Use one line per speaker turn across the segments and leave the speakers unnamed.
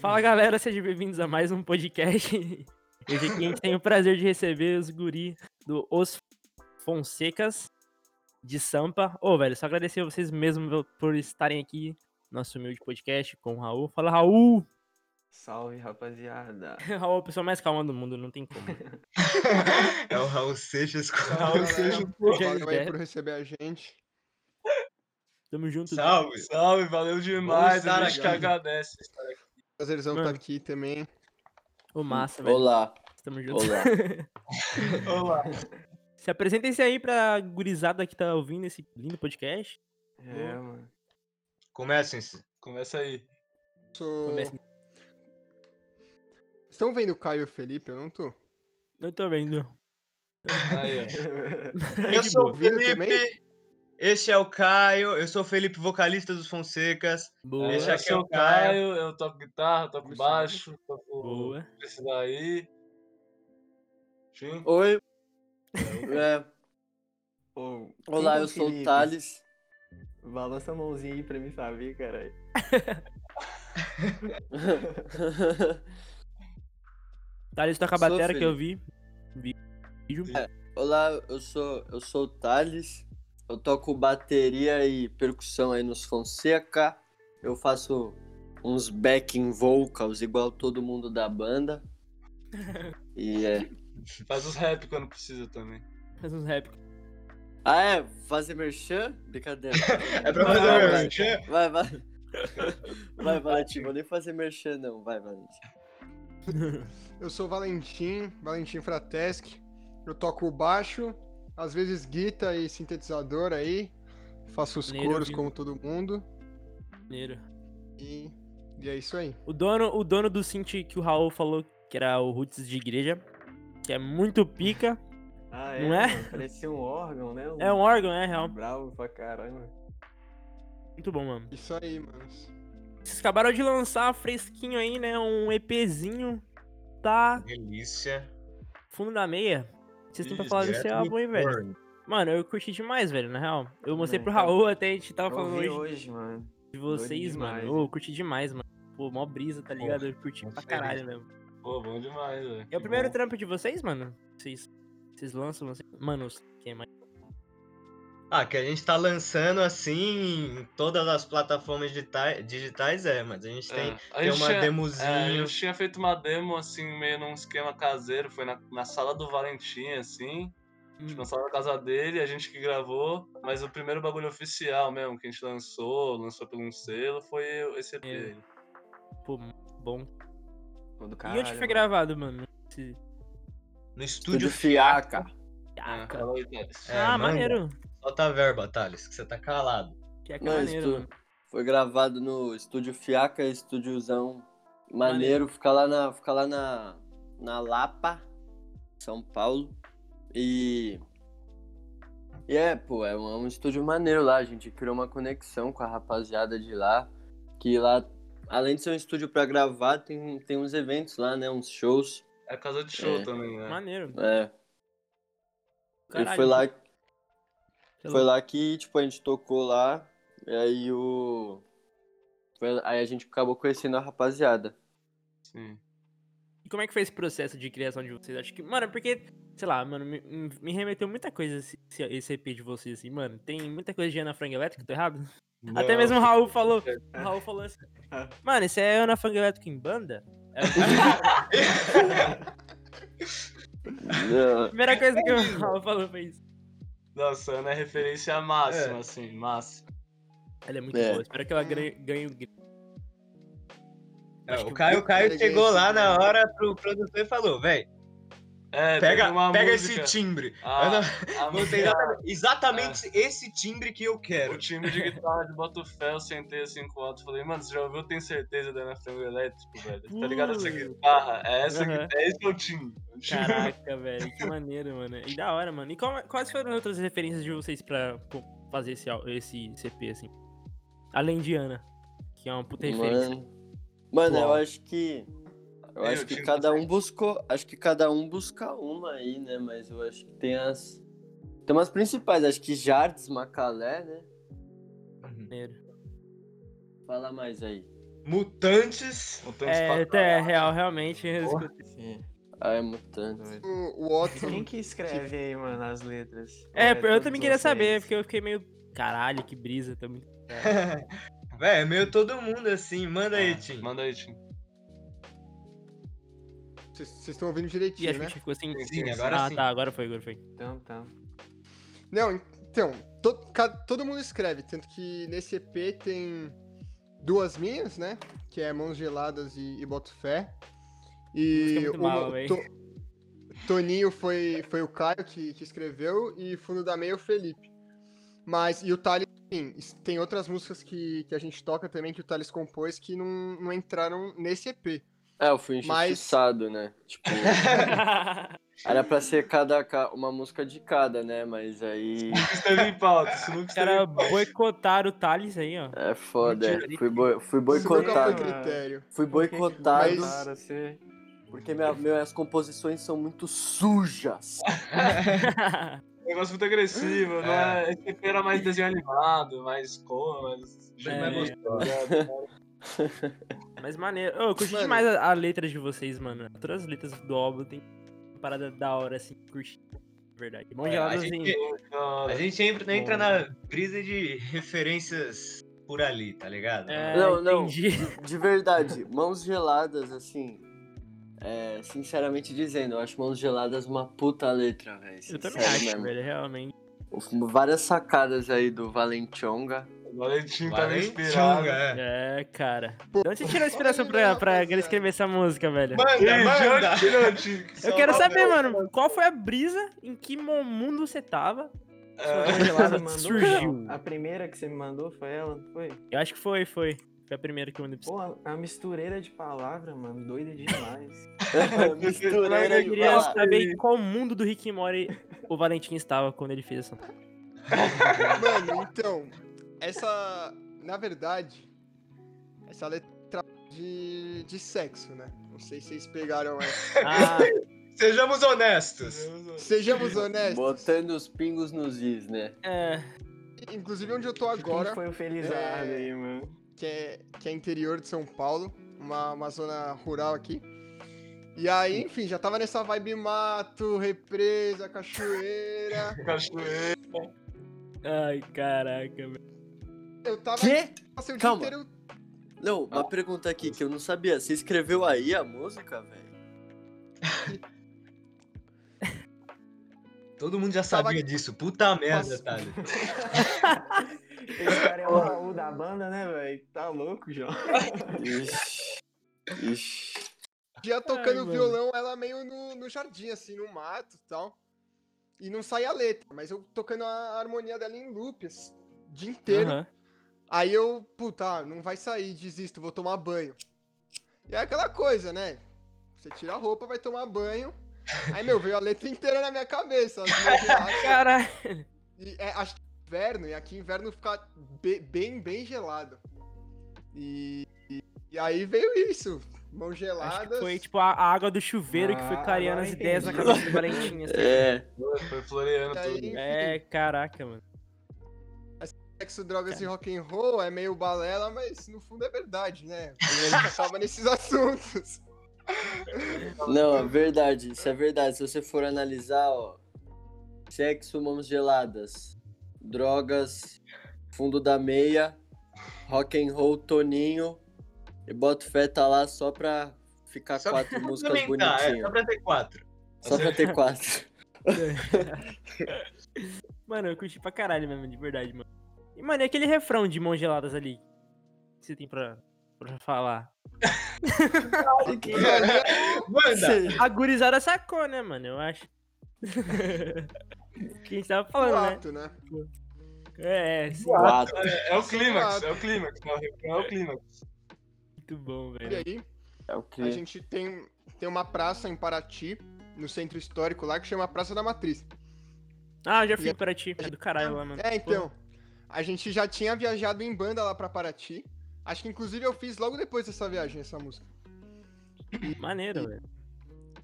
Fala galera, sejam bem-vindos a mais um podcast. Hoje aqui a gente tem o prazer de receber os guri do Os Fonsecas de Sampa. Ô, velho, só agradecer a vocês mesmo por estarem aqui no nosso humilde podcast com o Raul. Fala, Raul!
Salve, rapaziada.
Raul, é a pessoa mais calma do mundo, não tem como.
É o Raul Seixas.
Raul Seixas, pô,
Valeu aí
Jair.
por receber a gente.
Tamo junto.
Salve.
Salve, valeu demais.
estar
A gente que
aqui.
agradece.
Prazerzão
Mano.
estar tá aqui também.
Ô, massa, velho.
Olá,
Tamo junto.
olá.
Olá.
Se apresentem-se aí pra gurizada que tá ouvindo esse lindo podcast.
É, mano.
Comecem-se.
Começa aí.
Sou...
Começa-
Estão vendo o Caio Felipe? Eu não tô.
Eu tô vendo.
Aí, ó.
Eu
De
sou o
boa.
Viu
Felipe. Este é o Caio. Eu sou o Felipe, vocalista dos Fonsecas.
Boa,
Deixa
Deixa
aqui
aqui é
o
o Caio, eu toco guitarra, eu toco
Puxa.
baixo, toco
boa.
esse daí. Sim.
Oi. É,
Ô, quem
olá,
Então,
que é o
eu sou o
Felipe?
Thales.
Balança a mãozinha aí pra me saber, caralho.
Thales toca a
Sou
batera que eu
feliz.
vi. Vi- Vídeo.
olá, eu sou eu sou o Thales. Eu toco bateria e percussão aí nos Fonseca. Eu faço uns backing vocals igual todo mundo da banda. E é.
Faz os rap quando precisa também.
Faz uns rap.
Ah, é? Fazer merchan? Brincadeira.
É pra
fazer
Ah,
fazer
o meu
o
é.
Vai, vai. Vai, Valentim, vou nem fazer merchan, não. Vai, Valentim.
Eu sou o Valentim, Valentim Fratesc. Eu toco baixo, às vezes guita e sintetizador aí. Faço os
Maneiro,
coros
viu?
como todo mundo.
Maneiro.
E, e é isso aí.
O dono, o dono do synth que o Raul falou que era o Roots de igreja, que é muito pica.
Ah,
Não é?
mano, Parecia um órgão, né?
É um órgão, Tá é real.
Bravo pra caramba.
Muito bom, mano.
Isso aí, manos.
Vocês acabaram de lançar fresquinho aí, né? Um EPzinho. Tá
Delícia.
fundo da meia. Vocês têm pra
Isso, é
falar
é
desse
direto
álbum
do
aí, velho.
forno.
Mano, eu curti demais, velho, na real. Eu mostrei
Também,
pro
cara.
Raul até, a gente tava
Eu
falando
ouvi
hoje,
hoje, mano.
de vocês, mano.
demais,
Ô, eu curti demais, mano. Pô, mó brisa, tá ligado? Eu curti
tô
pra
feliz.
caralho mesmo.
Pô, bom demais, velho.
É
Que
o primeiro
bom.
trampo de vocês, mano? Vocês, vocês lançam, vocês... Mano, os- quem é mais?
Ah, que a gente tá lançando assim em todas as plataformas digita- digitais, é, mas a gente tem,
É, a
tem
gente
uma
tinha- É,
demozinha.
eu tinha feito uma demo, assim, meio num esquema caseiro, foi na, na sala do Valentim, assim, a gente lançou na casa dele, a gente que gravou, mas o primeiro bagulho oficial mesmo, que a gente lançou, lançou por um selo, foi esse EP.
É.
aí.
Pô, bom.
Pô, do
É, e onde que foi
caralho,
gravado, mano? Esse-
No
Tudo
estúdio.
fiaca.
Ah,
É,
cara.
fala aí, Thales.
É,
ah
manda.
maneiro.
Solta a verba, Thales, que você tá calado.
Que é que é
Mas
maneiro,
tu-
mano.
Foi gravado no estúdio Fiaca, estúdiozão
Maneiro.
maneiro, fica lá na, fica lá na, na Lapa, São Paulo. E E é, pô, é um, é um estúdio maneiro lá, a gente criou uma conexão com a rapaziada de lá, que lá além de ser um estúdio pra gravar, tem tem uns eventos lá, né, uns shows.
É casa de show
É.
também, né?
Maneiro.
É,
Caralho,
e foi lá
sei
Foi lá que, tipo, a gente tocou lá, e aí o. foi- Aí a gente acabou conhecendo a rapaziada.
Sim.
E como é que foi esse processo de criação de vocês? Acho que, mano, porque, sei lá, mano, me, me remeteu muita coisa esse, esse- esse EP de vocês, assim, mano. Tem muita coisa de Ana Frango Elétrica, tô errado? Até mesmo o Raul falou. O Raul falou assim. Mano, isso é Ana Frango Elétrica em banda? É a
É,
primeira coisa que o Raul falou foi isso.
Nossa, Ana é referência máxima, assim, máxima.
Ela é muito
É.
boa, espero que ela ganhe, ganhe o Grammy.
É,
Acho
o
que-
Caio, o Caio
Peguei
chegou
esse
lá na
vídeo.
hora pro produtor e falou, velho,
É,
pega,
tem uma
pega
música.
esse timbre.
Ah,
Eu não-
a
Não tem
música-
nada a ver. Exatamente esse timbre que eu
É. O
quero.
time é de guitarra de Botafé, eu sentei assim com o alto e falei, mano, você já ouviu Tem Certeza da Ana Frango Elétrico, velho? Tá ligado essa
Putz.
guitarra? É essa
Aham.
guitarra, esse é o time. O time-
Caraca, velho, que maneiro, mano. E da hora, mano. E qual- quais foram as outras referências de vocês pra pô, fazer esse, al- esse CP, assim? Além de Ana, que é uma puta referência.
mano, mano, eu
Uau.
acho que. Eu
Meu,
acho que
time
cada um buscou. Acho que cada um busca uma aí, né? Mas eu acho que tem as. Tem umas principais, acho que Jardes, Macalé, né?
Maneiro.
Fala mais aí.
Mutantes.
Mutantes
É,
pra
até é
caralho.
real, realmente. eu
Porra.
escutei.
Sim,
Ah, é mutante.
doido.
O o Watson.
Quem que escreve aí, mano, as letras?
É,
Ou
eu
todos
também queria saber,
vocês?
porque eu fiquei meio. Caralho, que brisa também.
Véi, é meio todo mundo assim. Manda aí, Tim.
Manda aí, Tim.
Vocês vocês estão ouvindo
E
direitinho,
acho que
né?
a gente ficou assim.
Sim, agora
ah,
sim.
tá, agora foi, agora foi.
Então, tá.
Não, então, to- ca- todo mundo escreve, tanto que nesse EP tem duas minhas, né? Que é Mãos Geladas e, e Boto Fé.
Música é
E
muito mala, véi.
Toninho foi, foi o Caio que, que escreveu e Fundo da Meia é o Felipe. Mas, e o Thales, enfim, es- tem outras músicas que, que a gente toca também, que o Thales compôs, que não, não entraram nesse EP.
É, eu fui
Mas-
injustiçado, né? Tipo, era pra ser cada, ca- uma música de cada, né? Mas aí
Esteve em pauta, isso nunca
Os
esteve
caras
em pauta.
boicotaram o Thales aí, ó.
é foda.
Mentira.
é. Fui, boi- fui
Qual
boicotado.
foi o critério?
Fui
Por que que
boicotado
boicotaram você?
porque minha, minhas composições são muito sujas.
Um negócio muito agressivo, não é? Esse aqui era mais desenho animado, mais cor, mais.
É.
mais gostoso.
Mas maneiro. Ô, eu curti
Mano.
demais a, a letra de vocês, mano. Todas as letras do álbum tem uma parada da hora, assim, curti. de Verdade. Bom
A
gelado, assim.
gente, a gente entra, entra
Bom.
na brisa de referências por ali, tá ligado?
É,
Não, não.
entendi.
De verdade, mãos geladas, assim. é, sinceramente dizendo, eu acho mãos geladas uma puta letra, velho.
Eu também
sincero
acho,
mesmo.
velho, realmente.
Várias sacadas aí do Valentionga.
O Valentim tá meio
Valente
inspirado.
Chonga, é.
É, cara. De onde você tirou a inspiração
olha
pra,
aí,
pra
rapaziada.
escrever essa música, velho?
Ih, de
Manda, manda!
onde tirou, Tim?
Eu quero saber, mano, qual foi a brisa, em que mo- mundo você tava?
É.
Sua gelada
Você mandou?
surgiu.
A primeira que você me mandou foi ela, não foi?
Eu acho que foi, foi. Foi a primeira que eu mandei pra você.
Pô, a mistureira de palavra, mano, doida demais.
Mistureira
Eu
de
queria
palavras.
saber em qual mundo do Rick e Morty o Valentim estava quando ele fez essa música.
Mano, então, essa. Na verdade, essa letra de, de sexo, né? Não sei se vocês pegaram essa.
Ah,
Sejamos honestos.
Sejamos honestos.
Botando os pingos nos is, né?
é.
Inclusive onde eu tô
Quem
agora,
foi o Felizardo
é,
aí, mano?
que é, que é interior de São Paulo, uma, uma zona rural aqui. E aí, enfim, já tava nessa vibe mato, represa, cachoeira.
Cachoeira.
Ai, caraca, velho.
Eu tava
Quê?
passei o
Calma.
dia inteiro.
Não, uma pergunta aqui que eu não sabia. Você escreveu aí a música, velho?
Todo mundo já
Tava-
sabia disso. Puta merda,
Nossa.
Thales.
Esse cara é o Raul da banda, né, velho? Tá louco, João.
Ixi. Ixi.
Já tocando
mano.
violão, ela meio no, no jardim, assim, no mato e tal. E não sai a letra, mas eu tocando a harmonia dela em loop, assim, o dia inteiro.
Aham.
Aí eu, puta, ah, não vai sair, desisto, vou tomar banho. E é aquela coisa, né? Você tira a roupa, vai tomar banho. Aí, meu, veio a letra inteira na minha cabeça. as mãos geladas.
Cara,
E é, acho que é inverno, e aqui inverno fica be- bem, bem gelado. E, e- e aí veio isso. Mãos
acho
geladas.
que foi tipo a a água do chuveiro que foi
Ah,
clareando
agora
as ideias na
entendi.
cabeça do Valentim. assim.
É.
Foi floreando
Aí-
tudo.
É, caraca, mano.
sexo, drogas e rock and roll é meio balela, mas no fundo é verdade, né? A gente tava nesses assuntos.
Não, é verdade. Isso é verdade. Se você for analisar, ó. Sexo, mãos geladas. Drogas, fundo da meia, rock and roll, Toninho. E boto fé tá lá só pra ficar
Só pra
quatro músicas
complementar, é, só
bonitinhas.
pra ter quatro.
Só pra ter quatro.
Mano, eu curti pra caralho mesmo, de verdade, mano. E, mano, e aquele refrão de mãos geladas ali? O que você tem pra, pra falar?
é um
Manda!
A gurizada sacou, né, mano? Eu acho. O que a gente tava
Um
falando, né?
ato, né?
É, é, sim,
Quatro.
É o clímax, é o clímax. não, É o clímax.
muito bom,
E
velho.
aí,
É o
a
que?
gente tem, tem uma praça em Paraty, no centro histórico lá, que chama Praça da Matriz.
Ah, eu já fui pra ti. É do caralho lá, mano.
É, então. A gente já tinha viajado em banda lá pra Paraty. Acho que inclusive eu fiz logo depois dessa viagem essa música.
Pô, Maneiro, velho.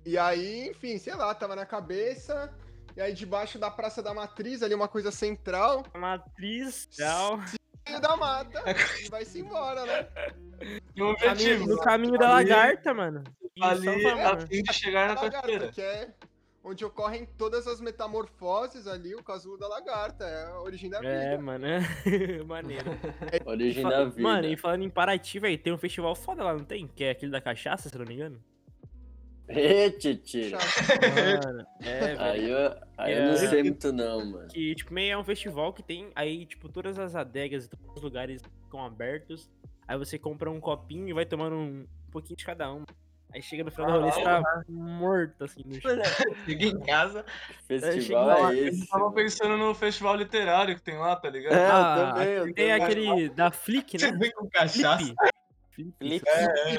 E aí, enfim, sei lá, tava na cabeça. E aí debaixo da Praça da Matriz, ali uma coisa central,
Matriz, tal.
meio da mata, e vai-se embora, né?
Tinha um
Caminho-
objetivo.
no caminho da
Ali-
lagarta, mano. Em
Ali
São
Tá a
Paulo.
fim de chegar na
A lagarta,
costeira.
que é onde ocorrem todas as metamorfoses ali, o casulo da lagarta, é a origem da
É,
né?
vida.
mano. Maneiro.
Origem
Fa-
da vida.
Mano, e falando em Paraty, velho, tem um festival foda lá, não tem? Que é aquele da cachaça, se eu não me engano.
Ê, titira.
Chato.
Mano, é, velho.
Aí eu, aí eu não
É.
sei muito não, mano.
Que, tipo, meio é um festival que tem aí, tipo, todas as adegas e todos os lugares ficam abertos. Aí você compra um copinho e vai tomando um pouquinho de cada um. Aí chega no final
Ah,
do rolê, você tá morto, assim, no
é,
chão.
Fica em casa.
Que
chega
festival
lá,
é
Eu
esse?
tava pensando no festival literário que tem lá, tá ligado?
É, eu
Ah,
também, eu
Tem
também.
aquele da Flick,
Você
né?
vem com cachaça.
Flip. Flip.
Flip.
A é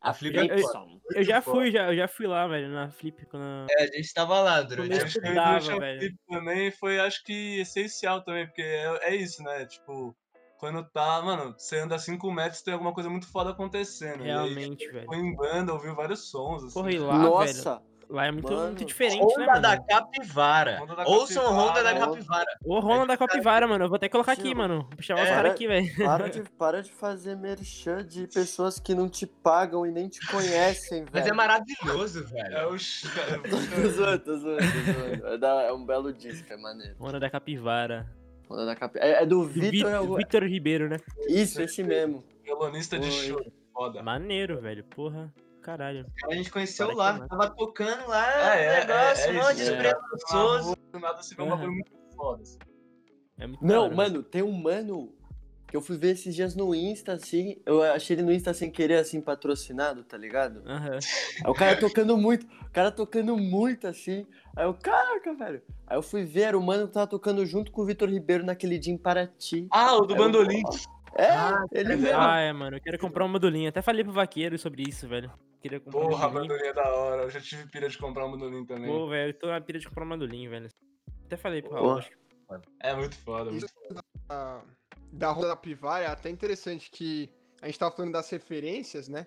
A
Flip-
Flipson.
Eu já fui, já, eu já fui lá, velho, na Flip. Quando...
É, a gente tava lá Tipo, durante.
eu
Acho que
É, estudava,
o Chapip
velho.
também foi, acho que, essencial também, porque é, é isso, né? Tipo, quando tá, mano, você anda 5 metros, tem alguma coisa muito foda acontecendo.
Realmente,
E aí, tipo,
velho.
foi em banda, ouviu vários sons, assim.
Corre lá, velho.
Nossa,
Lá é muito,
Mano.
muito diferente, né,
Honda
mano?
da Capivara.
Honda da
Ouçam
Capivara.
Honda da Capivara.
Ô, Rona da Capivara, mano. Eu vou até colocar aqui,
É Sim,
mano. Vou chamar os
É.
caras aqui, velho.
para de, para de fazer merchan de pessoas que não te pagam e nem te conhecem, velho.
Mas é maravilhoso,
É
velho.
o ch- é
Tô zoando, tô zoando, tô zoando. É, da- é um belo disco, é maneiro.
Rona da Capivara.
Onda da Cap- É, é do
Do Vi-
Vitor.
do
Algu-
Vitor Ribeiro, né?
Isso, esse mesmo.
o violonista de
Oi.
show.
Tá.
Foda.
Maneiro, velho. Porra. Caralho.
A gente conheceu
Para que
lá.
não.
Tava tocando lá.
É, é,
um negócio,
é, é
um monte
isso,
de
é.
Na
preguiçoso.
rua, do nada se vê um
Aham.
bagulho muito foda. assim.
É muito da
Não,
hora,
mano, tem um mano que eu fui ver esses dias no Insta, assim. Eu achei ele no Insta sem querer, assim, patrocinado, tá ligado?
Aham.
Aí o cara tocando muito, o cara tocando muito, assim. Aí eu, caraca, velho. Aí eu fui ver, era o mano que tava tocando junto com o Vitor Ribeiro naquele dia em Paraty.
Ah, o do
É o-
bandolim.
É, ele mesmo.
Ah, é, mano. Eu quero comprar uma modulinha. Até falei pro vaqueiro sobre isso, velho. Queria comprar um
Porra,
bandolim.
bandolim é da hora. Eu já tive pira de comprar um bandolim também.
Pô, velho, eu tô na pira de comprar um bandolim, velho. Até falei pro
Pô.
Raul. acho que-
É muito foda. Muito...
Isso da, Ah, da roda da Pivar é até interessante que a gente tava falando das referências, né?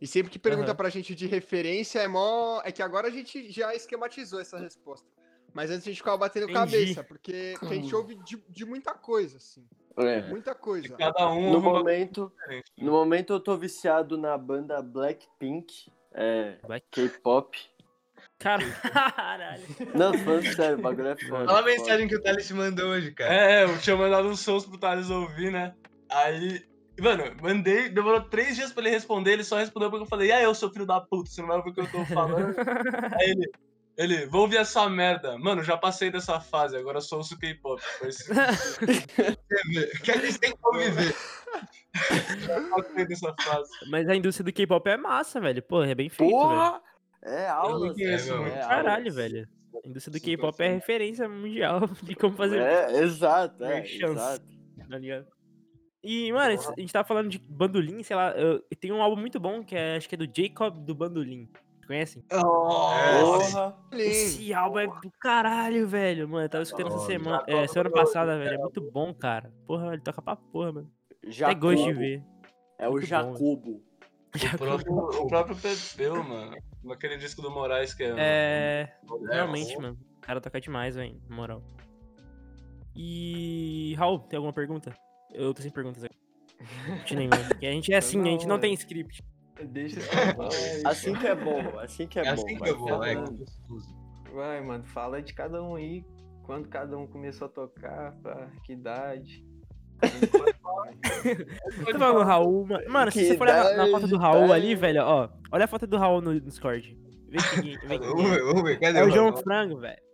E sempre que pergunta
Aham.
pra gente de referência é mó. É que agora a gente já esquematizou essa resposta. Mas antes a gente ficava batendo
Entendi.
cabeça, porque a gente ouve de, de muita coisa, assim.
É.
Muita coisa.
Cada um
No
ouve um
Uhum.
bagulho
momento,
diferente.
no momento eu tô viciado na banda Blackpink, é,
Black-
K-pop.
Caralho.
Não, tô falando sério, o bagulho é foda.
Olha a
foda.
mensagem que o Thales te mandou hoje, cara.
É, eu tinha mandado uns sons pro Thales ouvir, né? Aí, mano, mandei, demorou três dias pra ele responder, ele só respondeu porque eu falei, ah, eu sou filho da puta, você não vai ouvir o que eu tô falando. Aí ele, ele, vou ouvir essa merda. Mano, já passei dessa fase, agora eu sou o K-pop. Foi isso.
Que a gente tem que conviver.
Já passei dessa fase.
Mas a indústria do K-pop é massa, velho. Porra, é bem feito, velho.
Porra! É
Eu
aula,
não conheço
velho,
muito.
é
Caralho,
aulas.
velho. A indústria do
Super
K-pop é
fã.
referência mundial de como fazer
É, exato, é,
Merchan.
exato.
tá ligado? E, mano, esse- a gente tava falando de bandolim, sei lá, eu- tem um álbum muito bom que é, acho que é do Jacob do Bandolim. Conhecem?
É.
Nossa.
Porra!
Sim.
Esse álbum é do caralho, velho, mano. Eu tava escutando essa
Nossa.
semana, é, semana passada, velho. É muito bom, cara. Porra, ele toca pra porra, mano. Até
Jacobo.
gosto de ver.
É o
Muito bom,
Jacobo.
É, O próprio, o próprio Pepeu, mano. Naquele disco do Moraes que é.
É.
é,
Realmente, mano. O cara toca demais, velho. Na moral. E. Raul, tem alguma pergunta? Eu tô sem perguntas aqui. Não tinha nenhuma, porque A gente é assim, a gente não tem script.
Deixa essa bola aí,
Assim que é bom, assim que é,
É
bom.
assim que
vai.
eu vou, é.
um.
falando. Vai, mano, fala de cada um aí. Quando cada um começou a tocar, pra que idade.
Tá falando Raul, mano. Mano, se
Que
você for olhar na, na foto do Raul
idade.
ali, velho, ó. Olha a foto do Raul no Discord. Vê que, vê que-
Vamos ver, vamos ver. Cadê
é o
Raul?
João Frango, velho.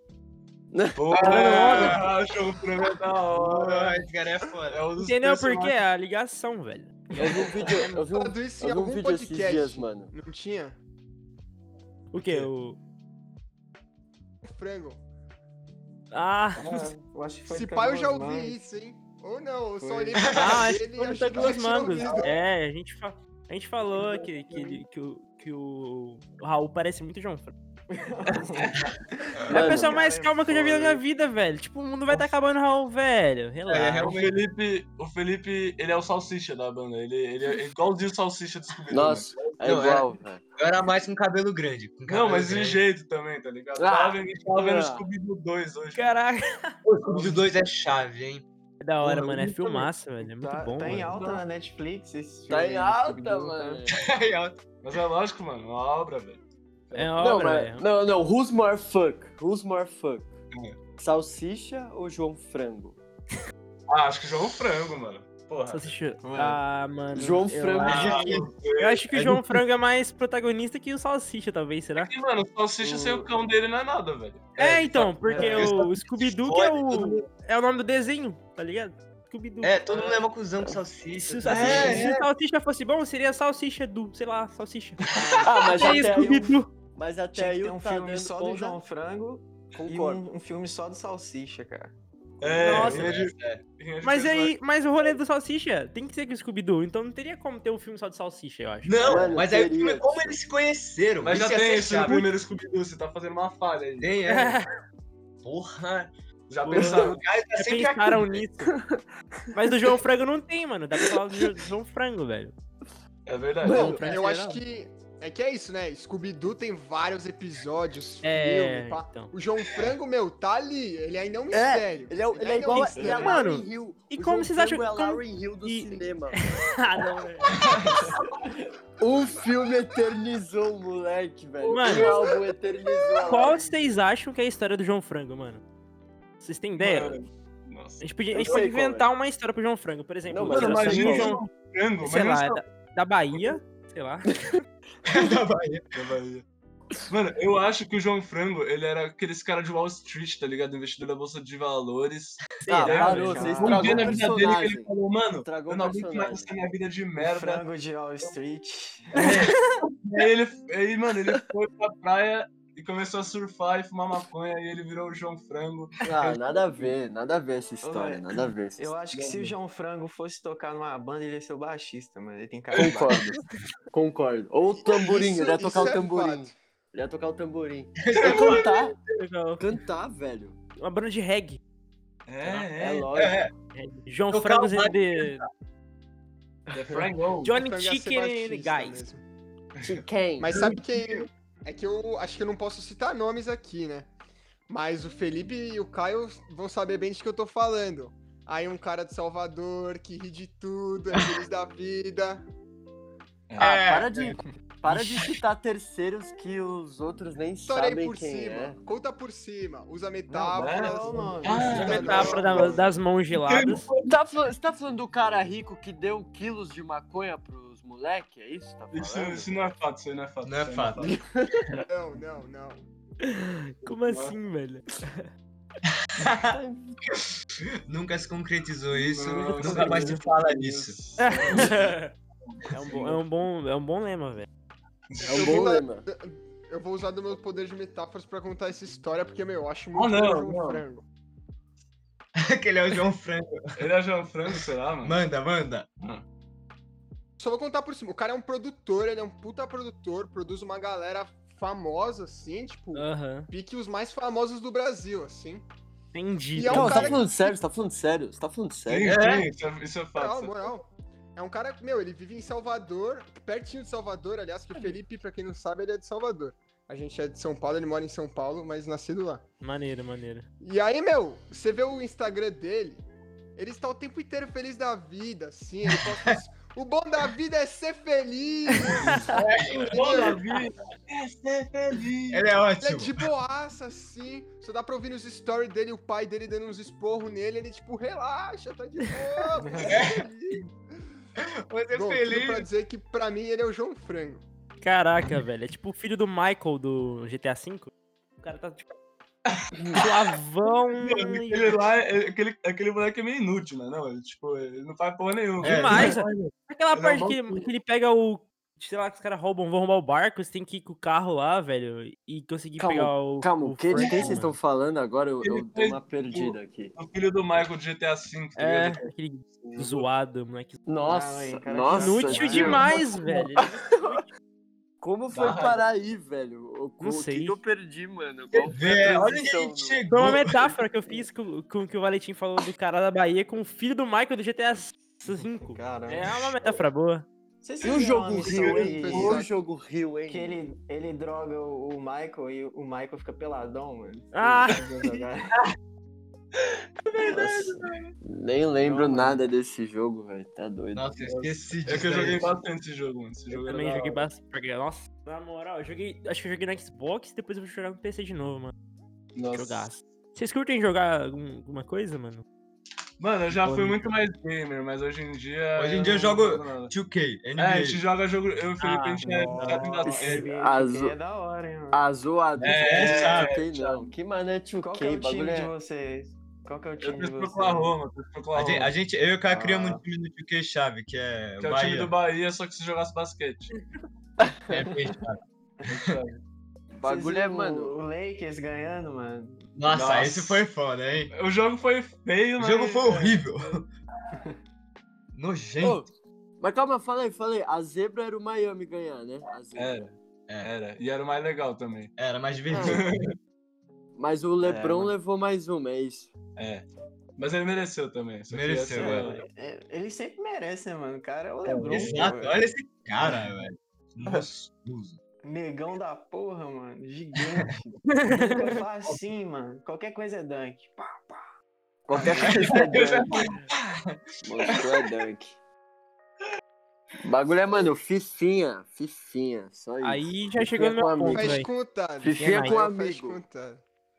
Porra,
Ah,
o João Frango é da hora.
Porra, esse cara é foda.
É um dos
Entendeu por
personagens-
quê? É a ligação, velho.
Eu vi um vídeo, eu vi um,
Falado isso em
eu vi um
algum
vídeo esses
é podcast.
dias, mano.
Não tinha?
O quê? O.
Frango.
Ah.
Ah, eu acho que foi
Se
do
pai eu já
Carlos
ouvi
Maia.
isso, hein? Ou não, eu só
Foi.
olhei pra
Ah,
cara
acho
dele
que
e achei
foi
que tá eu
duas
tinha
mangos.
ouvido.
É, a gente, fa- a gente falou que, que, ele- que o, que o Raul parece muito João Franco. É a
Mano,
pessoa mais calma que eu já vi na minha vida, velho. Tipo, o mundo vai tá acabando, Raul, velho.
É,
Relaxa.
Ah, O Felipe, o Felipe, ele é o salsicha da banda. Ele, ele é igualzinho o salsicha do scooby
Nossa, é
Não, é-
igual, velho.
Eu era mais com cabelo grande. com cabelo
Não, mas de
grande.
jeito também, tá ligado?
Ah,
tava vendo, tava vendo
ah.
Scooby-Doo 2 hoje.
Caraca.
Pô, O Scooby-Doo 2 é chave, hein?
É da hora,
Porra,
mano. É
isso,
filmaço, velho. É muito
tá,
bom.
tá em
mano.
alta na Netflix esse
Tá
filme aí,
em alta,
Scooby-Doo, tá?
mano.
Mas é lógico, mano, uma obra, velho.
É
Não,
obra,
mas,
velho.
não, não. Who's more fuck? Who's more fuck?
É.
Salsicha ou João Frango?
Ah, acho que João Frango, mano. Porra.
Só assistiu.
Mano.
Ah, mano.
João
eu
Frango.
acho-
Ah,
Eu acho que o João Frango é mais protagonista que o Salsicha, talvez, será?
E, mano, o salsicha sem o cão dele não é nada, velho.
É, então, porque
é.
o Scooby-Doo que é
Escolhe, todo
o, é o nome do desenho, tá ligado? Scooby-Doo.
É, todo mundo é uma cuzão com salsicha.
Se o
tá
salsicha,
É,
ligado?
se o salsicha fosse bom, seria salsicha do, sei lá, salsicha.
Ah, mas
É
até aí,
Scooby-Doo.
o- mas até
Tinha que
aí
ter
o
um
tá
filme
dando
só
bom
do
da-
João Frango e
Concordo.
um, um filme só do Salsicha, cara.
É,
Nossa,
linha de- linha de
Mas
personagem.
aí, mas o rolê do salsicha tem que ser com o Scooby-Doo, então não teria como ter um filme só de salsicha, eu acho.
Não,
Mano,
mas aí o
teria,
filme é como
tio.
eles se conheceram.
Mas já
isso ia
tem
ser
isso no
chato.
primeiro Scooby-Doo, você tá fazendo uma falha aí.
Tem, é. Porra.
Já
Porra.
pensaram?
Caio tá
Já
sempre aqui.
pensaram nisso. Mas do João Frango não tem, mano. Dá pra falar do Jo- João Frango, velho.
É verdade.
Não,
Mano,
pra
eu
ser
acho
não.
que. É que é isso, né? Scooby-Doo tem vários episódios,
É,
filme, pá.
então.
O João Frango, meu, tá ali. Ele ainda é um
É,
mistério.
Ele é, ele é
ainda
igual
um
a, ele é a
mistério.
Mano,
Lauren Hill.
e
O
como
João
vocês acham
Frango é a
que-
Lauren Hill do
e-
cinema.
Ah, não, velho.
Um filme eternizou o moleque, velho.
Mano.
um álbum eternizou. a
Qual
Lauren.
vocês acham que é a história do João Frango, mano? Vocês têm ideia? A
Nossa.
gente, podia,
Eu
a gente pode
sei qual é.
inventar uma história pro João Frango, por exemplo.
Não, mas
Mano,
Mano,
eu sei
imagina o
qual
João,
João Frango,
sei
mas
lá,
não só-
da, da Bahia, sei lá.
é.
da Bahia, da Bahia. Mano, eu acho que o João Frango, ele era aqueles cara de Wall Street, tá ligado? Investidor da Bolsa de Valores.
Ah,
Será,
parou,
velho?
você
Um
estragou
dia
o
na vida dele que ele
personagem.
falou, mano,
Estragou
eu
o
não aguento mais
personagem.
essa minha vida de
O
merda.
frango de Wall Street.
Aí ele, aí, mano, ele foi pra praia e começou a surfar e fumar maconha e ele virou o João Frango.
Ah, nada a ver, nada a ver essa história,
velho,
nada a ver. Essa
Eu
história.
acho que se o João Frango fosse tocar numa banda, ele ia ser o baixista, mano. Ele tem cara de baixista.
Concordo. Concordo. Ou o
um
tamborim,
Isso-
né?
ele ia
isso
tocar o
é
tamborim.
fato.
Ele ia tocar o tamborim. Ou cantar. Cantar, velho.
Uma banda de reggae.
É,
Ah,
É, é.
lógico.
né?
É, João
Tocar
Frango
o
and the
The é. Frango.
Johnny
Frango ia ser
Chicken and
Batista
Guys.
mesmo.
Quem?
Mas sabe quem. É que eu acho que eu não posso citar nomes aqui, né? Mas o Felipe e o Caio vão saber bem de que eu tô falando. Aí um cara de Salvador que ri de tudo, é feliz da vida.
Ah,
É.
para de. Para de citar terceiros que os outros nem
Estourei
sabem
por
quem
cima.
é.
Conta por cima. Usa
Não,
metáforas.
qual é o nome?
Ah,
A metáfora da- das mãos geladas.
Tá, fal- você tá falando do cara rico que deu quilos de maconha pros moleque? É isso? que Tá
Isso,
falando?
isso não é fato, isso aí não é fato.
Não é
isso aí
fato.
Não, não, não.
Como assim, velho?
Nunca se concretizou isso.
Não,
Nunca mais se
isso
fala
é
nisso.
É um bom, é um bom, é um bom lema, velho.
É um
Eu
bom
vou-
lema.
Eu vou usar do meu poder de metáforas pra contar essa história, porque, meu, eu acho muito
não,
legal o
não.
frango.
Aquele é o João Franco.
Ele é João Frango, será, mano?
Manda, manda.
Só vou contar por cima. O cara é um produtor, ele é um puta produtor, produz uma galera famosa, assim, tipo,
Aham.
pique os mais famosos do Brasil, assim.
Entendi.
E é um
Não, você tá
cara
falando sério, você tá falando sério, você tá falando sério.
Sim,
É.
sim, isso é, isso é fato. isso é
Moral,
fato.
moral. É um cara, meu, ele vive em Salvador, pertinho de Salvador, aliás, que o Felipe, pra quem não sabe, ele é de Salvador. A gente é de São Paulo, ele mora em São Paulo, mas nascido lá.
Maneiro, maneiro.
E aí, meu, você vê o Instagram dele, ele está o tempo inteiro feliz da vida, assim, ele posta uns- O bom da vida é ser feliz!
Ô, Davi, é ser feliz.
Ele é
Ele é
ótimo.
de boaça, assim. Só dá pra ouvir nos stories dele, o pai dele dando uns esporros nele. Ele, tipo, relaxa, tá de boa.
tipo,
pô, tá feliz.
Você é
Bom, tudo pra
feliz.
dizer que pra mim ele é o João Frango.
Caraca, velho. É tipo o filho do Michael do GTA V. O cara tá tipo. Suavão.
Aquele lá, é- aquele, aquele moleque é meio inútil, né? Não, ele, tipo, ele não faz porra nenhuma.
É.
Demais, Aquela
Ele é um
parte
mau
que, ele- que ele pega o. Sei lá, que os caras roubam, vão roubar o barco, você tem que ir com o carro lá, velho, e conseguir
Calma,
pegar o.
Calma, o que? De
Frank,
quem vocês
mano.
estão falando agora? Eu, eu
Ele
dei
fez
uma perdida aqui.
O filho do Michael de GTA V. tá
É,
ligado?
aquele zoado, moleque.
Nossa,
hein, cara,
nossa. é.
Inútil
tio.
demais, velho.
Como foi
Dá.
parar aí, velho? O, o-
Não
o que
sei.
que eu perdi, mano? Qual foi a
É, olha onde a
transição
gente
do-
Foi
chegou.
uma metáfora que eu fiz com, com o que o Valetim falou do cara da Bahia com o filho do Michael do GTA V.
Caramba.
É uma metáfora boa.
Vocês
E o
fizeram uma
jogo
missão
Rio, hein?
um aí
E o jogo Rio,
Que
hein?
ele, ele droga o, o Michael e o Michael fica peladão, mano.
Ah.
Ele joga-
Nossa, nem lembro
Não,
nada desse jogo, velho. Tá doido.
Nossa, eu esqueci disso.
É que eu joguei
aí.
bastante esse jogo, mano. Esse
Eu
jogo era
também
da
joguei
hora.
bastante. porque, Nossa, na moral, eu joguei. Acho que eu joguei no Xbox e depois eu vou jogar no PC de novo, mano.
Nossa.
Jogaço. Vocês curtem jogar algum- alguma coisa, mano?
Mano, eu já fui muito mais gamer, mas hoje em dia.
Hoje em dia eu
não
jogo-
nada.
2K,
É, a gente
NBA.
joga jogo. Eu e o Felipe, a gente é.
Nossa,
viciado em dar-
Nossa.
é,
Azul.
é da hora, hein, mano.
Ah, zoado.
É,
que
sabe,
2K não. Que mané 2K,
Qual que é o time
bagulho
de
é...
vocês? Qual que é o
Eu
time de
torço pro
vocês?
Oklahoma, eu torço pro
A gente,
Oklahoma.
a gente- eu e o Caio criamos
Ah.
um time do 2K chave, que é,
Que é o time
Bahia.
do Bahia, só que se jogasse basquete.
É, peixe, cara.
Vocês
Bagulho é,
viram
mano...
O Lakers ganhando, mano.
Nossa,
Nossa.
esse foi foda, hein?
O jogo foi feio,
O
mas. é.
jogo foi horrível. Nojento.
Ô, mas calma, fala aí, fala aí. A zebra era o Miami ganhar, né? A zebra.
Era, era. E era o mais legal também.
Era mais divertido.
Mas o Lebron
mano.
levou mais uma, é isso.
É. Mas ele mereceu também. só que
Mereceu,
essa-
velho.
É, Ele sempre merece, né, mano? O cara é o Lebron.
Exato,
pô,
olha esse cara, velho. Monstruoso.
Negão da porra, mano. Gigante. Nunca faz assim, mano. Qualquer coisa é dunk. Pá, pá.
Qualquer coisa é dunk. Mostrou é dunk. O bagulho é, mano, fifinha, fifinha, só isso.
Aí já chegou no
com
meu ponto,
amigo.
Faz né?
velho.
contar.
Fifinha
Aí
com
Eu faço
amigo.
contar.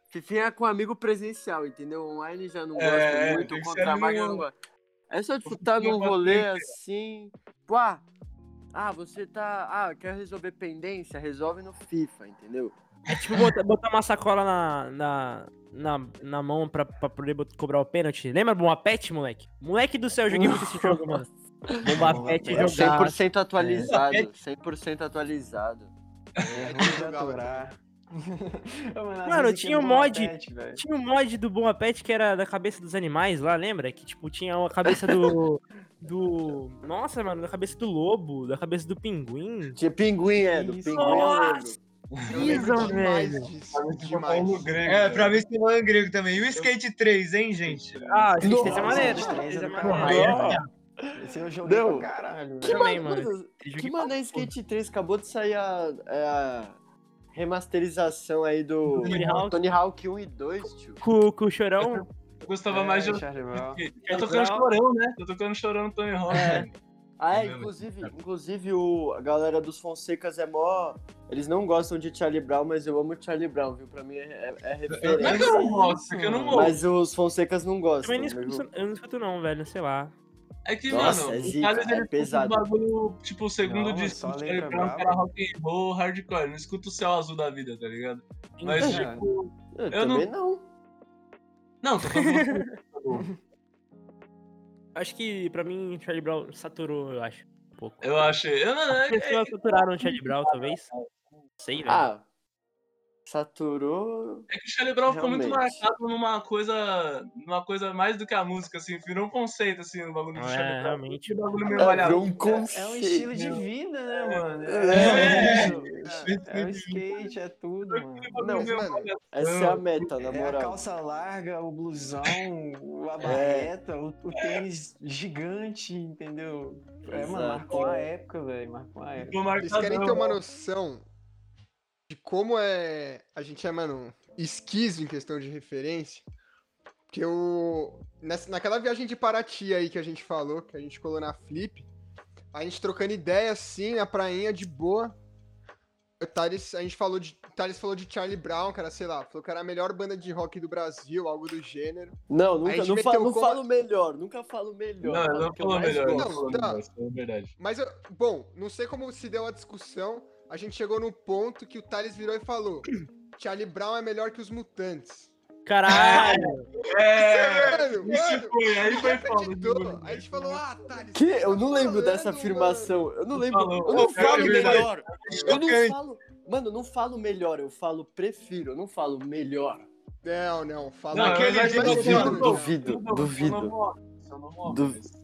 Fifinha é com amigo presencial, entendeu? Online já não gosto
É, tem que
muito,
ser
contra a
amigo-
vaga eu não gosto. É só tipo,
Fifinha
tá num
pra
rolê
sempre.
assim. Pô, ah, ah, você tá. Ah, quer resolver pendência? Resolve no FIFA, entendeu?
É tipo botar, botar uma sacola na, na, na, na mão pra, pra poder bot- cobrar o pênalti. Lembra Bomba Pet, moleque? Moleque do céu, eu joguei muito esse jogo, mano. Bomba
Bomba
Pet
Pet.
É
jogar.
100% atualizado,
É.
100% atualizado.
É.
Vamos aturar. Ô, às
Mano,
vezes
tinha
aqui
um
é bom
mod-
atete, velho.
Tinha um mod do Bomba Pet que era da cabeça dos animais lá, lembra? Que tipo, tinha a cabeça do. do. Nossa, mano, da cabeça do lobo, da cabeça do pinguim.
Tinha pinguim, é, do
Isso.
pinguim eu lembro.
Eu lembro
Isso,
demais
velho.
disso,
Pra mim, ficou
demais.
Paulo Grego,
É,
velho.
pra mim esse é grego também. E o Skate 3, hein, gente?
Ah, gente,
Nossa,
esse é maneiro.
gente,
esse
esse
é
é do
maneiro.
Aí é-
Esse eu joguei
Deu.
pra caralho,
Que
velho.
Também,
mano,
mano.
mano,
Esse
que
jogo-
mano é Skate 3? Acabou de sair a, é a remasterização aí do
Tony Hawk.
Tony Hawk 1 e 2, tio.
Com, com o chorão.
Eu gostava
É,
mais de.
Charlie Brown.
Eu tocando chorão, né? Eu tocando chorão no Tony Hawk.
É.
velho.
Ah, é,
mesmo,
inclusive,
cara.
inclusive o, a galera dos Fonsecas é mó. Eles não gostam de Charlie Brown, mas eu amo Charlie Brown, viu? Pra mim é, é- é
Eu- Não é que
referência.
eu não gosto, porque eu não
mano.
ouço.
Mas os Fonsecas não gostam.
Também não
viu?
escuto, eu não escuto, não, velho, sei lá.
É que,
Nossa,
mano,
é
o
zica,
Thales
é
ele escuta um
pesado.
bagulho, tipo, o segundo
Não,
disco
só
do
lembra
Charlie Brown,
brava.
que era rock and roll, hardcore. Ele Não escuta o céu azul da vida, tá ligado? Mas,
Então,
tipo.
Eu,
eu
também não.
Não, tô falando.
Acho que pra mim Charlie Brown saturou, eu acho. Um pouco.
eu achei. Eu não,
As
é, é,
pessoas saturaram o Charlie Brown, talvez. Não sei, velho.
Ah, saturou.
é que o Charlie Brown ficou muito
Realmente.
marcado numa coisa. numa coisa mais do que a música, assim, virou um conceito, assim, no bagulho do Charlie
é,
Brown.
realmente.
O bagulho meio
É,
malhado.
virou um
É, é um estilo
conceito.
de vida, né, mano?
É.
É, é o skate, é tudo, mano.
O
Não,
bagulho meio
mano,
malhado.
Essa é a meta, na
É a
moral.
calça larga, o blusão, o- a barreta, o, o tênis gigante, entendeu? É, mano,
Exato.
marcou a época, velho. Marcou a época.
Ficou
Vocês querem ter
marcadão.
uma noção de como é a gente é, mano, esquiso em questão de referência? Porque o nessa, naquela viagem de Paraty aí que a gente falou, que a gente colou na Flip, a gente trocando ideia assim, na prainha de boa. O Thales, a gente falou de o Thales falou de Charlie Brown, cara, sei lá, falou que era a melhor banda de rock do Brasil, algo do gênero.
Não,
A
nunca,
gente
não,
meteu
falo, não
como-
falo melhor, nunca falo melhor.
Não,
falo
ele não
o que eu
falou
mais
melhor, ele
gosto.
gosto.
falou
Tá.
melhor, isso é verdade.
Mas, eu- bom, não sei como se deu a discussão. A gente chegou num ponto que o Thales virou e falou: Charlie Brown é melhor que os mutantes.
Caralho!
É!
Mano,
Isso
mano,
foi, aí foi
acreditou.
foda.
Aí a gente falou: Ah, Thales.
Que?
você tá
Eu não lembro
falando,
dessa
mano."
afirmação. Eu não lembro.
falou.
Eu não
É
falo
verdade.
melhor. Eu não
Chocante.
falo. Mano, eu não falo melhor, eu falo prefiro, eu não falo melhor.
Não, não, fala.
Não,
Naquele
mas
dia
eu
duvido,
não vou.
duvido,
Eu não-
duvido.
eu não vou. Eu não vou.
Du-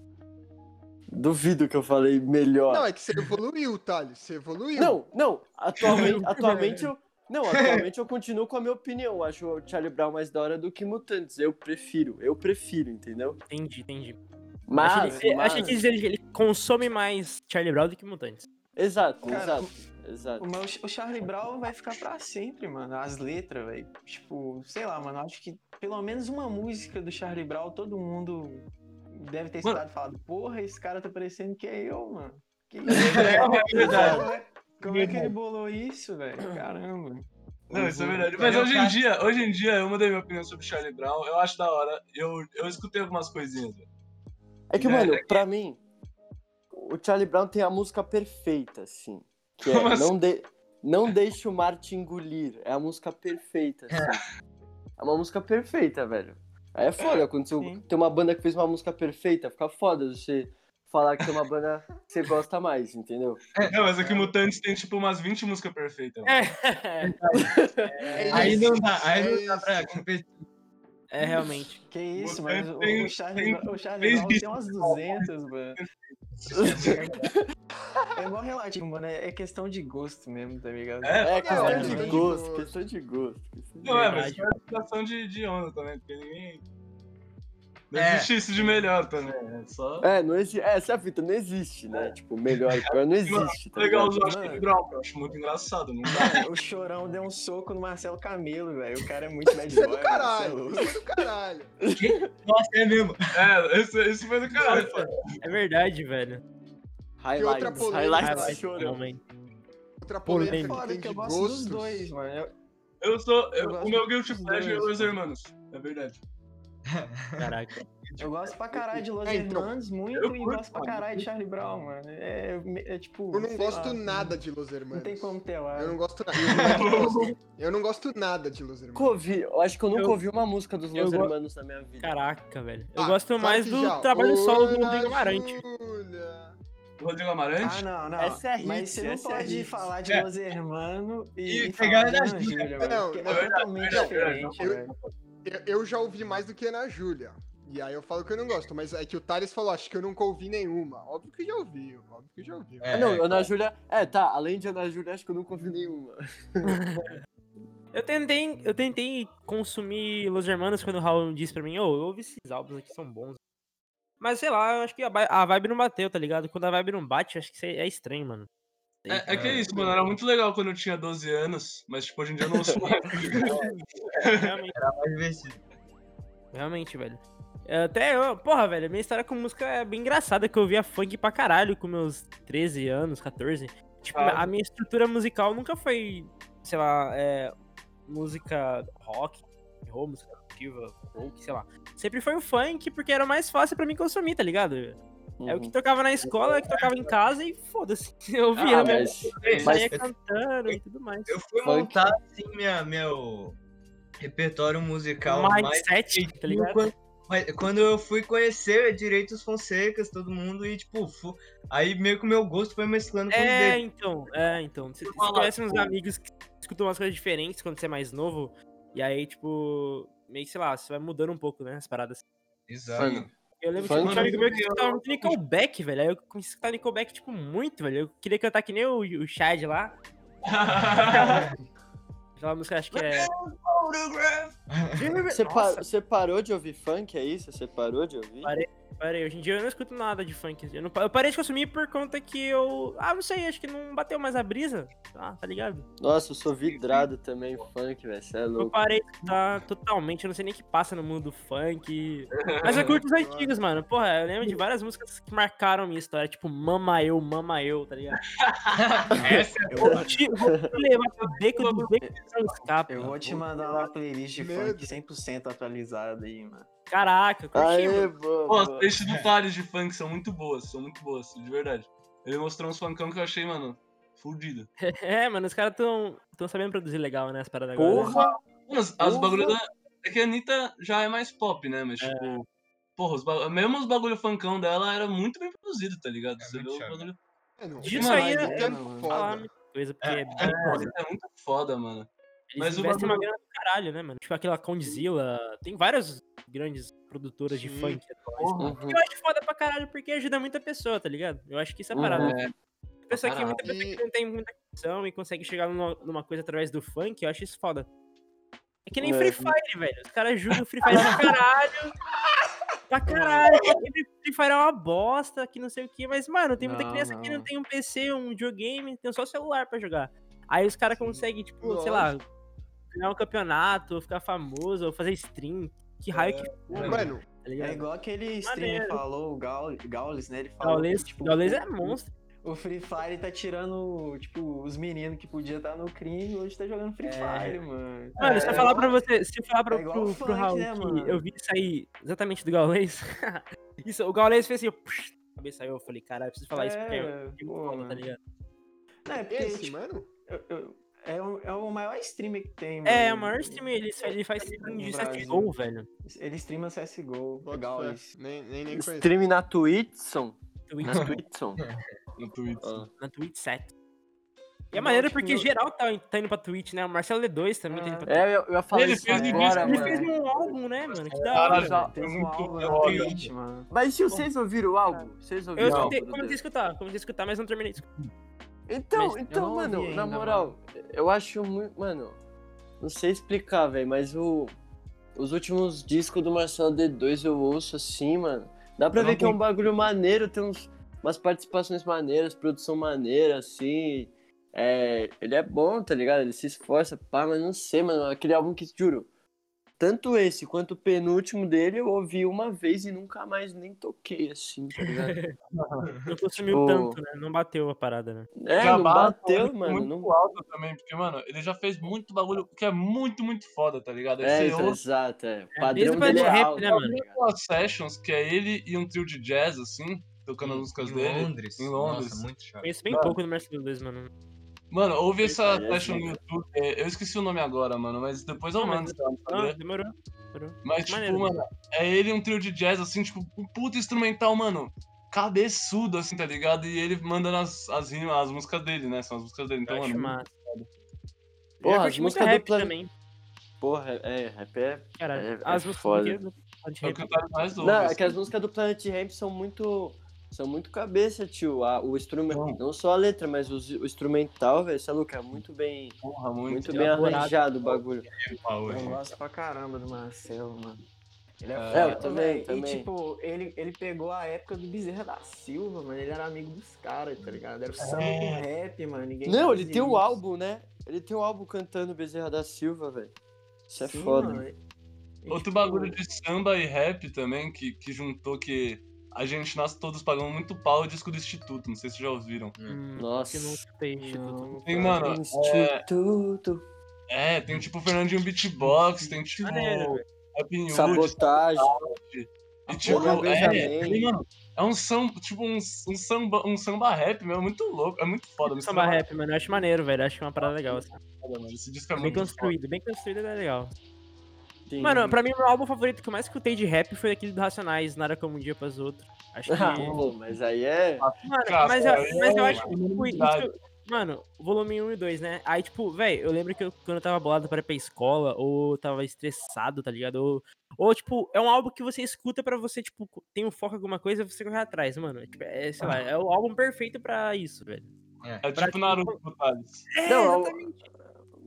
Duvido que eu falei melhor.
Não, é que você evoluiu, Thales. Você evoluiu.
Não, não. Atualmente, atualmente eu. Não, atualmente eu continuo com a minha opinião. Eu Acho o Charlie Brown mais da hora do que Mutantes. Eu prefiro, eu prefiro, entendeu?
Entendi, entendi.
Mas.
acho, que ele,
ah. mas-
acho que ele, ele consome mais Charlie Brown do que Mutantes.
Exato,
Cara,
exato. Exato.
Mas o Ch- o Charlie Brown vai ficar pra sempre, mano. As letras, velho. Tipo, sei lá, mano. Acho que pelo menos uma música do Charlie Brown, todo mundo deve ter
Mano.
escutado e falado, porra, esse cara tá parecendo que é eu, mano. Que isso,
É verdade.
velho? Como é que ele bolou isso, velho? Caramba.
Não, isso é verdade. Mas
Aí o
hoje em
cara-
dia, hoje em dia, eu mudei minha opinião sobre Charlie Brown. Eu acho da hora. Eu, eu escutei algumas coisinhas. velho.
É que,
É,
mano, pra mim, o Charlie Brown tem a música perfeita, assim. Que é
Como assim?
não, de... não Deixe o Mar Te Engolir. É a música perfeita, assim. é uma música perfeita, velho. Aí é foda quando você
Sim.
tem uma banda que fez uma música perfeita, fica foda você falar que tem uma banda que você gosta mais, entendeu?
Não, mas aqui Mutantes tem tipo umas 20 músicas perfeitas. velho.
É
Aí
isso.
não dá, aí
É
não dá
isso.
pra competir.
É, realmente.
Que isso,
Mutante
mas o,
tem-
o Charlie, Brown- o Charlie
tem
Brown tem umas 200, mano. É mó relativo, mano. É é questão de gosto mesmo, tá ligado?
É,
É, questão
é,
de
é.
gosto, questão de gosto. questão de
Não é,
gosto.
mas
Verdade.
foi uma situação de, de onda também, porque ninguém. Não
É.
existe isso de melhor também, né? Só.
É, não existe. É, essa fita não existe, né? Tipo, melhor e pior não existe. Tá
Legal
ligado?
usar o
Mano.
Charlie Brown, eu acho muito engraçado. Não dá.
Cara, o Chorão deu um soco no Marcelo Camelo, velho. O cara é muito bad
Isso
boy,
é do
né?
mano, você é
caralho.
louco.
Isso é do caralho.
Nossa, é mesmo.
É, esse, esse foi do caralho, pô.
É verdade, velho.
outra
Highlights,
polêmica?
highlights do
Highlight do
chorão.
momento.
Outra
Pô,
polêmica que
lembra.
é Foda
tem
que eu
de
gosto
gostos.
dos dois, mano. Eu-
Eu sou.
Eu
eu-
gosto
o meu Guilty
dos
Pleasure é
dois.
Los Hermanos. É verdade.
Caraca.
Eu gosto pra caralho de Los
É, então,
Hermanos, muito,
eu
e
curto,
gosto pra
mano.
caralho de Charlie Brown, mano. É, é tipo.
Eu não
sei
gosto
lá,
nada de Los Hermanos.
Não tem como ter lá.
Eu não gosto nada. Eu não gosto nada de Los
Nunca
Hermanos.
ouvi, eu acho que eu nunca
Eu-
ouvi uma música dos
eu
Los
go-
Hermanos na minha vida.
Caraca, velho. Eu
Ah,
gosto
claro
mais
que
do
já.
trabalho solo do
Ana
Rodrigo Amarante.
Júlia.
Rodrigo Amarante?
Ah, não, não.
Essa é hit,
Mas você não
essa é
pode
hit.
falar de
É.
Los Hermanos e,
E
e
pegar
falar de
na
Ana
Júlia.
Júlia, mano.
Não,
porque
não,
é totalmente
não, não,
diferente,
não.
velho.
Eu, eu já ouvi mais do que Ana Júlia. E aí eu falo que eu não gosto, mas é que o Thales falou, acho que eu nunca ouvi nenhuma. Óbvio que já ouvi, óbvio que já ouvi.
É.
Ah, não, Ana Júlia. É, tá, além de Ana Júlia, acho que eu nunca ouvi nenhuma.
Eu tentei, eu tentei consumir Los Hermanos quando o Raul disse pra mim, ô, eu ouvi esses álbuns aqui, são bons. Mas sei lá, eu acho que a, ba- a vibe não bateu, tá ligado? Quando a vibe não bate, eu acho que isso é é estranho, mano. Então,
É, é que é isso, mano. Era muito legal quando eu tinha 12 anos, mas tipo, hoje em dia eu não ouço mais.
Realmente,
Mais divertido.
realmente, velho. É, Até eu, porra, velho, minha história com música é bem engraçada, que eu via funk pra caralho com meus 13 anos, 14. Tipo,
Ah.
a minha estrutura musical nunca foi, sei lá, é, música rock, roll, música ativa, folk, sei lá. Sempre foi o funk, porque era o mais fácil pra mim consumir, tá ligado? É o que
Uhum.
tocava na escola, é o que tocava em casa e foda-se. Eu
Ah,
via, né?
mas
Eu
mas-
saía cantando e tudo mais.
Eu fui
Funk.
montar assim minha, meu repertório musical mais
Mindset, tá ligado?
Quando, mas quando eu fui conhecer Direitos Fonsecas, todo mundo, e tipo, fu- aí meio que o meu gosto foi mesclando com
É,
é...
então, é, então. Você, você
falar, tipo
conhece uns
pô.
amigos que escutam umas coisas diferentes quando você é mais novo. E aí, tipo, meio que, sei lá, você vai mudando um pouco, né? As paradas.
Mano,
Eu lembro que
Funk.
tinha um amigo meu que escutava muito Nickelback, velho. Aí eu comecei a escutar Nickelback, tipo, muito, velho. Eu queria cantar que nem o, o Chad lá. Aquela música, acho que é.
você, pa-
Nossa,
você parou de ouvir funk, é isso? Você parou de ouvir?
Parei. Parei, hoje em dia eu não escuto nada de funk. assim. Eu, não pa- eu parei de consumir por conta que eu. Ah, não sei, acho que não bateu mais a brisa. Ah, tá ligado?
Nossa, eu sou vidrado também, em funk, velho. Você é
Eu
louco.
parei de escutar totalmente, eu não sei nem o que passa no mundo do funk. Mas eu curto os antigos, mano. Porra, eu lembro de várias músicas que marcaram minha história, tipo Mama Eu, Mama Eu, tá ligado? Vou te, vou te levar pro beco do beco que não escapa.
Eu vou te mandar uma playlist de
Medo.
funk 100% atualizada aí, mano.
Caraca, eu curti,
Aê,
mano.
boa,
Pô, as
boa.
playlists do Thales de funk são muito boas, são muito boas, de verdade. Ele mostrou uns funkão que eu achei, mano, fudido.
É, mano, os caras tão, tão sabendo produzir legal, né? As paradas agora. né?
Porra!
Mano, as, as
Porra.
bagulho da. É que a Anitta já é mais pop, né? Mas, tipo. Porra, os ba- mesmo os bagulho funkão dela era muito bem produzido, tá ligado?
É
Você vê
muito
os
chave.
bagulho.
É, não.
Disso
Mano,
aí,
a
né?
Anitta é
Não, mano.
Falar a
foda.
mesma coisa, porque é, bem
É, a
foda.
Anitta é muito foda, mano.
Eles
Mas o
investem uma
bagulho-
grana do caralho, né, mano? Tipo aquela Condzilla, tem várias grandes produtoras de
Sim.
funk atuais.
Porra.
Uhum.
Eu acho foda pra caralho, porque ajuda muita pessoa, tá ligado? Eu acho que isso é a parada.
É,
pessoa que
caralho.
muita pessoa que não tem muita condição e consegue chegar numa, numa coisa através do funk, eu acho isso foda. É que nem
É.
Free Fire, velho. Os caras jogam Free Fire pra caralho. pra caralho, aquele Free Fire é uma bosta, que não sei o que, mas, mano, tem muita
Não,
criança que não
não.
tem um PC, um videogame, tem só celular pra jogar. Aí os caras conseguem, tipo, sei lá, ganhar um campeonato, ou ficar famoso, ou fazer stream. Que raio que foi, mano,
Mano,
tá
É
ligado?
igual aquele streamer
Maneiro.
falou, o Gaul- Gaules, né? Ele falou
Gaules,
que, tipo,
Gaules é monstro.
o Free Fire tá tirando, tipo, os meninos que podia estar no crime e hoje tá jogando Free
É.
Fire, mano.
Mano, se eu falar pra
igual-
você, se eu falar pro,
é igual
pro,
o
pro
funk,
Raul
né,
que
mano?
eu vi sair exatamente do Gaules, isso, o Gaules fez assim, ó, puxa, a cabeça saiu, eu falei, caralho, preciso falar isso porque é
É,
muito
pô,
foda, tá
mano.
ligado?
Não, é porque,
esse,
tipo,
mano?
eu- eu- é, o, é o maior streamer que tem, mano.
É, o maior streamer, ele, fa- ele faz stream de
Hum. tá No
CSGO,
Brasil.
velho.
Ele streama CSGO,
Bota
Gaules.
fé. Nem, nem, nem conheço.
Stream na Twitson.
Twitch,
Na Twitson.
No Twitch.
Ah.
na Twitch 7. E é
Não,
maneiro
tipo,
porque
meu-
geral tá, tá indo pra Twitch, né? O Marcelo D2 também tá indo pra Twitch.
É, eu, eu ia falar
Ele
isso
fez
de
agora,
Ele
business,
mano.
fez um álbum, né, mano?
É,
Que da hora.
Caralho,
Caralho,
Tem
muito
um álbum
da
na
hora.
Twitch, mano.
Mas tio, vocês ouviram o álbum? Vocês
Eu
ouviram? o
escutei,
álbum do
comecei a
Deus?
escutar, comecei a escutar, mas não terminei. de escutar.
Então,
Mas eu não
então,
ouvi
mano,
ainda,
na moral, eu acho muito. Mano, não sei explicar, velho, mas o. Os últimos discos do Marcelo D2 eu ouço assim, mano. Dá pra
Eu
ver
não
que é um bagulho maneiro, tem uns, umas participações maneiras, produção maneira, assim. É, ele é bom, tá ligado? Ele se esforça, pá, mas não sei, mano. Aquele álbum que, juro, tanto esse quanto o penúltimo dele eu ouvi uma vez e nunca mais nem toquei, assim, tá ligado?
Não consumiu
Tipo-
tanto, né? Não bateu a parada, né?
É,
Já
não
bate,
bateu,
muito-
mano.
Muito
Não...
alto também, porque, mano, ele já fez muito bagulho que é muito, muito foda, tá ligado?
É,
Aí
isso,
você ouve
exato, é. O
mesmo
padrão
pra
dele é
de rap,
alto,
né,
tá
mano?
ligado?
aquelas sessions que é ele e um trio de jazz, assim, tocando
Hum,
as músicas
em
dele.
Londres.
em Londres.
Nossa, muito chato.
Conheço bem
Mano.
pouco do Marcelo D2, mano.
Mano, ouve essa
Esse Ah, aí é
session no
zica.
YouTube. é, Eu esqueci o nome agora, mano, mas depois eu
Não,
mando.
mas-
tá, no
então,
Não,
Instagram.
demorou. demorou.
Mas, tipo,
maneiro.
mano, é ele e um trio de jazz, assim, tipo, um puta instrumental, mano, cabeçudo, assim, tá ligado? E ele mandando as, as rimas, as músicas dele, né? São as músicas dele.
Eu
Então,
acho
mano,
massa.
Porra,
eu
as
curti muito
músicas do
rap
Plan-
também,
Porra, é, rap é.
caralho.
É- é
as músicas
foda.
que eu-
é o que o cara mais ouve.
Não, é
assim.
que as músicas do Planet Ramp são muito. São muito cabeça, tio. A- o
Não.
instrumento. Não só a letra, mas os- o, instrumental, velho. Você é louco, é muito bem.
Porra, muito. assim.
Muito bem
elaborado.
arranjado o bagulho.
Eu gosto pra caramba do Marcelo, mano. Ele é,
É,
foda,
eu também,
velho.
também.
E, tipo, ele, ele pegou a época do Bezerra da Silva, mano. Ele era amigo dos caras, tá ligado? Era o samba com rap, mano. Ninguém
Não,
fazia
ele tem o
isso.
álbum, né? Ele tem o álbum cantando Bezerra da Silva, velho. Isso é
Sim,
foda.
mano. E,
Outro
tipo,
bagulho de samba e rap também, que, que juntou que a gente, nós todos pagamos muito pau é o disco do Instituto, não sei se já ouviram.
Hum,
Nossa.
que não escutei, tipo, Instituto.
Não,
Tem, mano,
um
É,
Instituto.
é, tem tipo o Fernandinho Beatbox, tem tipo
Maneiro, velho.
Happy
um
New
Sabotagem.
E tipo,
Porra,
é,
Benjamin.
e, mano, é um samba, tipo um, um samba, um samba rap, meu, é muito louco, é muito foda. mistura
Samba rap, mano. Eu acho maneiro, velho. Eu acho uma parada legal. assim.
foda, mano, Esse disco é
Bem
muito foda.
construído, bem construído é legal. Mano, pra mim, o meu álbum favorito que eu mais escutei de rap foi aquele do Racionais, Nada Como Um Dia Pras Outras. Acho que...
Ah, pô, mas aí é.
Mano,
Cara,
mas, eu, mas eu acho que, tipo, isso,
verdade.
mano, volume 1 e 2, né? Aí, tipo, velho, eu lembro que eu- quando eu tava bolado para ir pra escola, ou eu tava estressado, tá ligado? Ou, ou, tipo, é um álbum que você escuta pra você, tipo, co- tem um foco em alguma coisa, você correr atrás, mano. É, tipo, É, sei lá, é o álbum perfeito pra isso, velho.
É
pra
tipo Naruto, Thales.
Não,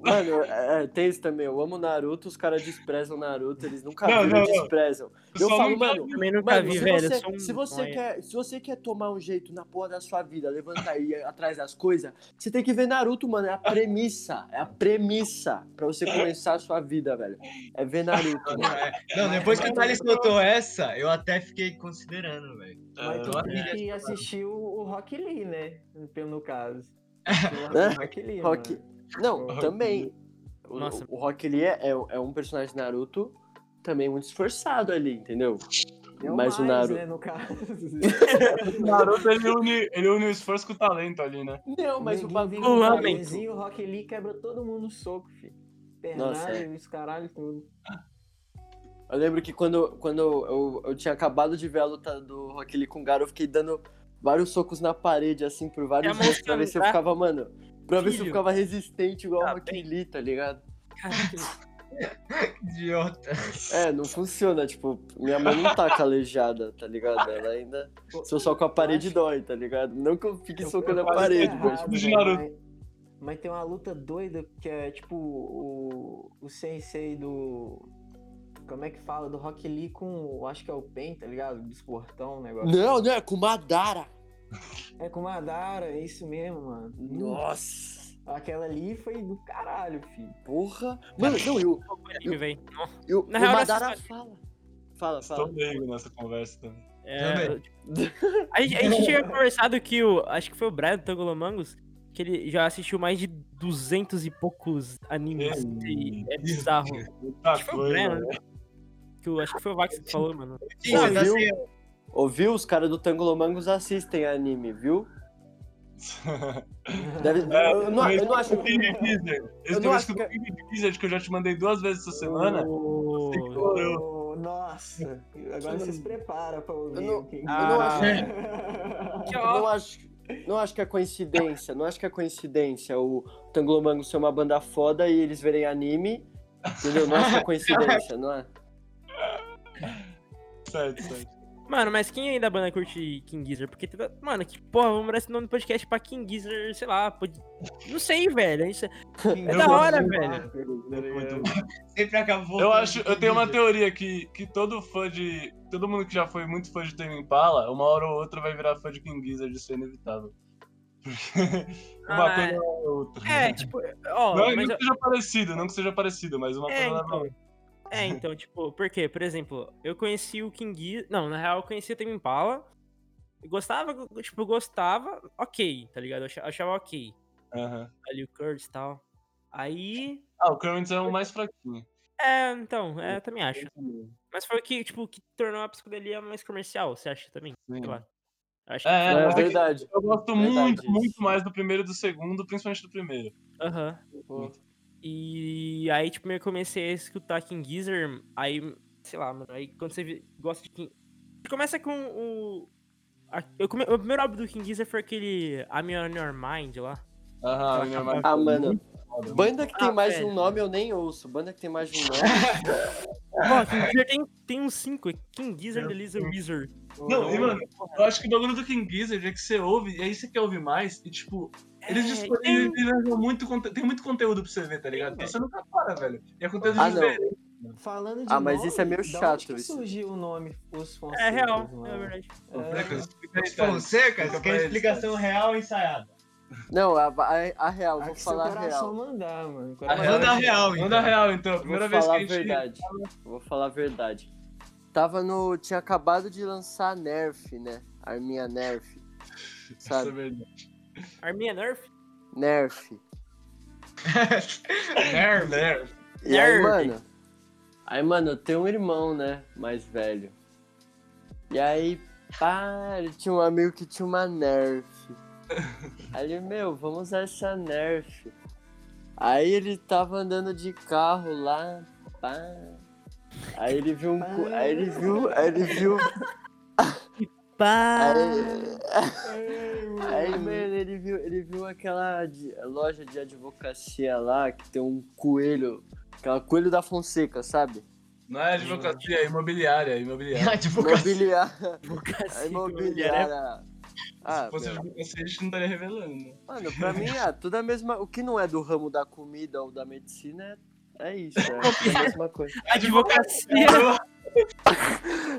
Mano, é, é, tem isso também. Eu amo Naruto, os caras desprezam Naruto, eles nunca
Não,
viram,
não, não.
desprezam. Eu
Só
falo,
não
mano,
Também nunca
mano
vi,
se,
velho. eu
você,
sou um
se, você
noia.
quer, se você quer tomar um jeito na porra da sua vida, levantar e ir atrás das coisas, você tem que ver Naruto, mano. É a premissa. É a premissa pra você começar a sua vida, velho. É ver Naruto, mano.
Não, depois que o Thales soltou essa, eu até fiquei considerando, velho.
é
Mas
Eu
tu tem
admiro
que
né?
assistir o, o Rock Lee, né? Pelo no caso.
Né?
O Rock Lee,
Rock.
mano.
Não,
Rock
também. O,
Nossa.
o Rock Lee é, é um personagem de Naruto também muito esforçado ali, entendeu?
Deu
Mas o
mais,
Naruto.
Né, no caso.
O Naruto, ele une, ele une o esforço com o talento ali, né?
Não, mas o
Ninguém
bagulho.
vira um
O
Naruto-
homem.
cabezinho, O Rock Lee quebra todo mundo no soco, filho.
Nossa, é.
Pernalho, os caralho, tudo.
Eu lembro que quando, quando eu, eu tinha acabado de ver a luta do Rock Lee com o Garo, eu fiquei dando vários socos na parede, assim, por vários
É
dias, pra ver se eu
emocionante.
ficava, mano. Pra ver se eu
Filho.
ficava resistente igual
Tá
o Rock Lee, tá ligado?
Idiota.
É, não funciona, tipo, minha mão não tá calejada, tá ligado? Ela ainda. Se eu soco a parede, dói, tá ligado? Não que eu fique
Eu-
socando
eu
a
acho
parede,
errado,
mas. tipo,
mas-
velho,
Naruto.
mas- Mas tem uma luta doida que é tipo o, o sensei do. como é que fala? Do Rock Lee com. o- Acho que é o Pen, tá ligado? Do esportão, o negócio.
Não, não, é com Madara.
É com o Madara, é isso mesmo, mano.
Nossa.
Aquela ali foi do caralho, filho.
Porra. Mano, não, eu,
anime, velho.
eu,
Na
o
real,
Madara
nessa-
fala. Fala,
Estou
fala.
leigo nessa conversa também.
É, a, gente, a gente tinha conversado que o. Acho que foi o Brian do Togolomangos. Que ele já assistiu mais de 200 e poucos animes. E é bizarro. Acho
Muita
que foi o Brian,
coisa, né?
né? Que eu, acho que foi o Vax que falou, mano.
Sim, mas
viu?
assim,
Ouviu? Os caras do Tangolomangos assistem anime, viu? Deve... eu, não, eu não acho.
Esse
eu não
negócio
acho
do Big Blizzard que eu já te mandei duas vezes essa semana.
O-
Sei que eu- eu-
Ô, nossa, agora você se prepara pra ouvir.
Eu não-
o que-
eu não acho-
Aqui,
Eu
ó.
Não acho, não acho que é coincidência, não acho que é coincidência o Tangolomango ser uma banda foda e eles verem anime. Entendeu? Não acho que é coincidência, não é?
Certo, certo.
Mano, mas quem ainda da banda curte King Gizzard? Porque, tem da- mano, que porra, vamos mudar esse nome do podcast pra King Gizzard, sei lá. Pode... Não sei, velho. Isso é- é
Eu
da
gosto
hora,
de
velho.
é
sempre acabou.
Eu
com-
acho, eu tenho uma teoria que, que todo fã de. Todo mundo que já foi muito fã de Tame Impala, uma hora ou outra vai virar fã de King Gizzard, isso é inevitável. Porque uma
Ah,
coisa ou outra.
É, tipo, ó.
não,
mas
não
eu-
que seja parecido, não que seja parecido, mas uma
É,
coisa leva a
então. É, então, tipo, por quê? Por exemplo, eu conheci o King Giz- Não, na real, eu conheci o Tame Impala. Eu Gostava, tipo, gostava, ok, tá ligado? Eu acha- achava ok.
é outra. Aham.
Ali o Curtis e tal. Aí.
Ah, o Kermit é o mais fraquinho.
É, então, é, eu também acho. Mas foi o que, tipo, que tornou a psicodelia mais comercial, você acha também? Sei lá. Eu acho
É,
que
É
mas é que
verdade.
eu gosto
Verdade
muito,
isso.
muito mais do primeiro e do segundo, principalmente do primeiro.
Aham. E aí, tipo, eu comecei a escutar King Gizzard, aí, sei lá, mano, aí quando você vi- gosta de King... Você começa com o... a- eu come- O primeiro álbum do King Gizzard foi aquele I'm On Your Mind lá.
Aham,
minha
minha
Ah, mano. Banda que tem
Ah,
mais de
velho.
um nome eu nem ouço. Banda que tem mais de um nome.
Ó, King Gizzard tem, tem uns cinco, é King Gizzard, The Lizard Wizard.
Não, e mano, eu acho que o bagulho do King Gizzard é que você ouve, e aí você quer ouvir mais, e tipo, eles
É,
disponibilizam muito conteúdo. Tem muito conteúdo pra você ver, tá ligado? Então
velho.
você nunca para, velho. E é conteúdo
Ah, não.
diferente.
Falando de
Ah, mas
nome,
isso é meio
da onde
chato,
que
isso.
surgiu o nome Os Fonsecas,
É real, é
mano?
verdade.
Ah.
Né, cara?
É,
Explica aí, cara.
Fonseca,
Fica
que
pra
é
eles,
explicação real ensaiada.
Não, a, a- a real,
a
vou
Ah, que seu
falar a
coração
real.
mandar, mano.
A real
Manda
é-
a real,
Manda
então.
real, então. A primeira
Vou
vez que
falar
a
a
gente.
verdade. Vou falar a verdade. Tava no. Tinha acabado de lançar a Nerf, né? A minha Nerf.
Essa é
Sabe?
verdade.
Arminha Nerf?
Nerf.
Nerd, nerd.
E aí,
Nerd.
mano. Aí, mano, eu tenho um irmão, né? Mais velho. E aí, pá, ele tinha um amigo que tinha uma Nerf. Aí ele, meu, vamos usar essa Nerf. Aí ele tava andando de carro lá, pá. Aí ele viu um. cu- Aí ele viu. Aí ele viu.
Pá!
Aí, Aí, mano, ele viu, ele viu aquela ad- loja de advocacia lá que tem um coelho. Aquela coelho da Fonseca, sabe?
Não é advocacia, é imobiliária, é imobiliária.
Advocacia.
Imobiliária. A
Advocacia é imobiliária.
imobiliária. Ah,
é Se fosse
meu.
advocacia, a gente não estaria revelando. né?
mano, pra mim, ah, tudo a mesma. O que não é do ramo da comida ou da medicina é, é isso, é tudo a mesma coisa.
Advocacia!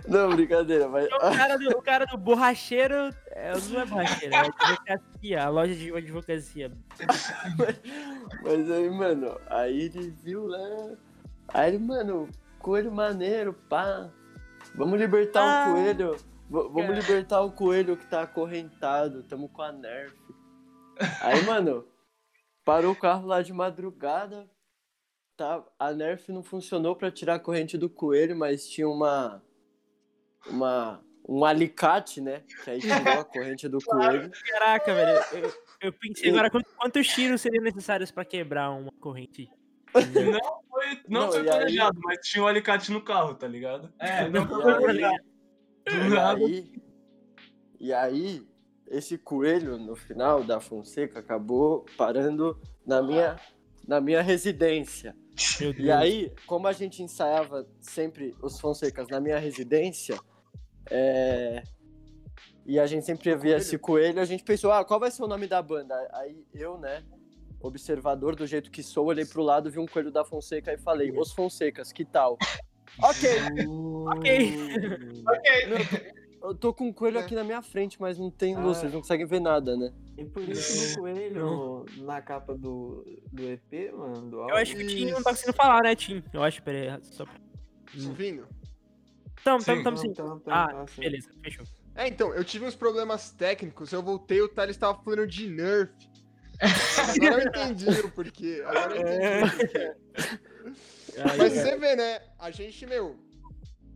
Não, brincadeira, mas.
Então, o, cara do, o cara do borracheiro é, não é borracheiro, é advocacia, a loja de advocacia.
Mas aí, mano, aí ele viu lá. Aí ele, mano, coelho maneiro, pá. Vamos libertar
Ah.
o coelho. V- vamos
Cara.
libertar o coelho que tá acorrentado. Tamo com a Nerf. Aí, mano, parou o carro lá de madrugada. Tá, a Nerf não funcionou pra tirar a corrente do coelho, mas tinha uma. Uma. Um alicate, né? Que aí tirou a corrente do coelho.
Caraca, velho, eu, eu pensei agora quanto- quantos tiros seriam necessários pra quebrar uma corrente.
Não foi, não
Não,
foi
e aí-
planejado, mas tinha um alicate no carro, tá ligado? É, não foi
E
planejado. Do
E
nada.
aí, e aí, esse coelho no final da Fonseca acabou parando na minha, na minha residência.
Meu Deus.
E aí, como a gente ensaiava sempre os Fonsecas na minha residência, é, e a gente sempre via esse coelho, a gente pensou, ah, qual vai ser o nome da banda? Aí eu, né, observador do jeito que sou, olhei pro lado, vi um coelho da Fonseca e falei, os Fonsecas, que tal?
Ok.
Ok.
Ok.
Eu tô com um coelho
É.
aqui na minha frente, mas não tem luz,
Ah.
vocês não conseguem ver nada, né?
E por isso que o coelho na capa do, do EP, mano, do
Eu
álbum.
acho que o Tim não tá conseguindo falar, né, Tim? Eu acho, peraí. Só...
Subindo.
Tamo,
Sim.
tamo, tamo sim.
Então, então, então,
Ah,
assim,
Beleza, fechou.
É, então, eu tive uns problemas técnicos, eu voltei, o Thales tava falando de nerf. Agora eu entendi o porquê. Agora eu entendi o porquê. Mas
é.
você vê, né? A gente, meu,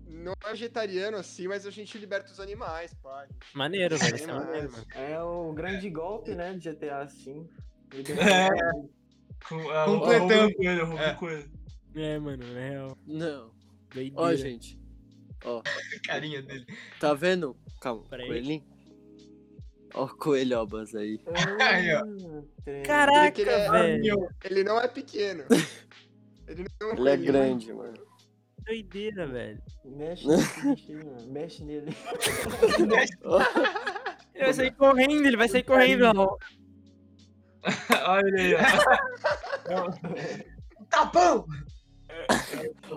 não é vegetariano assim, mas a gente liberta os animais, pai.
Maneiro, velho. isso é maneiro.
Animais.
É o grande golpe, né, de GTA V.
Com, é,
Completando.
Completando. Coelho, roubou
É.
coelho.
É, mano, é real.
Não.
Doideira.
Ó, gente. Ó,
Carinha dele.
tá vendo? Calma,
Peraí.
coelhinho. Ó, o coelhobas aí.
Aí, ó.
Cara,
Caraca,
Ele queria-
velho.
Ele não é pequeno. Ele não um
Ele é
pequeno.
grande, mano.
Doideira, velho.
mexe nesse bichinho, mano, mexe nele.
Ele vai sair correndo, ele vai sair correndo. ó.
Olha aí, ó.
Tapão!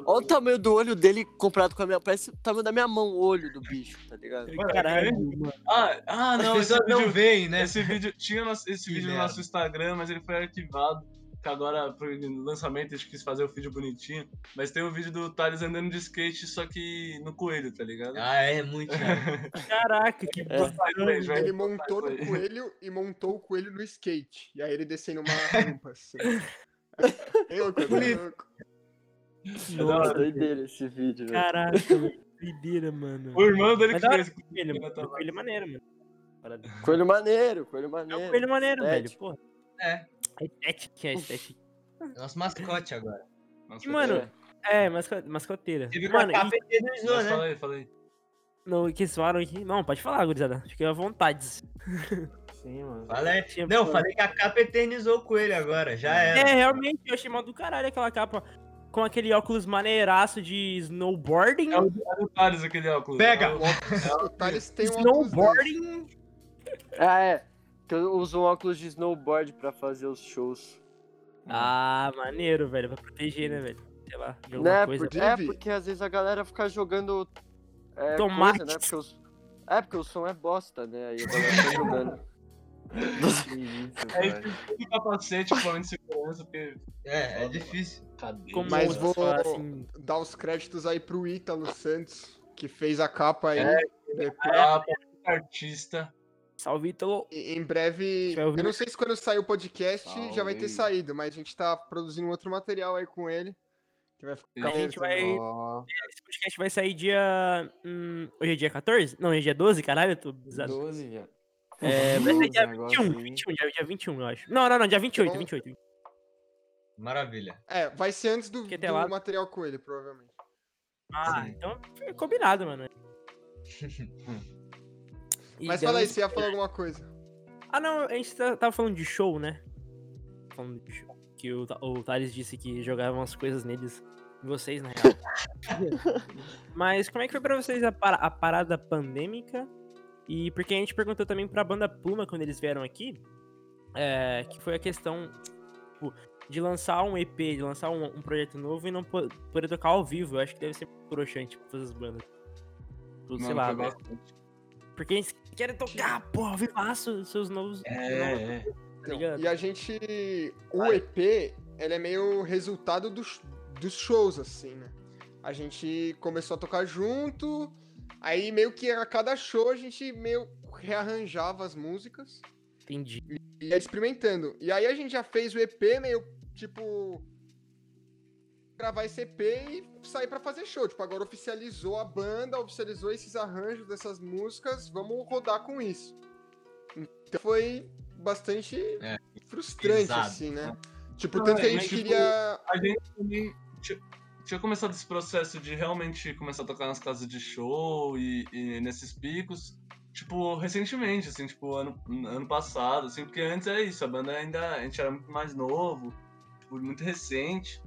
Ó o tamanho do olho dele comparado com a minha. Parece o tamanho da minha mão, o olho do bicho, tá ligado?
é Caralho, mano.
Ah, ah,
As
não, esse
pessoas
vídeo,
não veem, né?
esse vídeo tinha no- esse
Que
vídeo no
merda.
nosso Instagram, mas ele foi arquivado. Que agora, pro lançamento, a gente quis fazer o vídeo bonitinho. Mas tem o vídeo do Thales andando de skate, só que no coelho, tá ligado?
Ah, é muito. cara.
Caraca, que
É.
Mas, velho,
Ele montou no
Isso aí.
coelho e montou o coelho no skate. E aí ele descendo uma rampa, assim. É louco, é
Bonito.
louco.
Nossa, doideira esse vídeo, velho.
Caraca, velho. doideira, mano.
O irmão dele
Mas
que
da hora
fez.
que coelho, mano. O coelho é maneiro, mano. Parada.
Coelho maneiro, coelho
É
maneiro.
um coelho maneiro, velho.
Estético.
Porra.
É.
A estética, a estética.
Nosso mascote agora.
Nossa,
E, mano, é, masco- mascoteira. Mano, e-
e... eternizou,
mas
né?
fala aí, fala aí.
não, que zoaram aqui. Não, pode falar, gurizada. Fiquei à vontade.
Sim, mano.
Fala aí.
Tinha-
Não, falei que a capa eternizou o coelho agora, já era.
É, realmente, eu achei mal do caralho aquela capa. Com aquele óculos maneiraço de snowboarding.
É o é do Thales aquele óculos.
Pega!
É o-
O Thales tem um óculos desse.
snowboarding.
Ah, é. Que eu uso um óculos de snowboard pra fazer os shows.
Ah, maneiro, velho. Pra proteger, né, velho? Sei lá, de alguma
Né?
coisa.
Porque, é,
Vive.
porque às vezes a galera fica jogando. É,
Tomates.
coisa, né? Porque os- É, porque o som é bosta, né? Aí a galera fica jogando.
Que isso,
É
velho.
isso que o capacete, provavelmente segurança, porque.
É, é difícil.
Cadê?
Como
Mas
se
vou-
fala assim,
Dá os créditos aí pro Ítalo Santos, que fez a capa aí.
É,
Depois-
Ah, artista.
Salve, Ítalo.
E- Em breve.
Vai ouvir.
Eu não sei se quando sair o podcast já vai ter
Salve.
saído, mas a gente tá produzindo um outro material aí com ele. Que vai ficar
A gente
maneiro
vai-
também.
Ó,
Esse podcast vai sair dia. hum, hoje é dia 14? Não, hoje é dia 12, caralho, eu tô bizarro.
12, já.
É, vai sair dia
Negócio
21,
aí.
21, dia, dia 21, eu acho. Não, não, não, dia
Então
28, 28.
Maravilha.
É, vai ser antes do,
Porque até
do
lá-
material com ele, provavelmente.
Ah, então é combinado, mano. E
Mas
daí-
fala aí, você ia falar alguma coisa.
Ah, não, a gente tá- tava falando de show, né? Falando de show. Que o, Ta- o Thales disse que jogava umas coisas neles. em Vocês, na real. Mas como é que foi pra vocês a, para- a parada pandêmica? E porque a gente perguntou também pra banda Pluma quando eles vieram aqui. é, que foi a questão tipo, de lançar um EP, de lançar um, um projeto novo e não po- poder tocar ao vivo. Eu acho que deve ser broxante pra essas bandas. Tipo, sei
Mano,
lá,
foi
velho.
bastante.
Porque eles querem tocar, porra, vivaço, seus novos. novos-
É, é.
Tá ligado?
E a gente. O EP, ele é meio resultado dos, dos shows, assim, né? A gente começou a tocar junto, aí meio que a cada show a gente meio rearranjava as músicas.
Entendi.
E ia experimentando. E aí a gente já fez o EP meio tipo. Gravar esse EP e sair pra fazer show. Tipo, agora oficializou a banda, oficializou esses arranjos dessas músicas, vamos rodar com isso. Então foi bastante
É,
frustrante,
pesado,
assim, né? Tipo,
Não,
tanto que a
é,
gente
mas, tipo,
queria.
A gente também tinha, tinha começado esse processo de realmente começar a tocar nas casas de show e, e nesses picos, tipo, recentemente, assim, tipo, ano, ano passado, assim, porque antes era isso, a banda ainda, a gente era muito mais novo, tipo, muito recente,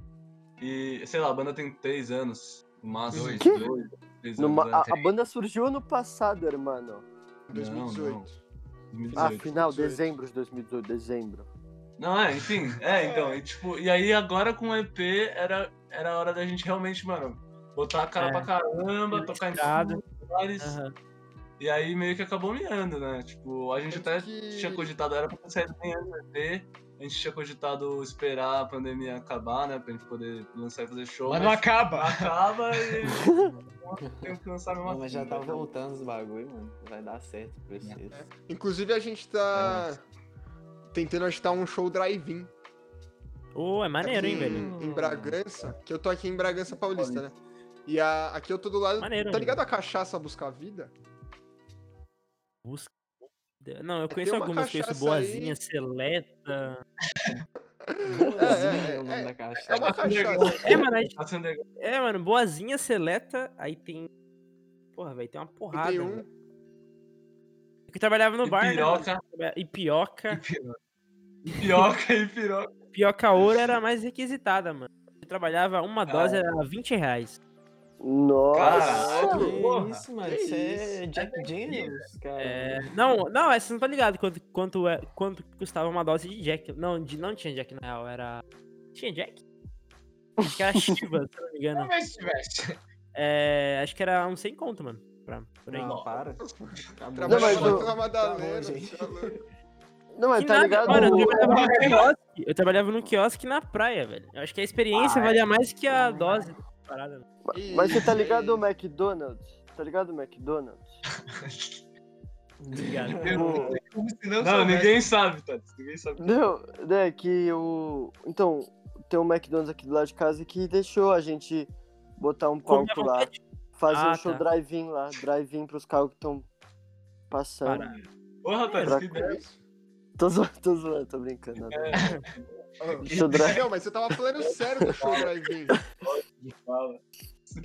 e, sei lá, a banda tem três anos, no máximo,
Dois.
dois,
Que?
três
Numa-
anos,
a,
é,
a banda surgiu ano passado, irmão.
não,
2018.
não.
Ah,
2018.
final,
18.
dezembro de 2018, dezembro.
Não, é, enfim. É, então, e, tipo, e aí agora com o EP era, era a hora da gente realmente, mano, botar a cara
É.
pra caramba, tocar em todos
Estrada.
os lugares.
Aham.
E aí meio que acabou miando, né? Tipo, a gente até
É que-
tinha cogitado, era pra ter saído bem antes do ET, a gente tinha cogitado esperar a pandemia acabar, né? Pra gente poder lançar e fazer show.
Mas não acaba.
acaba e. Tem que lançar mesmo
Não, mas já
assim,
tá
né?
voltando os bagulho, mano. Vai dar certo pra vocês.
Inclusive, a gente
É,
tá tentando agitar um show drive-in.
Ô, é maneiro, hein,
aqui
velho?
Em Bragança, que eu tô aqui em Bragança Paulista, né? E a- aqui eu tô do lado.
Maneiro,
tá ligado a cachaça Buscar Vida?
Busca. Não, eu
É, Tem
conheço
uma
algumas, conheço
cachaça
Boazinha,
aí.
Seleta.
Boazinha
é,
é o nome
é,
da
É
caixa.
uma cachaça.
É, mano, aí-
Tá sendo legal.
é, mano, Boazinha, Seleta, aí tem. Porra, velho, tem uma porrada.
Tem
velho.
um.
Eu que trabalhava no
E
bar, né,
piroca,
mano? E pioca.
e pioca e piroca.
Pioca ouro era mais requisitada, mano. Eu trabalhava
Ah,
uma
é.
dose, era 20 reais.
Nossa!
Caralho,
Que
porra.
isso, mano.
que
Isso é
isso.
Jack Daniels, cara.
É, não, não, é, vocês não estão ligados quanto, quanto, é- quanto custava uma dose de Jack. Não, de, não tinha Jack na real, era. Tinha Jack? Acho que era Shiva, se eu não me engano.
Mas se tivesse.
É, acho que era uns 100 conto, mano. Pra, por aí.
Não, para. Acabou.
Trabalhou
mas
com
eu-
a
Tá
Madalena.
bom, gente.
tá louco.
Não, mas
Que
tá
nada, né?
ligado?
Mano, eu trabalhava, no quiosque, eu trabalhava no quiosque na praia, velho. Eu acho que a experiência
Ah,
valia mais que
é.
a dose. Parada. né? mano.
Mas você tá ligado ao McDonald's? Tá ligado ao McDonald's?
Obrigado.
Tipo,
Como se não,
Não,
soubesse.
ninguém sabe, Thales. Ninguém sabe.
Não, né, que o. Então, tem um McDonald's aqui do lado de casa que deixou a gente botar um
Comer à
palco lá,
vontade,
fazer um
Ah,
show
tá.
drive-in lá, drive-in pros carros que estão passando.
parada.
Porra, tá, Thales, que
Pra-
é
ideia.
Tô zoando, tô zoando, tô brincando.
É,
né?
Ah,
Show drive.
Não, mas você tava falando sério do show drive-in.
Fala.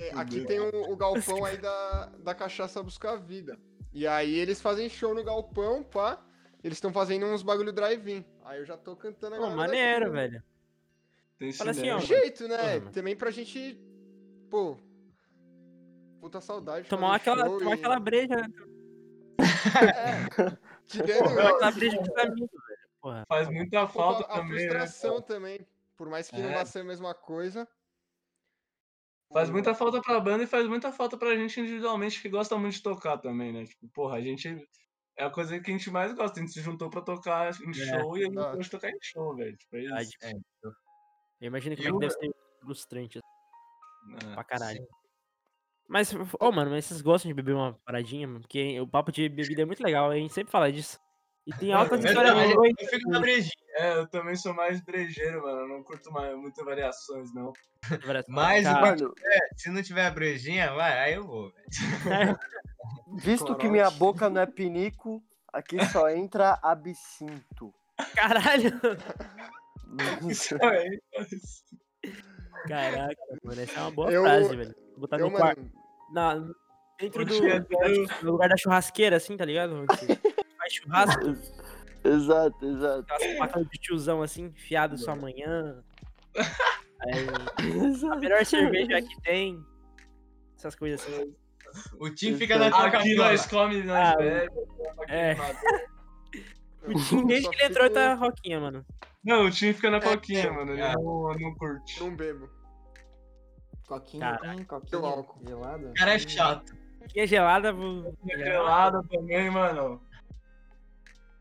É, aqui tem o, o galpão aí da, da Cachaça Buscar Vida. E aí eles fazem show no galpão, pá. Eles estão fazendo uns bagulho drive-in. Aí eu já tô cantando
Pô,
agora.
maneiro, velho.
Tem
Fala assim,
cinema.
ó.
De jeito, né?
Porra, mano.
Também pra gente. Pô. Puta saudade. de
Tomar
fazer
aquela,
show
tomar
e-
aquela breja, né?
É.
Tomar
Tirando
aquela breja com os amigos, velho. Porra.
Faz muita
um pouco
falta
a, a
também. né?
frustração também. Por mais que não
É.
vá ser a mesma coisa.
Faz muita falta pra banda e faz muita falta pra gente individualmente que gosta muito de tocar também, né? Tipo, porra, a gente. É a coisa que a gente mais gosta. A gente se juntou pra tocar
É,
em show e a gente
exato.
gosta de tocar em show, velho. Tipo, é isso.
Verdade. Eu imagino como
E
é que
o-
deve ser frustrante assim,
É.
pra caralho. Mas, ô, mano, mas vocês gostam de beber uma paradinha, mano? Porque o papo de bebida é muito legal, a gente sempre fala disso. E tem altas
eu
histórias
também-
boas.
Eu fico na brejinha.
É, eu também sou mais brejeiro, mano. Eu não curto mais, muito variações, não.
velho.
Mas
né, Cara,
Mano,
Se não tiver a brejinha, vai, aí eu vou. velho.
visto que minha boca não é pinico, aqui só entra absinto.
Caralho!
é Isso aí.
Caraca, mano, essa é uma boa
Eu-
frase, velho. Vou
Tá
botar
Eu,
no quarto.
mano,
Na, dentro do,
Tinha até
no lugar da churrasqueira, assim, tá ligado? Que Faz churrasco,
Exato, exato.
aquelas facas de tiozão, assim, fiado só amanhã. Aí, a
exato.
melhor cerveja que tem. Essas coisas assim.
O time fica na
Então,
Aqui
Coca-Cola.
nós come, nós
Ah,
bebe. aqui
é.
nada.
eu só
Desde que ele entrou,
fico-
tá roquinha, mano.
Não, o time fica na
É,
coquinha,
é.
mano. Ele não, não curte.
Não bebo.
Coquinha, hein?
Eu
Coquinha
álcool.
gelada.
O cara é chato.
Roquinha gelada, vou...
Gelada também, mano.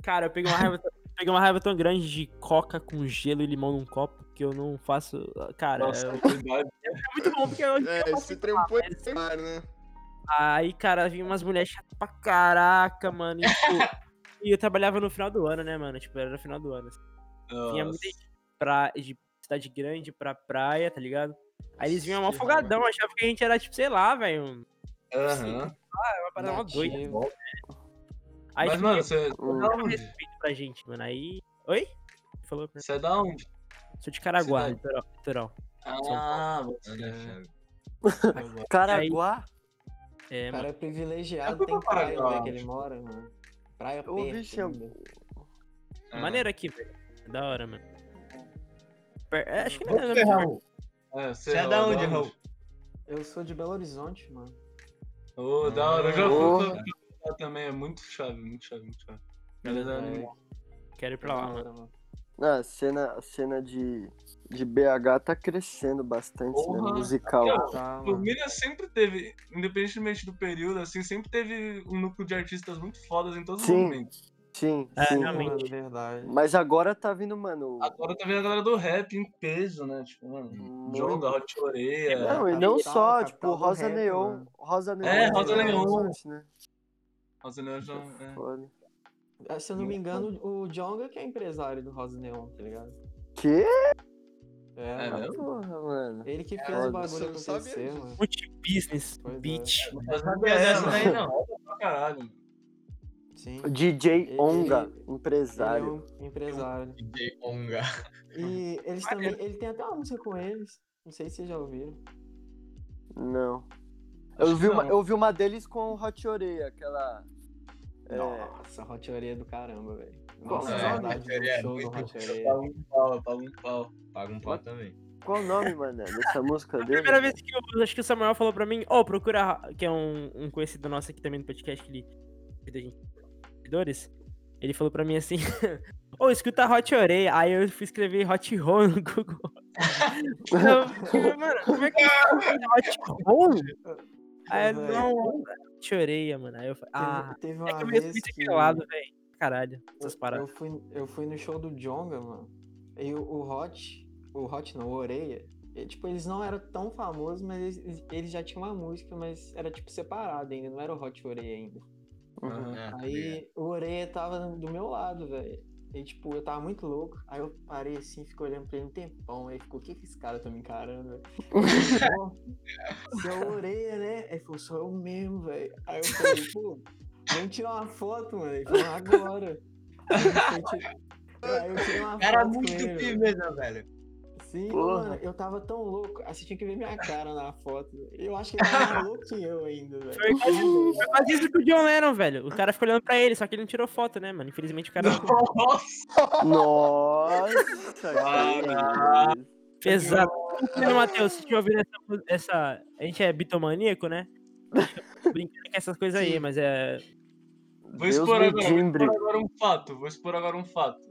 cara, eu peguei uma raiva. eu Peguei uma raiva tão grande de coca com gelo e limão num copo que eu não faço. Cara,
Nossa,
é
verdade.
muito bom porque eu.
É, esse trem é mar, né?
Aí, cara, vinha umas mulheres chatas pra caraca, mano. E, tipo, e eu trabalhava no final do ano, né, mano? Tipo, era no final do ano. assim. Vinha muita gente pra, de cidade grande pra praia, tá ligado? Aí eles vinham mó
Que
folgadão, achavam que a gente era, tipo, sei lá, velho. um-
Aham.
Uma parada mó doida. né?
Nativo.
Aí,
é Mas,
tipo,
mano, você
não dava um respeito pra gente, mano. Aí. Oi? Falou pra
você dá um.
Sou de Caraguá,
Cidade.
litoral. litoral.
Ah,
é.
Caraguá?
É,
O
mano.
cara é
Eu
privilegiado,
fui
tem
pra
praia
Paraguai,
onde é
eu
que ele
acho.
mora, mano. Praia
Eu ouvi
perto.
esse
ainda.
é Maneiro aqui, velho. É Da hora, mano. Per- é, acho que não é
Ô, Ferrão,
É, você
Você é da onde, Raul?
Eu sou de Belo Horizonte, mano.
Ô, da hora. Ah, Eu já
Ô.
fui
né?
pra- também. É muito chave, muito chave, muito chave. Galera,
É,
Quero ir pra lá, mano.
mano.
Ah, a cena, a cena de, de BH tá crescendo bastante, né?
Porra.
Musical.
Tá, mano.
Formiga sempre teve, independentemente do período, assim, sempre teve um núcleo de artistas muito fodas em todos
Sim.
os momentos.
Sim,
É,
sim.
realmente.
Tá, Mano, verdade.
Mas agora tá vindo, mano.
Agora tá vendo a galera do rap em peso, né? Tipo, mano,
muito-
Jonga, Hot Oreia,
Não, e
capital,
não só,
capital
tipo,
do
Rosa
rap,
Neon.
mano.
Rosa Neon.
É, Rosa
né?
Neon.
Né?
Rosa Neon já- é.
Foda.
Ah, Se eu não me engano, o Jonga que é empresário do Rosa Neon, tá ligado?
Que?
É,
É
mano.
mesmo?
Porra, mano.
Ele que fez
Foda.
o bagulho
Eu não sabia
acontecer,
disso.
mano.
Multibusiness,
Pois é.
bitch.
Mas não é dessa
né?
daí, não. Pra caralho.
Sim.
DJ
Ele-
Onga,
ele-
empresário.
Ele é um empresário.
DJ Onga.
E
Uhum.
eles também. Ele tem até uma música com eles. Não sei se vocês já ouviram.
Não.
Acho
Eu
que
vi, uma,
não.
eu vi uma deles com o Hot Oreia, aquela. É,
Nossa, Hot Oreia é do caramba, velho.
Nossa,
Nossa,
é,
saudade
Hot Oreia é
do show do
muito
Hot Oreia.
Paga um pau, paga um pau.
Paga um pau também.
Qual o nome, mano? Dessa música
É A
dele?
primeira vez que eu acho que o Samuel falou pra mim, ó, procura, que é um, um conhecido nosso aqui também do podcast, que ele cuida de seguidores, ele falou pra mim assim, ô, escuta Hot Oreia, aí eu fui escrever Hot Ron no Google. Eu, mano, como é que escuta Hot Ron? Aí eu,
Velho.
não, Hot Oreia, mano. Aí eu falei, ah,
Teve-
é
teve
que
é. uma
eu
vez
mereço muito
que-
aquele lado, velho. Caralho, essas paradas.
Eu fui, eu fui no show do Jonga, mano. E o, o Hot, o Hot não, o Oreia, e, tipo, eles não eram tão famosos, mas eles- eles, eles já tinham uma música, mas era tipo separado ainda, não era o Hot e o Oreia ainda.
Uhum.
É, tá ligado?
Aí o Oreia tava do meu lado, velho. E tipo, eu tava muito louco. Aí eu parei assim, fiquei olhando pra ele um tempão. Aí ficou, o que que esse cara tá me encarando, velho? Pô, Você é o Oreia, né? Aí falou, sou eu mesmo, velho. Aí eu falei, pô, vamos tirar uma foto, mano. Ele falou, agora. Aí eu tirei- Aí eu tirei uma
Cara, é
foto
muito né?
com ele, velho.
firmeza, velho.
Sim,
Porra.
mano, eu tava tão louco. Aí você tinha que ver minha cara na foto. Eu acho que ele tava mais louco que eu ainda, velho.
Foi quase, foi quase isso é com o John Lennon, velho. O cara ficou olhando pra ele, só que ele não tirou foto, né, mano? Infelizmente o cara
Nossa,
Nossa, que isso.
Exato. Então, Matheus, se tiver ouvindo essa, mu- essa. A gente é bitomaníaco, né? Brincando com essas coisas aí, mas é.
vou
Deus
expor
me
agora, vou
dimbre.
expor agora um fato, vou expor agora um fato.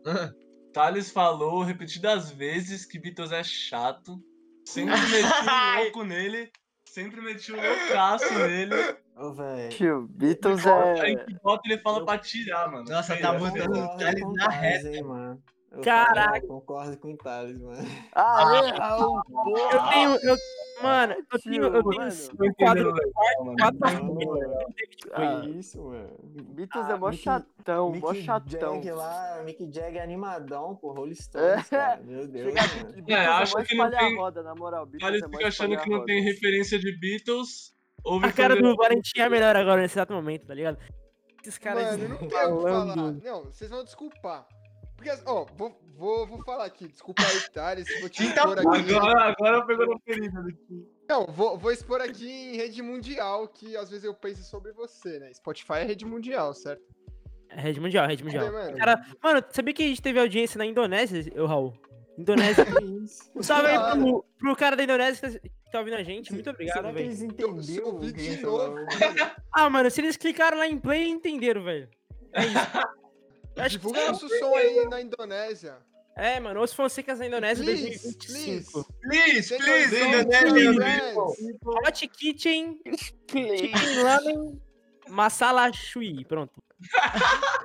Thales falou repetidas vezes que Beatles é chato, sempre meti o louco nele, sempre meti o loucaço nele,
um.
Ô, velho.
Tio, Beatles
aí
é.
que bota ele fala
Eu-
pra tirar, mano.
Nossa,
Sei
tá
lá,
mudando.
sei lá.
o Thales na
reta. Hein, mano. Eu
Caraca.
falo, Concordo com o Thales, mano.
Ah, errou!
Eu tenho. Eu, mano, eu tenho, eu tenho
Mano.
um quadro
Entendeu, mano?
quatro
Não,
Ah,
que isso, mano.
Beatles
Ah,
é mó
Mickey-
chatão, mó chatão.
Jag lá, Mick Jag animadão, pô, Rolling Stones,
É.
cara. Meu Deus,
Chega
tipo,
mano.
Beatles é,
acho
mó
que não
espalhar
tem-
roda, na moral. Beatles
Thales
é mó
fica achando que não
espalhar
tem
roda.
referência de Beatles. Ouve
A cara do
Thunderbolt.
Valentim é melhor agora nesse exato momento, tá ligado? Esses caras.
Mano, eu não tenho o que falar. Não, vocês vão desculpar. Porque, assim, ó, vou, vou, vou falar aqui. Desculpa aí, Thales. Vou te
Então,
expor aqui.
Agora, agora pegou na ferida.
Não, vou, vou expor aqui em rede mundial, que às vezes eu penso sobre você, né? Spotify é rede mundial, certo?
É Rede Mundial, Rede Mundial.
Mano.
Cara, mano, sabia que a gente teve audiência na Indonésia, ô Raul? Indonésia.
Que isso?
Um salve aí
Cara.
pro, pro cara da Indonésia que tá- que tá ouvindo a gente. Muito
Será
obrigado,
que
velho.
um
eles
Eu, se eu
entenderam?
ouvir
o que
de
ele
novo,
falou?
mano,
Ah, mano, se eles clicaram lá em play, entenderam, velho. É isso. Eu acho que
divulga nosso som aí na Indonésia.
É, mano, os Fonsecas na Indonésia
Please,
2025.
Please,
Send
please,
your
ainda
song
tem
to
ainda
your
tem.
friends.
Hot Kitchen.
Tipo,
Chicken Ramen. Masala Shui. Pronto.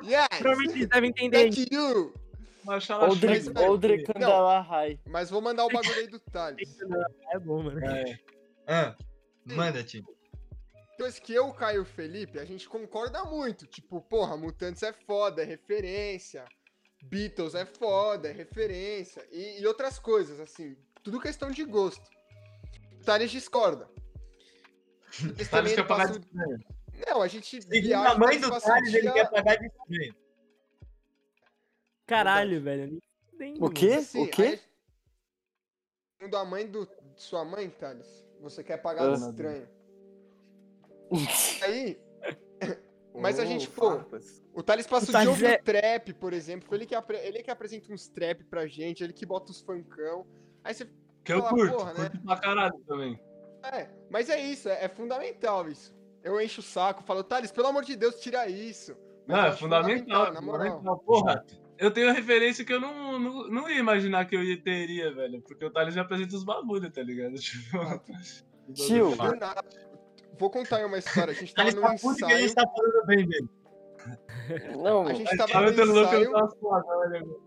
Yes!
Provavelmente vocês devem entender aí.
Thank you!
Machala
Oldre,
Mas, mano,
Oldre
não.
Candala High.
Mas vou mandar o bagulho aí do Thales.
É bom, mano.
Ah, Manda, Tim.
Coisa que eu, Caio e o Felipe, a gente concorda muito. Tipo, porra, Mutantes é foda, é referência. Beatles é foda, é referência. E, e outras coisas, assim. Tudo questão de gosto. Thales discorda.
Thales
Eles também
quer pagar
passam...
de estranho.
Não, a gente tipo
Seguindo a mãe
Thales
do
passa o
Thales, ele
dia-
quer pagar de estranho.
Caralho, velho. nem fudendo,
O quê?
Assim,
o quê?
aí- Segundo a mãe do... de sua mãe, Thales, você quer pagar
Ah.
de estranho. Aí, Mas a gente, pô,
farpas.
O Thales passa
O
o,
Thales
dia ouvindo
é-
trap, por exemplo. Foi ele que, apre- ele que apresenta uns trap pra gente, ele que bota os funkão. Aí você.
Que eu
fala,
curto,
porra, né?
curto pra caralho também.
É, mas é isso, é, é fundamental isso. Eu encho o saco, falo, Thales, pelo amor de Deus, tira isso. Mas
Não,
eu
é
acho
fundamental,
Ah, na moral.
fundamental, porra. eu tenho referência que eu não, não, não ia imaginar que eu ia- teria, velho. Porque o Thales me apresenta os bagulho, tá ligado? Tipo,
Tio,
Do nada. Vou contar uma história. A gente tava
Thales
num
tá puto que a gente
ensaio.
tá falando bem dele.
não.
A gente
eu
tava
tava
num
dando tá louco, eu
ensaio.
tava suado, velho.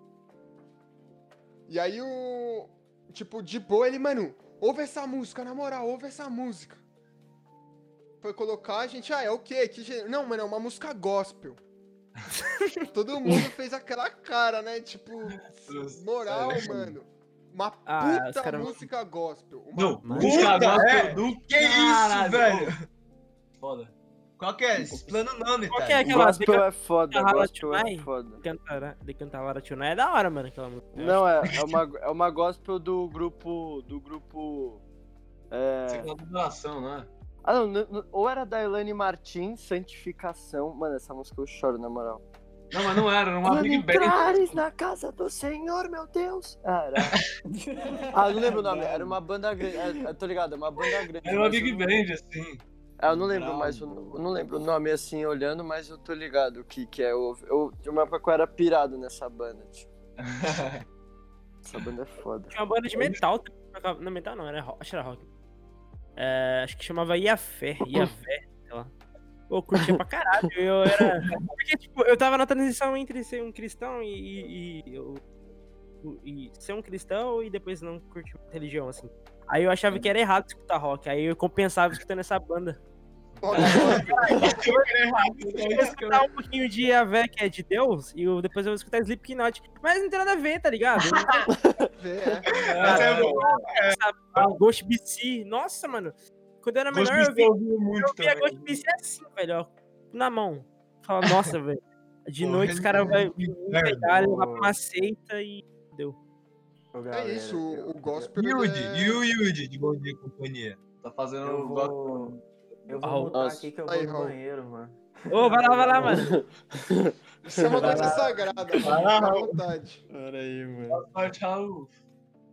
E aí o. Tipo, de boa ele, mano, ouve essa música, na moral, ouve essa música. Foi colocar, a gente, ah, é o quê? Que gê- Não, mano, é uma música gospel. Todo mundo fez aquela cara, né? Tipo, moral,
Deus.
mano. Uma
Ah, os
puta
cara-
música gospel. Uma
Não,
Mas-
puta,
gospel
é.
do
Que isso,
caralho.
velho?
Foda.
Qual que é? Explana o nome,
Qual
Thales.
que é aquela
Gospel é foda,
Carrara
gospel é
Tchumai?
foda.
Decantara- Decantalara Tchunai é da hora, mano, aquela música.
Não, é, é, uma, é uma gospel do grupo. Do grupo.
Você
É...
fala de doação, né?
Ah, não, n- n- ou era da Elaine Martins, Santificação. Mano, essa música eu choro, na moral.
Não, mas não era, era uma
Quando
Big Bang.
entrares na casa do Senhor, meu Deus. Ah, era... ah, não lembro o nome. Era uma banda grande. É, é, tô ligado, é uma banda grande.
Era um uma
mas eu
Big
não-
Band, assim.
Ah, eu não lembro
Bravo.
mais, eu não, eu não lembro o nome assim, olhando, mas eu tô ligado o que que é. Eu, eu, de uma época eu era pirado nessa banda, tipo. Essa banda é foda.
Tinha uma banda de metal. também, Não, metal não, era rock. Acho que era rock. É, acho que chamava Iafé. Iafé, sei lá. Pô, eu curtia pra caralho. Eu era. Porque, tipo, eu tava na transição entre ser um cristão e. e- e eu- o- e ser um cristão e depois não curtir muita religião, assim. Aí eu achava que era errado escutar rock. Aí eu compensava escutando essa banda.
foda gospel.
Eu vou escutar um pouquinho de Iavé, que é de Deus, e eu- depois eu vou escutar Slipknot. Mas não tem nada a ver, tá ligado? Eu não
É.
Essa é boa.
Ah, Ghost BC. Nossa, mano. Quando eu era menor, eu
Ghost
vi, eu
ouviu
Então,
muito
via
é
também.
Ghost BC assim, velho, ó. Na mão. Fala, nossa, velho. De
Porra,
noite os caras vão
velho.
pegar, levar pra
né,
uma seita e.
Ô,
É
galera,
isso, o,
eu-
o gospel. ele
Yudi,
é-
e o Yudi de Bom Dia e Companhia.
Tá fazendo
um
Eu
o Ghost.
vou. Eu
Raul.
vou mutar
Nossa.
aqui que eu
Aí,
vou no
Raul.
banheiro, mano.
Ô, vai lá, vai lá, mano.
Isso é uma coisa sagrada, mano.
lá,
Fica à
Raul.
vontade.
Pera aí, mano.
Sorte, Raul.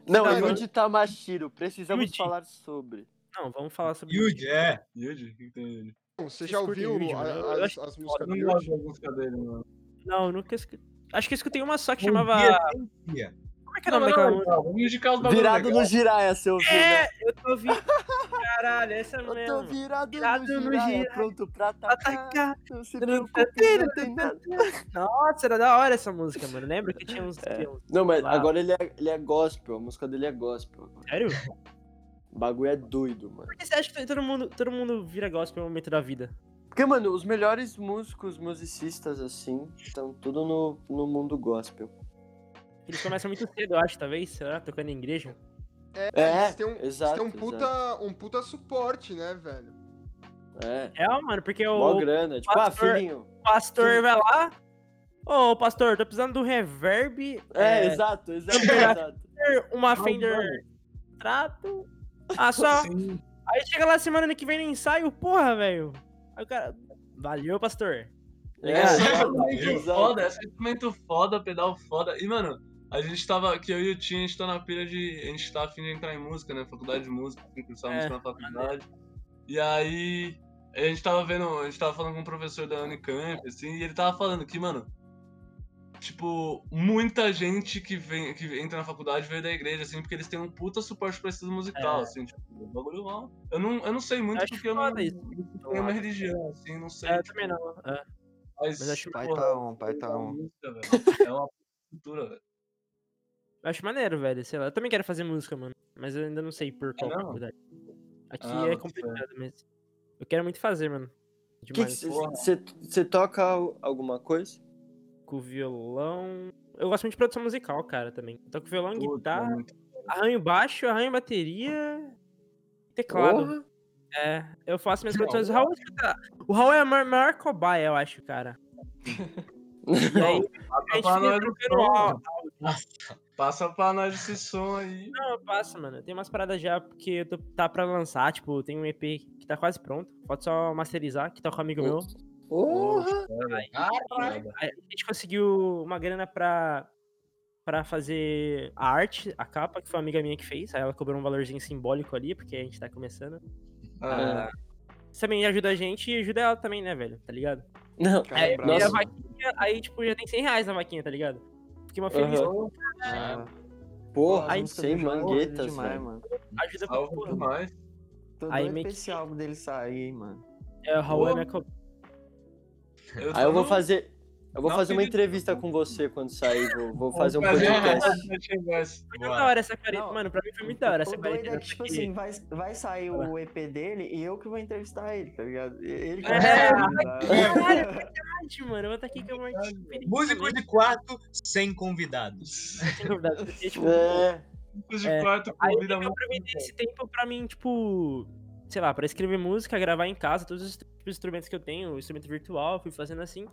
Não,
Não,
Yuji Tamashiro, precisamos
Yuji.
falar sobre.
Não, vamos falar sobre.
Yudi, é.
Yudi? O que tem Yudi?
Bom, Você já
Vocês curtem
ouviu
vídeo,
a-
mano? Eu
as, as músicas
Eu não
do
gosto
Yudi?
da música dele, né? mano.
Não, nunca escutei. Acho que eu escutei uma só que
Bom
chamava.
Dia, sem dia.
Como é que é o nome daquela música?
Vamos indicar os bagulhos.
Virado no Jiraya, seu ouviu, né?
É, eu tô ouvindo. Caralho, essa
Eu tô
mesmo.
virado,
Virado
no
no
Jiraya,
Jiraya.
pronto pra atacar.
Atacar.
Não se preocupe, não tem nada.
Nossa, era da hora essa música, mano. Lembra que tinha uns.
É.
tinha uns-
Não, mas
Lá.
agora ele é, ele é gospel, a música dele é gospel. agora.
Sério?
O bagulho é doido, mano.
Por que você acha que todo mundo, todo mundo vira gospel no momento da vida?
Porque, mano, os melhores músicos, musicistas, assim, estão tudo no, no mundo gospel.
Eles começam muito cedo, eu acho, talvez, será? Tocando em igreja.
É,
Eles têm um, eles
exato.
têm um puta, um puta suporte, né, velho?
exato. É,
É, mano, porque
mó
o
grana. Tipo, ah,
pastor-
filhinho.
pastor vai lá. Ô, pastor, tô precisando do reverb.
É, exato, exato, exato.
Fender, uma Fender trato. Ah, só. Aí chega lá semana que vem no ensaio, porra, velho. Aí o cara. Valeu, pastor.
É,
É,
exato,
instrumento
exato.
foda, é instrumento foda, pedal foda. E, mano, a gente tava aqui, eu e o Tim, a gente tá na pilha de. A gente tá afim de entrar em música, né? Faculdade de música, assim, cursar
É,
música na faculdade. E aí. A gente tava vendo, a gente tava falando com um professor da Unicamp, assim, e ele tava falando que, mano, tipo, muita gente que vem, que entra na faculdade veio da igreja, assim, porque eles têm um puta suporte pra estudo musical, assim, tipo, um bagulho mal. Eu não, eu não sei muito
É. Acho
porque eu não,
foda isso.
não tenho uma religião, assim, não sei.
É, eu
tipo,
também não. É.
mas,
Mas acho
Pai
porra,
tá on, pai tá on.
Música, velho. É uma cultura, velho.
Eu acho maneiro, velho. Sei lá. Eu também quero fazer música, mano. Mas eu ainda não sei por qual
não?
faculdade. Aqui
Ah,
é
bota fé.
complicado, mas. Eu quero muito fazer, mano. Demais.
Você toca al- alguma coisa?
com violão. Eu gosto muito de produção musical, cara, também. Eu toco violão,
Puta,
guitarra,
mano.
arranho baixo, arranho bateria, teclado.
Porra.
É, eu faço minhas
Não.
produções. O Raul, escuta- o Raul é a maior, maior cobaia, eu acho, cara. E aí, a gente
pra
fica
nós
trocando
não.
áudio.
Passa pra nós esse som aí.
Não, eu passo, mano. Tem umas paradas já, porque eu tô, tá pra lançar, tipo, tem um EP que tá quase pronto. Pode só masterizar, que tá com um amigo meu.
Porra.
A gente conseguiu uma grana pra, pra fazer a arte, a capa, que foi uma amiga minha que fez. Aí ela cobrou um valorzinho simbólico ali, porque a gente tá começando.
Ah,
Isso também ajuda a gente e ajuda ela também, né, velho? Tá ligado?
Não.
Aí,
Cara,
a primeira
nossa.
vaquinha, aí, tipo, já tem 100 reais na vaquinha, tá ligado? Fiquei uma feliz.
Então,
Ah,
Porra,
as
aí
músicas
sem
do João é
manguetas,
demais,
velho.
mano.
Ajuda pra
salvo
porra.
é demais.
Tô
Aí
doido pra
meio que-
esse álbum dele sair, hein, mano.
É, o Raul é
Pô.
minha co-
Eu
Aí eu vou
tô-
fazer. Eu vou
Não
fazer uma
acredito.
entrevista com você quando sair. Vou, vou fazer um
Fazer uma
podcast.
podcast.
Foi muito da
Boa.
hora essa quarentena.
Não,
Mano, pra mim foi muito da hora essa
O doido
quarentena.
é que, tipo
porque-
assim, vai, vai sair o EP dele e eu que vou entrevistar ele, tá ligado? Ele
É,
que vai
caralho, Gente, mano, eu vou estar aqui com a Martinha.
Músico de quarto sem convidados.
tá
Tipo,
É.
Os de
É,
quarto
aí
convida
eu
Então, muito.
aproveitei esse tempo pra mim, tipo, sei lá, pra escrever música, gravar em casa, todos os instru- os instrumentos que eu tenho, instrumento virtual, fui fazendo assim.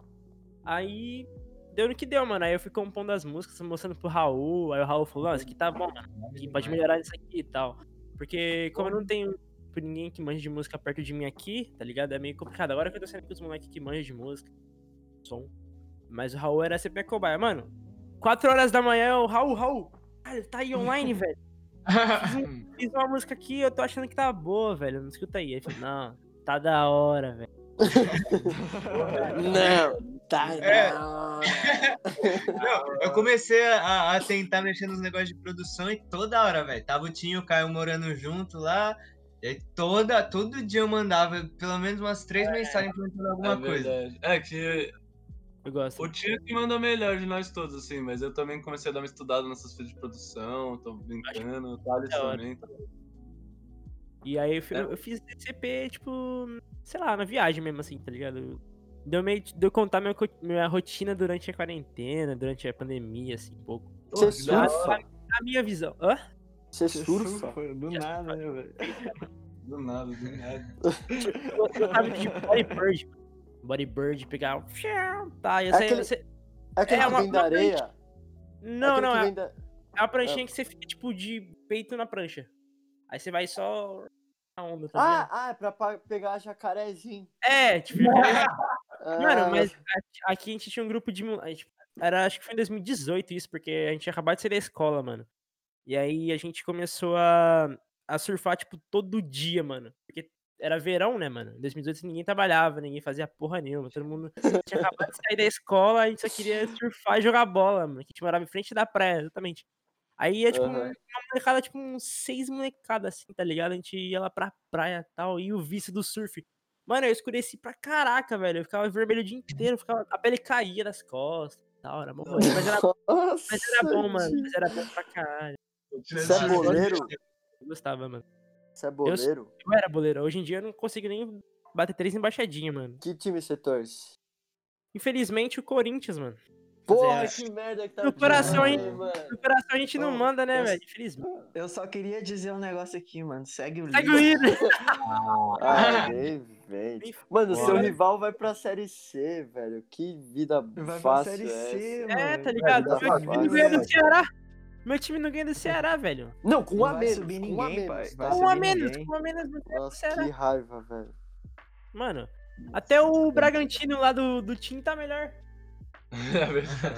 Aí deu no que deu, mano. Aí eu fui compondo as músicas, mostrando pro Raul. Aí o Raul falou: Não, isso aqui tá bom, mano. Aqui pode melhorar isso aqui e tal. Porque como eu não tenho tipo, ninguém que manja de música perto de mim aqui, tá ligado? É meio complicado. Agora que eu tô saindo com os moleques que manjam de música, som. Mas o Raul era sempre a cobaia. Mano, 4 horas da manhã, o Raul, Raul, cara, tá aí online, velho. Fiz uma música aqui, eu tô achando que tá boa, velho. Não escuta aí. Ele falou, não, tá da hora, velho.
Não, tá
É.
não.
Não, eu comecei a, a tentar mexer nos negócios de produção e toda hora, velho. Tava o Tinho e o Caio morando junto lá. E aí toda, todo dia eu mandava pelo menos umas três mensagens perguntando alguma
É
coisa.
verdade. É que
Eu gosto.
o tio que manda melhor de nós todos, assim, mas eu também comecei a dar uma estudada nessas fitas de produção, tô brincando, o Thales
da hora.
também.
E aí eu, fi-
É.
eu fiz DCP, tipo, sei lá, na viagem mesmo, assim, tá ligado? Deu meio de eu contar minha, co- minha rotina durante a quarentena, durante a pandemia, assim, um pouco.
Você
Da-
surfa?
A minha visão. Hã?
Você
Você
surfa?
surfa, Do nada, né, velho?
Do nada, do nada.
Eu gostava de bodyboard. tipo, Bodyboard, pegar. um Tá, eu
É
sei.
aquele-
sei-
É aquele
É
que
uma-
vem da
uma prancha.
areia?
Não,
Aquele
não,
que
é,
vem Ah. da-
é uma pranchinha que você fica, tipo, de peito na prancha. Aí você vai só. na onda, tá vendo?
Ah, ah, é pra pa- pegar jacarezinho.
É, tipo, jacaré
Ah,
Mano, mas a- aqui a gente tinha um grupo de. mole- a gente- Era, acho que foi em 2018 isso, porque a gente acabou de sair da escola, mano. E aí a gente começou a, a surfar, tipo, todo dia, mano. Porque era verão, né, mano? Em 2018 ninguém trabalhava, ninguém fazia porra nenhuma. Todo mundo tinha acabado de sair da escola, a gente só queria surfar e jogar bola, mano. Que a gente morava em frente da praia, exatamente. Aí é tipo
Aham.
uma molecada, tipo, uns seis molecadas, assim, tá ligado? A gente ia lá pra praia e tal, e o vício do surf. Mano, eu escureci pra caraca, velho. Eu ficava vermelho o dia inteiro, ficava... a pele caía das costas e tal. Era bom, mas era,
Nossa,
mas era bom, mano.
gente.
Mas era bom pra caralho.
Você é boleiro?
Eu gostava, mano.
Você é boleiro?
Eu era boleiro. Hoje em dia eu não consigo nem bater três embaixadinhas, mano.
Que time você torce?
Infelizmente, o Corinthians, mano.
Porra, que merda que tá
No coração,
acontecendo,
hein?
mano.
No coração a gente não
Ô,
manda, né,
é
eu-
assim.
velho? Infelizmente.
Eu só queria dizer um negócio aqui, mano. Segue o
Segue
é
livro.
o hino.
Ah, nem vem. Mano, seu
Bora.
rival vai pra Série C, velho. Que vida
Vai pra
fácil
série
é
C,
essa?
mano.
É, tá ligado?
dá pra
Meu time não ganha do
fazer.
Ceará. Meu time não ganha do Ceará, velho.
Não, com um
Não
a
vai
menos.
subir
com um a
ninguém,
menos,
pai.
tá?
Vai
Com um a
subir
menos,
ninguém.
com um a menos não ganha do
Nossa,
Ceará.
que raiva, velho.
Mano, até o Bragantino lá do, do time tá melhor.
É verdade.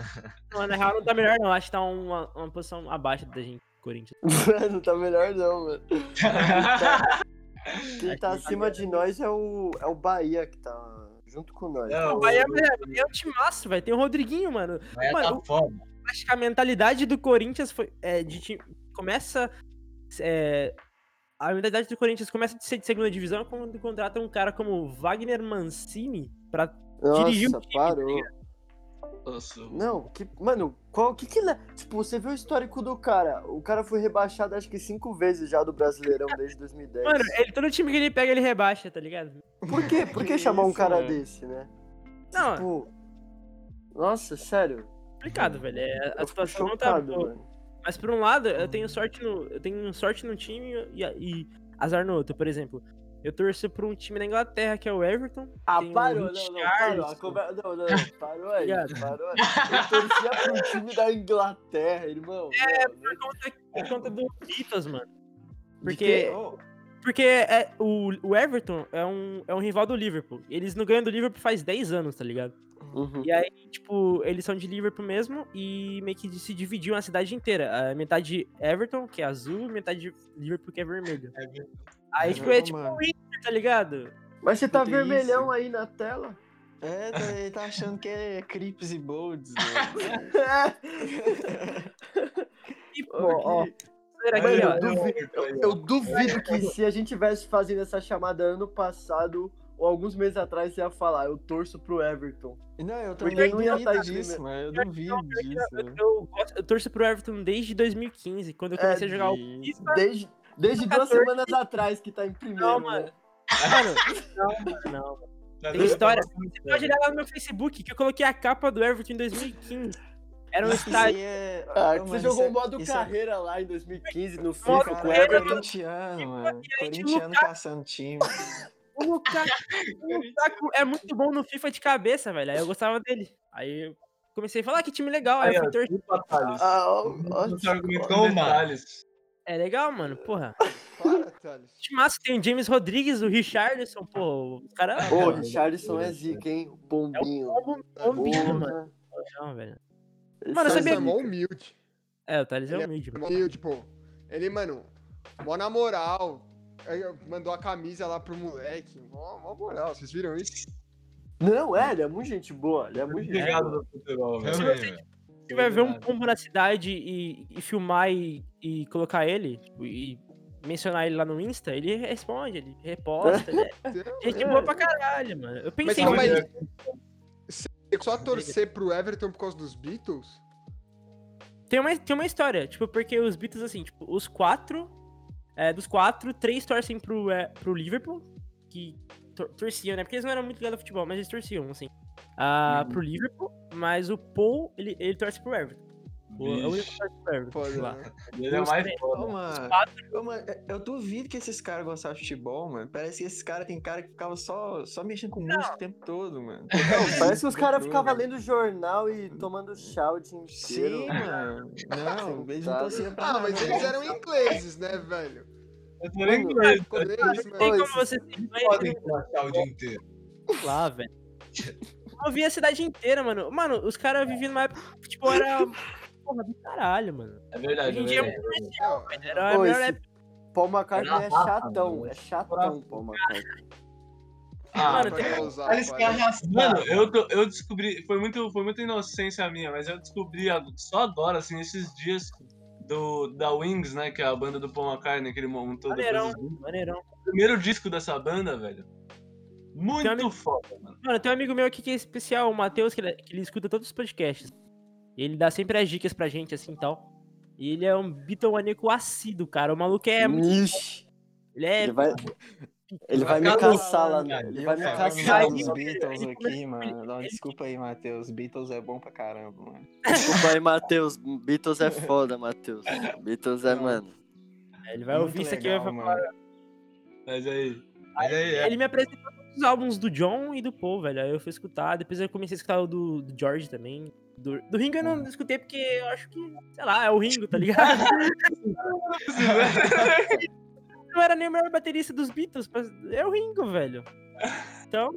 Não, na real não tá melhor, não. Acho que tá uma, uma posição abaixo da gente, Corinthians.
Não tá melhor não, mano. Quem tá acima de nós é o, é o Bahia que tá junto com nós.
Não,
O Bahia é, é um timaço, velho. Tem o Rodriguinho, mano.
Vai
Mano,
tá foda.
Acho que a mentalidade do Corinthians foi. é, de ti- começa. é, a mentalidade do Corinthians começa a ser de segunda divisão quando contrata um cara como Wagner Mancini pra dirigiu
Nossa,
o time,
parou.
Nossa,
Não, que, mano, qual que que le- Tipo, você viu o histórico do cara? O cara foi rebaixado acho que cinco vezes já do Brasileirão desde 2010.
Mano, é ele, todo time que ele pega, ele rebaixa, tá ligado?
por quê? Por que
que
chamar um
isso,
cara
mano?
desse, né?
Não, é
Tipo, nossa, sério.
complicado, velho. É, a
eu fico
situação não tá
chocado,
boa.
mano.
Mas por um lado, eu tenho sorte no, eu tenho sorte no time e, e azar no outro, por exemplo. Eu torço pra um time na Inglaterra, que é o Everton.
Ah,
Tem o
parou, não, não, parou. a
Richarlison.
conver- Não, não, não, parou aí,
Obrigado.
parou aí. Eu torcia pro time da Inglaterra, irmão. É,
Por conta, por conta do Vitas, mano. Porque,
quê?
porque é, o, o Everton é um, é um rival do Liverpool. Eles não ganham do Liverpool faz 10 anos, tá ligado? E aí, tipo, eles são de Liverpool mesmo e meio que se dividiu a cidade inteira. A metade Everton, que é azul, e metade Liverpool, que é vermelho. Aí, tipo, é
Caramba,
tipo
mano.
o Inter, tá ligado?
Mas você tá
Escuta isso.
vermelhão aí na tela?
É, tá- ele tá achando que é Crips e Bolds. né? velho.
E, pô,
Ó, ó,
será que,
mano,
ó, é.
eu duvido, eu- eu duvido que se a gente tivesse fazendo essa chamada ano passado ou alguns meses atrás, você ia falar, eu torço pro Everton.
Não, eu
Porque
também
não ia tá
duvido
de
disso, mano. Eu
Não, tá
duvido disso. velho.
eu, gosto- eu torço pro Everton desde 2015, quando eu
É,
comecei a jogar o
de-
FIFA.
Desde, desde duas
14.
semanas atrás que tá em primeiro.
Não,
né?
mano. Mano, não, mano, não.
Tá
Tem
doido?
história. Você pode olhar lá no meu Facebook que eu coloquei a capa do Everton em 2015. Era um
Isso
estádio.
aí é...
Ah,
Ô,
que
mano,
você
isso
jogou
é-
o modo
isso é-
carreira lá em 2015 no
Modo
FIFA com o
carreira,
Everton.
corintiano, mano.
a gente
Corintiano
lutar.
caçando time.
O Lukaku, o
né?
Lukaku é muito bom no FIFA de cabeça, velho. Aí eu gostava dele. Aí eu comecei a falar "Ah, que time legal. Aí
Aí,
eu
ó,
fui torcer.
desculpa, Thales.
Ah, ó, ó, né?
Você argumentou
Toma.
detalhes.
É legal, mano. Porra.
Para, Thales.
Timaço tem o James Rodrigues, o Richardson, pô. O cara é
Ô, o Richardson é zica, hein? O Pombinho.
um bombinho,
Porra.
mano. Não, velho.
Ele
Mano, eu
tá
sabia-
Thales é
zica.
mó humilde.
É, o Thales é
Ele é
humilde, mano.
Humilde, pô. Ele, mano, mó na moral. Aí Mandou a camisa lá pro moleque. Mó, mó moral, vocês viram isso?
Não, é, ele é muito gente boa. Ele é muito gente
Obrigado
boa.
do futebol, velho.
Também, velho.
Você vai ver um pombo na cidade e, e filmar e, e colocar ele, tipo, e mencionar ele lá no Insta, ele responde, ele reposta, ele é gente boa pra caralho, mano. Eu
Mas
é
pensei
calma aí.
muito
Você Só torcer pro Everton por causa dos Beatles?
Tem uma, tem uma história, tipo, porque os Beatles, assim, tipo, os quatro. é, dos quatro, três torcem pro, é, pro Liverpool, que tor- torciam, né? Porque eles não eram muito ligados ao futebol, mas eles torciam, assim. ah, Pro Liverpool, mas o Paul, ele, ele torce pro Everton. O, é o único
Bicho,
que torce pro Everton. sei
Foda,
lá.
né?
Ele é o mais
Ô,
foda.
mano. Ô, mano, eu duvido que esses caras gostavam de futebol, mano. Parece que esses caras tem cara que ficava só, só mexendo com música o tempo todo, mano.
Não, parece que os caras ficavam lendo jornal e tomando chá o dia inteiro.
Sim, mano. Não, eles é- não
Sentado.
torciam pra
Ah, mas
nada,
eles
não.
eram ingleses, né, velho?
Eu tô nem
Mano,
inglês,
Quando eles,
Não
mano,
tem como
esses
você ser inglês,
Podem crachar o dia inteiro.
lá, velho. Eu vi a cidade inteira, mano. Mano, os caras viviam numa época que, tipo, era. Porra do caralho, mano.
É
Hoje
verdade.
em
é
dia é
verdade.
muito comercial,
ó,
velho. Era a
Pô,
é melhor
esse
época.
Paul McCartney é
Era raça,
chatão.
mano.
É chatão, Paul McCartney.
Ah,
Mano,
pra
tem-
causar,
Olha esse
para.
cara
Mano,
arrastando.
eu, tô- eu descobri, foi, muito, foi muita inocência minha, mas eu descobri ag- só agora, assim, esses dias do, da Wings, né, que é a banda do Paul McCartney que ele montou
Maneirão,
depois do
maneirão.
primeiro disco dessa banda, velho. Muito
Tem um amigo-
foda, mano.
Mano, tem um amigo meu aqui que é especial, o Matheus, que ele, é, que ele escuta todos os podcasts. E ele dá sempre as dicas pra gente, assim e tal. E ele é um bitomaníaco assíduo, cara. O maluco é muito.
Ixi,
Ele é.
ele vai, ele vai me
Acabou.
caçar lá, né? Ele vai me
Eu
caçar.
falando
Ele vai-
dos
mano.
Beatles
ele-
aqui, mano. Não, desculpa aí, Matheus. Beatles é bom pra caramba, mano.
Desculpa aí, Matheus. Beatles é foda, Matheus. Beatles é, mano.
Ele vai
Muito
ouvir isso aqui e vai
legal,
falar.
mano.
Mas aí,
Mas aí, é.
Ele me apresentou todos os álbuns do John e do Paul, velho. Aí eu fui escutar. Depois eu comecei a escutar o do, do George também. Do, do Ringo eu não escutei porque eu acho que, sei lá, é o Ringo, tá ligado? não era nem o melhor baterista dos Beatles, mas é o Ringo, velho. Então,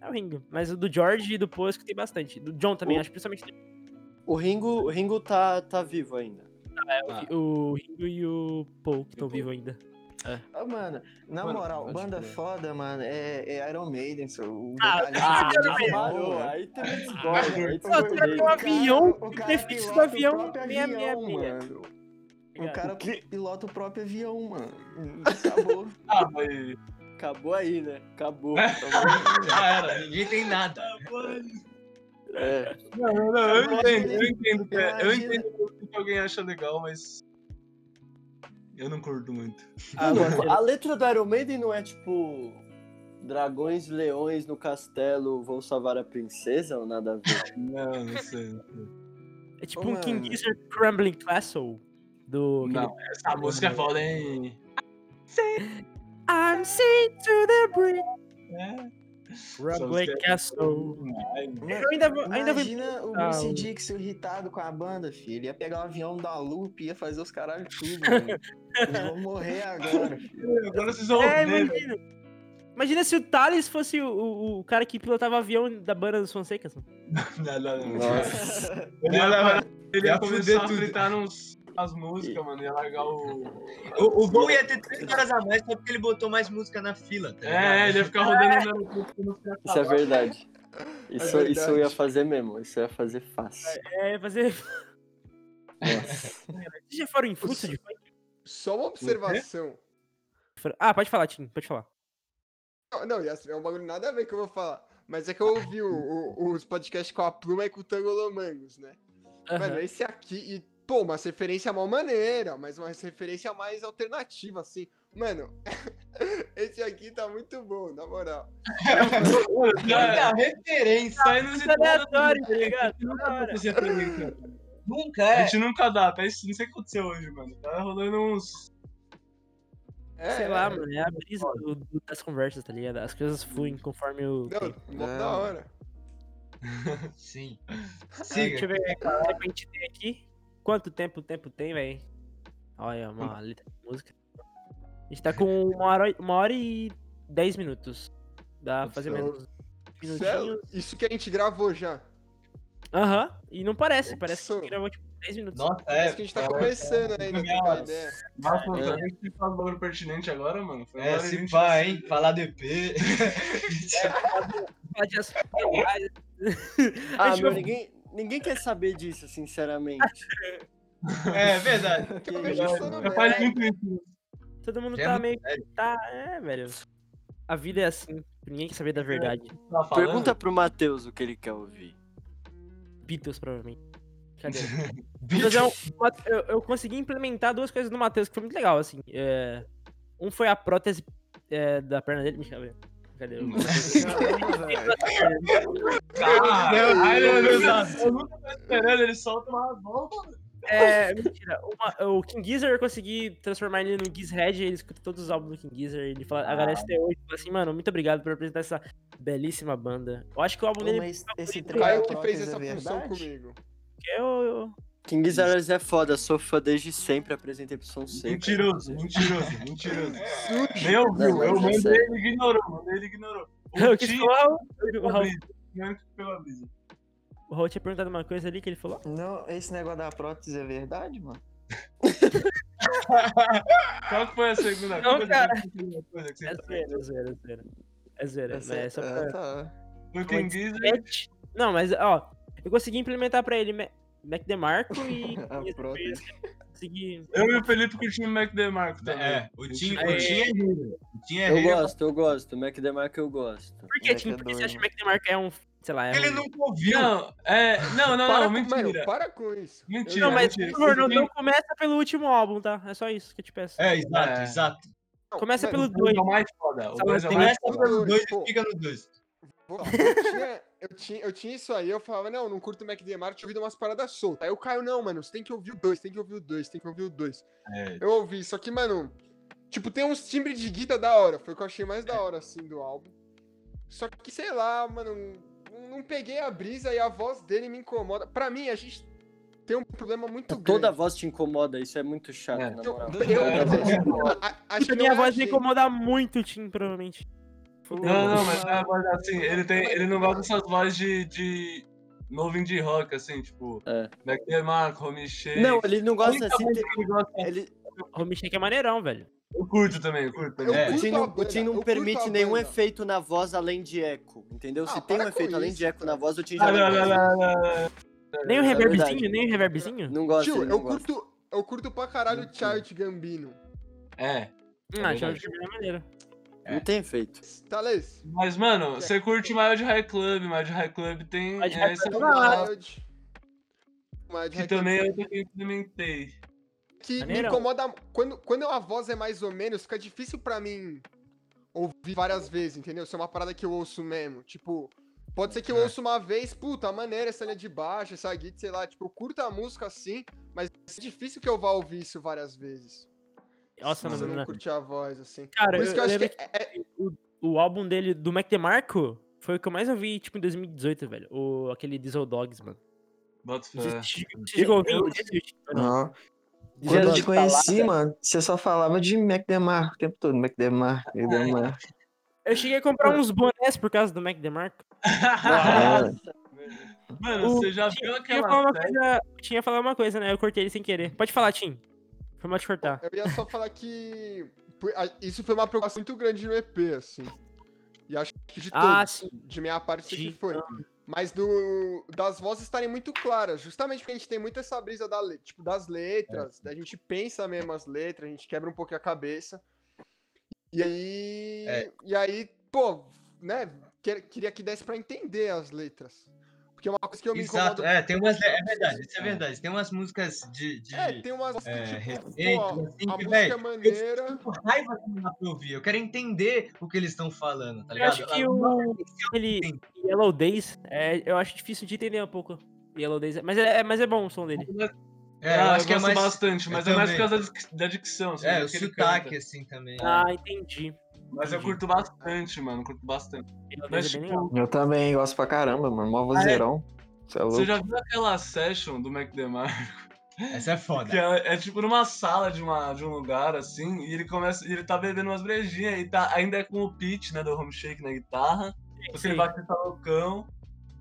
é o Ringo. Mas o do George e do Paul eu escutei bastante. Do John também,
O-
acho principalmente
O Ringo, o Ringo tá, tá vivo ainda.
o- o Ringo e o Paul, que estão vivos ainda.
Ô, mano, na
Mano,
moral,
pode
banda
crer.
foda, mano, é, é Iron Maiden, seu. O
Ah,
vocalista
ah,
do
Iron
Maiden,
Parou,
mano.
aí tem menos dó, velho. Aí tem
Nossa,
menos
cara,
dó.
tem um avião,
o
o
cara
prefixo do
pilota o
avião
próprio né?
666.
mano.
tá
O
ligado?
cara pilota o próprio avião, mano. Acabou.
ah, mas
Acabou aí, né? Acabou.
Já era, ninguém tem nada.
É.
Não, não, eu
Imagina-
entendo,
né?
eu entendo, que é- eu
imagina-
entendo o que alguém acha legal, mas eu não curto muito.
Mano, a letra do Iron Maiden não é tipo. Dragões, leões no castelo vão salvar a princesa ou nada a ver?
Não, não sei.
É tipo
Ô,
um
mano.
King Gizzard Crumbling Castle do.
Não, essa música é foda, hein?
I'm seen to the brink.
É.
Crumbling
São
Castle.
Ai,
Eu ainda vou. Ainda vou...
Imagina o
Ah,
Bruce
o-
Dixon irritado com a banda, filho. Ele ia pegar o avião da Loop e ia fazer os caralho tudo, mano. Eles vão morrer agora, filho.
Agora vocês vão né?
É,
ver,
imagina. Imagina se o Thales fosse o, o, o cara que pilotava avião da banda dos assim. Fonsecas. mano.
Não, não, não.
Nossa.
Ele ia,
Ela vai-
ele ia
ia
começar
fuder
a
tudo.
fritar nos as músicas, mano. Ia largar o.
O, o Gol ia ter três horas a mais só porque ele botou mais música na fila, tá ligado?
É, ele ia ficar rodando no aeroporto no
Isso é verdade.
É
Isso,
verdade.
isso eu ia fazer mesmo, isso eu ia fazer fácil.
É, fazer.
Nossa.
Vocês já foram em fluxo de funk?
Só uma observação.
Ah, pode falar, Tim, pode falar.
Não, Não, Yas, é um bagulho nada a ver que eu vou falar. Mas é que eu ouvi o- o- os podcasts com a Pluma e com o Tangolomangos, né? Mano,
Aham.
esse aqui. E, pô, uma referência mal maneira, mas uma referência mais alternativa, assim. Mano, esse aqui tá muito bom, na moral.
Não,
Muita referência.
É. tá inusitado.
Aleatório, tá ligado?
Não
Da
dá
hora.
pra você aprender, cara.
Nunca
A
é.
gente nunca dá, tá? Isso não sei o que aconteceu hoje, mano. Tá rolando uns.
É,
Sei lá,
é.
mano, é a brisa do- do- das conversas, tá ligado? As coisas fluem conforme o.
Não,
tempo.
mó da hora.
Sim.
Deixa
Siga.
eu ver quanto tempo a gente tem aqui. Quanto tempo o tempo tem, velho? Olha,
Hum.
uma letra de música. A gente tá com uma hora, uma hora e dez minutos. Dá pra fazer mais uns minutinhos.
Céu, isso que a gente gravou já.
Aham, e não parece, parece
Isso.
que gravou tipo 10 minutos.
Nossa,
É,
Isso que a gente tá começando ainda, trocar ideia.
Nossa, mano, a gente faz um bagulho pertinente agora, mano. Foi uma
É,
hora e
se
vinte
pá,
minutos.
hein? Falar do EP.
Falar de tá assuntos legais.
Ah,
Deixa
meu,
eu-
ninguém, ninguém quer saber disso, sinceramente.
É verdade.
Que
isso,
isso,
não
mano.
Eu faço muito isso.
Todo mundo
Já é
tá
muito
meio.
velho.
Tá, é, velho. A vida é assim. Ninguém quer saber da verdade.
Tá falando?
Pergunta pro Matheus o que ele quer ouvir.
Beatles, provavelmente. Cadê? Mas é um- eu, eu consegui implementar duas coisas no Matheus que foi muito legal, assim. É, um foi a prótese é, da perna dele. Deixa eu ver. Cadê? Eu-
Caramba, velho.
Caralho, Ah, meu Deus. Eu nunca tô esperando, ele solta uma bomba.
É, mentira. Uma- o King Gizzard eu consegui transformar ele no Gizhead, ele escuta todos os álbuns do King Gizzard, ele fala, agradece até hoje, fala assim, mano, muito obrigado por apresentar essa belíssima banda. Eu acho que o álbum dele
Mas esse
O
trem
Caio
da
que fez
prótese
essa
é
função
verdade?
comigo.
é o... eu-
King Gizzards é foda, sou fã desde sempre, apresentei pro Som Seco.
Mentiroso, mentiroso, mentiroso.
Sujo.
Nem ouviu,
Não,
eu
mas é
mandei,
sério.
ele ignorou, mandei, ele ignorou.
Eu
O
quis
Tim
falar, o- o
pegou a
Raul-
brisa, o Ian que pegou a brisa.
o Raul tinha perguntado uma coisa ali que ele falou.
Não, esse negócio da prótese é verdade, mano?
Qual que foi a segunda
Não,
coisa?
cara.
Qual que foi a segunda coisa que você tá
É zoeira, é zoeira, é zoeira. É zoeira, mas é só pra...
Ah, tá.
No King Gizzard,
Pet. Não, mas ó, eu consegui implementar pra ele Ma- Mac DeMarco e.
A
e-
prótese.
Consegui.
eu e o Felipe curtimos o Mac DeMarco também.
É, o Tim
Aí.
o Tim é líder. O Tim é
Eu
líder.
gosto, eu gosto. Mac DeMarco eu gosto.
Por que,
Mac
Tim?
é
Por que
doido.
você acha que Mac DeMarco é um. Sei lá, é
Ele
um...
nunca ouviu.
Não, é, não, não,
para
não,
com, mano,
mentira.
para com isso.
Mentira,
Não, mas
mentira.
por favor, não, não começa pelo último álbum, tá? É só isso que eu te peço.
É, exato,
É.
exato.
Não,
Começa pelo
O
mano,
2.
dois é o mais foda, o
Sabe,
dois é o
tem
mais
Começa
Pô,
pelos dois
pô.
e fica nos dois.
Pô, Eu tinha, eu, tinha, eu tinha isso aí, eu falava, não, não curto o Mac DeMar, tinha ouvido umas paradas soltas. Aí o Caio, não, mano, você tem que ouvir o dois, tem que ouvir o dois, tem que ouvir o dois.
É.
tipo
Eu ouvi, só que, mano, tipo, tem uns timbres de guita da hora, foi o que eu achei mais da hora, assim, do álbum. Só que, sei lá, mano, não- não peguei a brisa e a voz dele me incomoda. Pra mim, a gente tem um problema muito
É Toda
grande.
voz te incomoda, isso é muito chato,
É.
na
Eu-
moral.
eu-
Toda voz te incomoda.
A, a- acho que
É. Tipo, minha
não é a
voz me
gente.
incomoda muito, Tim, provavelmente.
Não, não, mas, ah, mas assim, ele, tem, ele não gosta dessas vozes de, de novo indie rock, assim, tipo,
É.
Mac DeMarco, Homie Shake.
Não, ele não
A
gosta
única
assim.
música
tem-
que ele gosta-
Ele,
O Michel é maneirão, velho.
Eu curto também, eu curto
Eu
também.
é, o
curto
Tim
a
não, o
banda,
Tim
eu
não
curto
permite
a
nenhum
banda.
efeito na voz além de eco, entendeu?
Ah,
Se tem um
para com
efeito além de
isso,
eco na
cara.
voz, o Tim já
Ah, não,
gosta.
não, não, não.
Nem o
é
reverbzinho,
verdade.
nem o reverbzinho.
Não gosta,
Tio,
ele não
eu
gosta.
curto, eu curto pra caralho o Child Gambino.
Ah,
É. verdade.
já acho que é maneiro.
Não tem efeito.
Thales.
Mas, mano, você curte Mild High Club, Mild High Club tem.
Mild
é,
High
essa
Club é
parada
Wild. Mas
que também eu que implementei.
que me
Maneirão.
incomoda. Quando, quando a voz é mais ou menos, fica difícil pra mim ouvir várias vezes, entendeu? Isso é uma parada que eu ouço mesmo. Tipo, pode ser que
É.
eu ouço uma vez, puta, maneira essa linha de baixo, essa guita, sei lá. Tipo, eu curto a música assim, mas é difícil que eu vá ouvir isso várias vezes.
Nossa,
se
mano. né?
eu não
não-
curtir a voz, assim.
Cara,
Por isso que eu acho
lembro
que é- é-
o álbum dele, do Mac DeMarco, foi o que eu mais ouvi, tipo, em 2018, velho. O, aquele Diesel Dogs, mano.
Bota fé.
Vocês chegam a ouvir? Não.
Não.
Já
Quando eu
de
te conheci, mano, você só falava de McDemarco o tempo todo. McDemarco, McDemarco.
Eu cheguei a comprar uns bonés por causa do Mac DeMarco.
É,
Ah,
Meu Mano,
O-
você já
Tim,
viu
eu
aquela
Tinha falar uma
série?
coisa, tinha falar uma coisa, né? Eu cortei ele sem querer. Pode falar, Tim. Foi mal te cortar.
é, Eu ia só falar que por- a- isso foi uma preocupação muito grande no EP, assim. E acho que de
Ah,
todos,
sim.
de minha parte, sei que
De
foi. Mas do, das vozes estarem muito claras, justamente porque a gente tem muito essa brisa da, le- tipo, das
É.
letras, da- a gente pensa mesmo as letras, a gente quebra um pouquinho a cabeça. E aí,
É.
e aí pô, né, que- queria que desse pra entender as letras. Porque é uma coisa que eu me
Exato,
incomodo
é, tem umas. É verdade, isso é verdade. Tem umas músicas de. de...
É, tem umas que,
é,
tipo,
recente,
pô,
assim,
a
que,
música
véi,
é maneira.
Com raiva que não dá pra ouvir. Eu quero entender o que eles estão falando,
Eu
tá ligado?
acho que o aquele Yellow Days, é, eu acho difícil de entender um pouco. Yellow Days, é- mas é, é- mas é bom o som dele.
É, eu
Ah,
acho que é
gosto
mais.
bastante,
eu
mas é mais por
também.
causa da dic- da dicção. assim,
É,
do
o
que ele
sotaque,
canta.
assim, também.
Ah, entendi.
Mas eu curto bastante, mano, curto bastante.
Yellow
Mas,
Days é bem legal.
tipo,
Eu também gosto pra caramba, mano. Mó vozeirão. Cê é louco.
você já viu aquela session do Mac DeMar?
Essa é foda.
Que é, é tipo numa sala de, uma, de um lugar, assim, e ele começa. e ele tá bebendo umas brejinhas e tá, ainda é com o pitch, né, do home shake na guitarra. Porque
Sim.
ele batista loucão.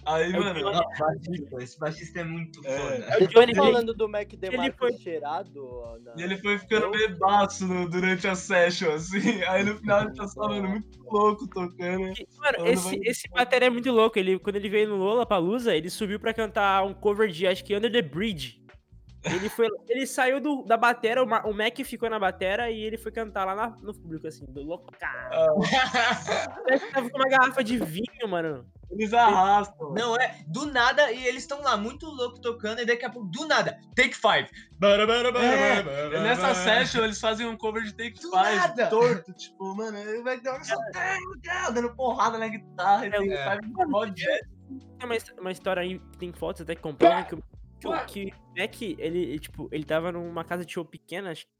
Aí,
É o
mano.
Johnny-
Não, baixista, esse baixista é muito
É.
foda.
o Johnny
Tô falando do Mac
Ele
DeMarco
foi-
cheirado. ó, na-
E ele foi ficando bebaço no- durante a session, assim. Aí no final ele tá falando muito louco tocando.
Que- Mano,
Mano,
esse,
vai-
esse batera é muito louco. Ele, quando ele veio no Lola Palusa, ele subiu pra cantar um cover de acho que Under the Bridge. Ele, foi, ele saiu do- da batera, o, Ma- o Mac ficou na batera e ele foi cantar lá na- no público, assim, do louco. Parece que tava com uma garrafa de vinho, mano.
Eles arrastam.
Não é, do nada, e eles estão lá muito louco tocando, e daqui a pouco, do nada, take five. Bara, bara, bara,
É,
bara, bara,
Nessa
bara.
session eles fazem um cover de Take
Do
Five
nada.
torto, tipo, mano, ele vai dar uma dando porrada na guitarra, e Take
É.
Five no Roger.
Tem É uma, his- uma história aí, tem fotos até que comprovam que, o- que o- que o Mac, ele, tipo, ele tava numa casa de show pequena, acho que-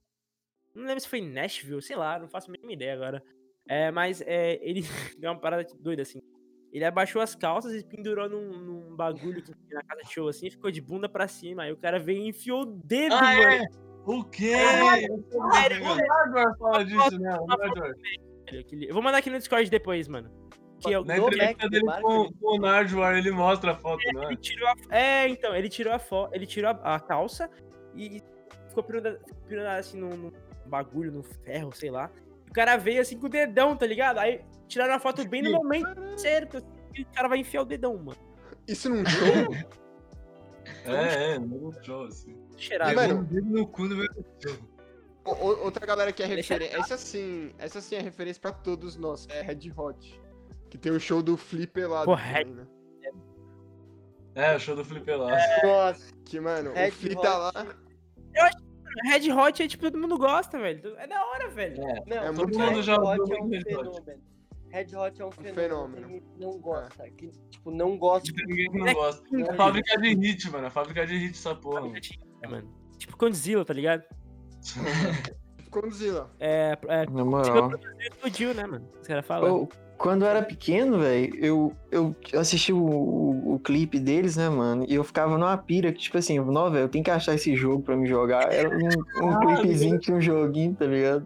não lembro se foi em Nashville, sei lá, não faço a mínima ideia agora. É, mas é, ele deu uma parada doida, assim. Ele abaixou as calças e pendurou num, num bagulho que tinha na casa de show, assim, e ficou de bunda pra cima. Aí o cara veio e enfiou o dedo,
Ah,
mano.
é? O quê?
Caralho,
O Edward fala disso, né? O Edward.
velho, aquele- Eu vou mandar aqui no Discord depois, mano. Que é o
Na
Do
entrevista
Mac,
dele
marca
com,
ele.
com o Nardwar, ele mostra a foto, não é?
Ele tirou a... É, então, ele tirou a fo... ele tirou a, a calça e, e ficou pendurado pendurado, assim num, num bagulho, num ferro, sei lá. O cara veio assim com o dedão, tá ligado? Aí tiraram a foto bem no momento certo. assim, que O cara vai enfiar o dedão, mano.
Isso num show?
É, é, no show, assim.
Cheirado.
Mano,
Levou um dedo no cu do meu
O- o- Outra galera que é
Deixa
referência. Essa sim, essa sim é referência pra todos nós. É Red Hot. Que tem o show do Flipper lá.
Pô,
também, né?
É, o show do Felipe Lasso.
Nossa,
Que, mano,
Red
o Flip tá lá.
Hot.
Red Hot é tipo, todo mundo gosta, velho. É da hora, velho.
Não,
É
Red
muito
bom. Já
Hot
ouviu
é um
Red Hot?
fenômeno. Red Hot é um fenômeno.
fenômeno.
Quem não
É.
gosta. Que, tipo, não gosta.
Ninguém que não gosta.
né?
É fábrica de hit, mano. É fábrica de hit essa porra, mano.
Mano. Tipo Condzilla, tá ligado?
Condzilla.
É, é
Na
Ah.
moral.
explodiu, né, mano? Os caras falam.
Eu- quando eu era pequeno, velho, eu, eu assisti o, o, o clipe deles, né, mano? E eu ficava numa pira que, tipo assim, não, velho, eu tenho que achar esse jogo pra me jogar. Era um, um clipezinho, tinha um joguinho, tá ligado?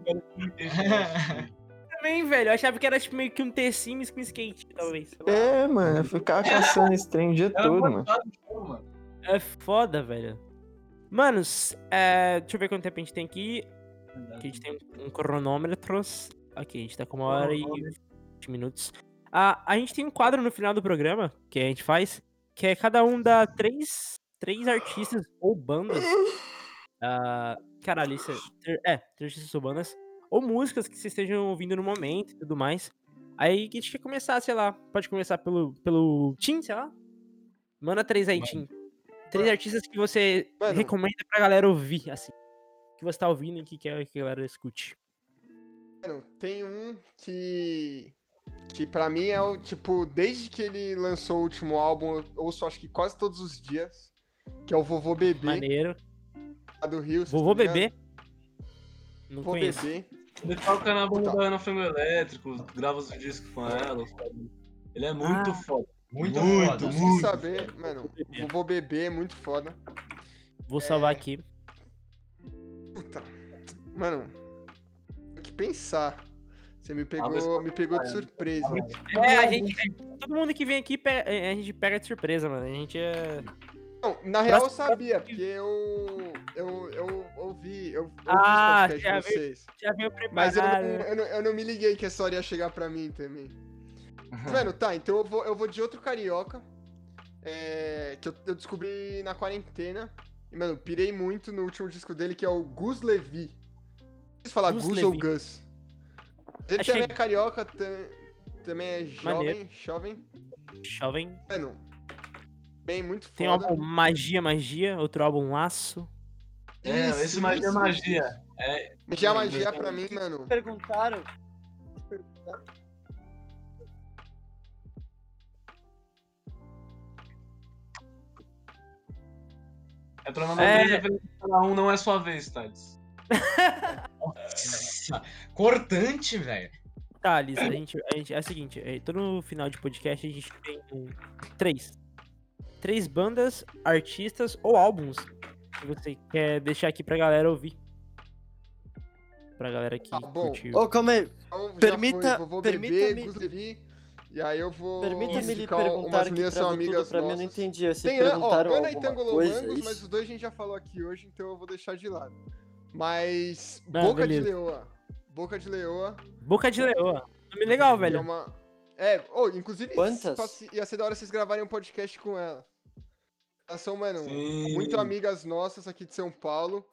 É.
Também, velho. Eu achava que era tipo meio que um T-Sims com skate, talvez. sei lá.
É, mano, eu ficava caçando esse trem o dia
Era
todo, mano.
gostado de show, mano.
É foda, velho. Manos, é, deixa eu ver quanto tempo a gente tem aqui. Aqui a gente tem um cronômetro. Ok, a gente tá com uma hora e 20 minutos. Ah, a gente tem um quadro no final do programa, que a gente faz, que é cada um dá três, três artistas ou bandas. Ah, caralho, isso é, tr- é, três artistas ou bandas. Ou músicas que vocês estejam ouvindo no momento e tudo mais. Aí a gente quer começar, sei lá, pode começar pelo, pelo Tim, sei lá. Manda três aí, Tim. Três artistas que você
Mano.
recomenda pra galera ouvir, assim. Que você tá ouvindo e que quer que a galera escute.
Mano, tem um que. Que pra mim é o. Tipo, desde que ele lançou o último álbum, eu ouço acho que quase todos os dias. Que é o Vovô Bebê,
Maneiro.
lá do Rio. vocês
Vovô
estão ligado?
Bebê. Não
Vovô
conheço.
Bebê.
Ele toca na banda
Tá.
da Ana Frango Elétrico, grava os discos com ela. sabe? Ele é muito
Ah.
foda.
Muito,
Muito,
foda.
Sem saber, mano, o Vovô Bebê é muito foda.
Vou salvar aqui.
Puta. Mano, tem que pensar. Você me pegou, me pegou de surpresa.
É, a gente. Todo mundo que vem aqui, pe- é, a gente pega de surpresa, mano. A gente é.
Não, na real eu
Próximo-
sabia, porque eu. Eu, eu ouvi. Eu, eu ouvi os
Ah,
podcasts
já
de
vi.
vocês.
Já veio
Mas eu, não-
preparado.
eu, não, eu não me liguei que essa hora ia chegar pra mim também. Mano, tá, então eu vou, eu vou de outro carioca. é, que eu, eu descobri na quarentena. E, mano, pirei muito no último disco dele, que é o Gus Levi. Vocês falar
Gus
Gus, ou
Levi.
Gus? Ele
Achei-
também é carioca, tam- também é jovem,
Maneiro.
jovem.
Jovem.
Mano, bem muito foda.
Tem um álbum Magia, Magia. Outro álbum Laço.
É,
Isso,
esse magia é
isso,
magia.
Já magia pra mim, mano.
Perguntaram.
É pra não
É.
é... falar um, não é sua vez, Thales.
Cortante, velho.
Thales, Tá, a gente, a gente. É o seguinte, é, todo final de podcast a gente tem um, três. Três bandas, artistas ou álbuns que você quer deixar aqui pra galera ouvir. Pra galera que
Tá bom.
curtiu.
Ô, calma aí.
Então, já
Permita-
foi, vou- vou beber,
permita-me-
Gus Levi, e aí eu
Um
vou
Permita-me lhe
indicar
perguntar
umas
aqui
minhas
pra,
são
mim, tudo
amigas
pra mim, eu não
nossas.
entendi. Se
Tem, né? ó,
perguntaram
Ana e
alguma
Tangolo
coisa,
Mangos,
isso?
mas os dois a gente já falou aqui hoje, então eu vou deixar de lado. Mas
Não,
Boca
beleza.
de Leoa. Boca de Leoa.
Boca de Leoa. Nome legal,
que É,
velho.
uma... é oh, inclusive
Quantas?
se- ia ser da hora vocês gravarem um podcast com ela. Elas são, mano,
Sim.
muito amigas nossas aqui de São Paulo.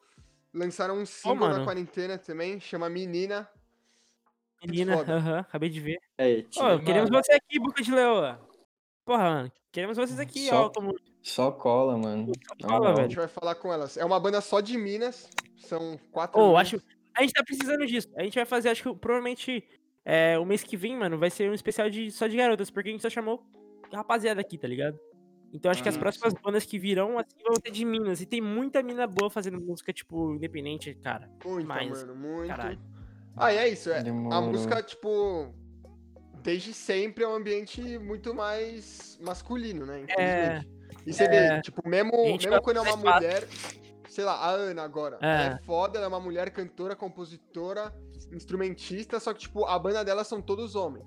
Lançaram um single na
mano.
quarentena também, chama Menina.
Menina,
foda.
aham, acabei de ver.
É,
Ô,
tio.
queremos você aqui, Boca de Leoa. Porra, mano. Queremos vocês aqui,
Hum, Só-
ó. Como...
Só cola, mano. Na
Cola,
moral.
Então, A gente vai falar com elas. É uma banda só de Minas. São quatro.
Ô,
minas.
acho. A gente tá precisando disso. A gente vai fazer, acho que provavelmente é, o mês que vem, mano, vai ser um especial de, só de garotas, porque a gente só chamou rapaziada aqui, tá ligado? Então acho que as
Ah,
próximas bandas que virão assim, vão ser de Minas. E tem muita mina boa fazendo música, tipo, independente, cara.
Muito,
Mas,
mano, muito.
caralho.
Ah, e é isso. É. A
Demorou.
música, tipo, desde sempre é um ambiente muito mais masculino, né?
É.
Infelizmente. E você
É.
vê, tipo, mesmo,
A gente vai
mesmo quando é uma
mais fácil.
mulher, sei lá, a Ana agora, ela é
É.
foda, ela é uma mulher cantora, compositora, instrumentista, só que, tipo, a banda dela são todos homens.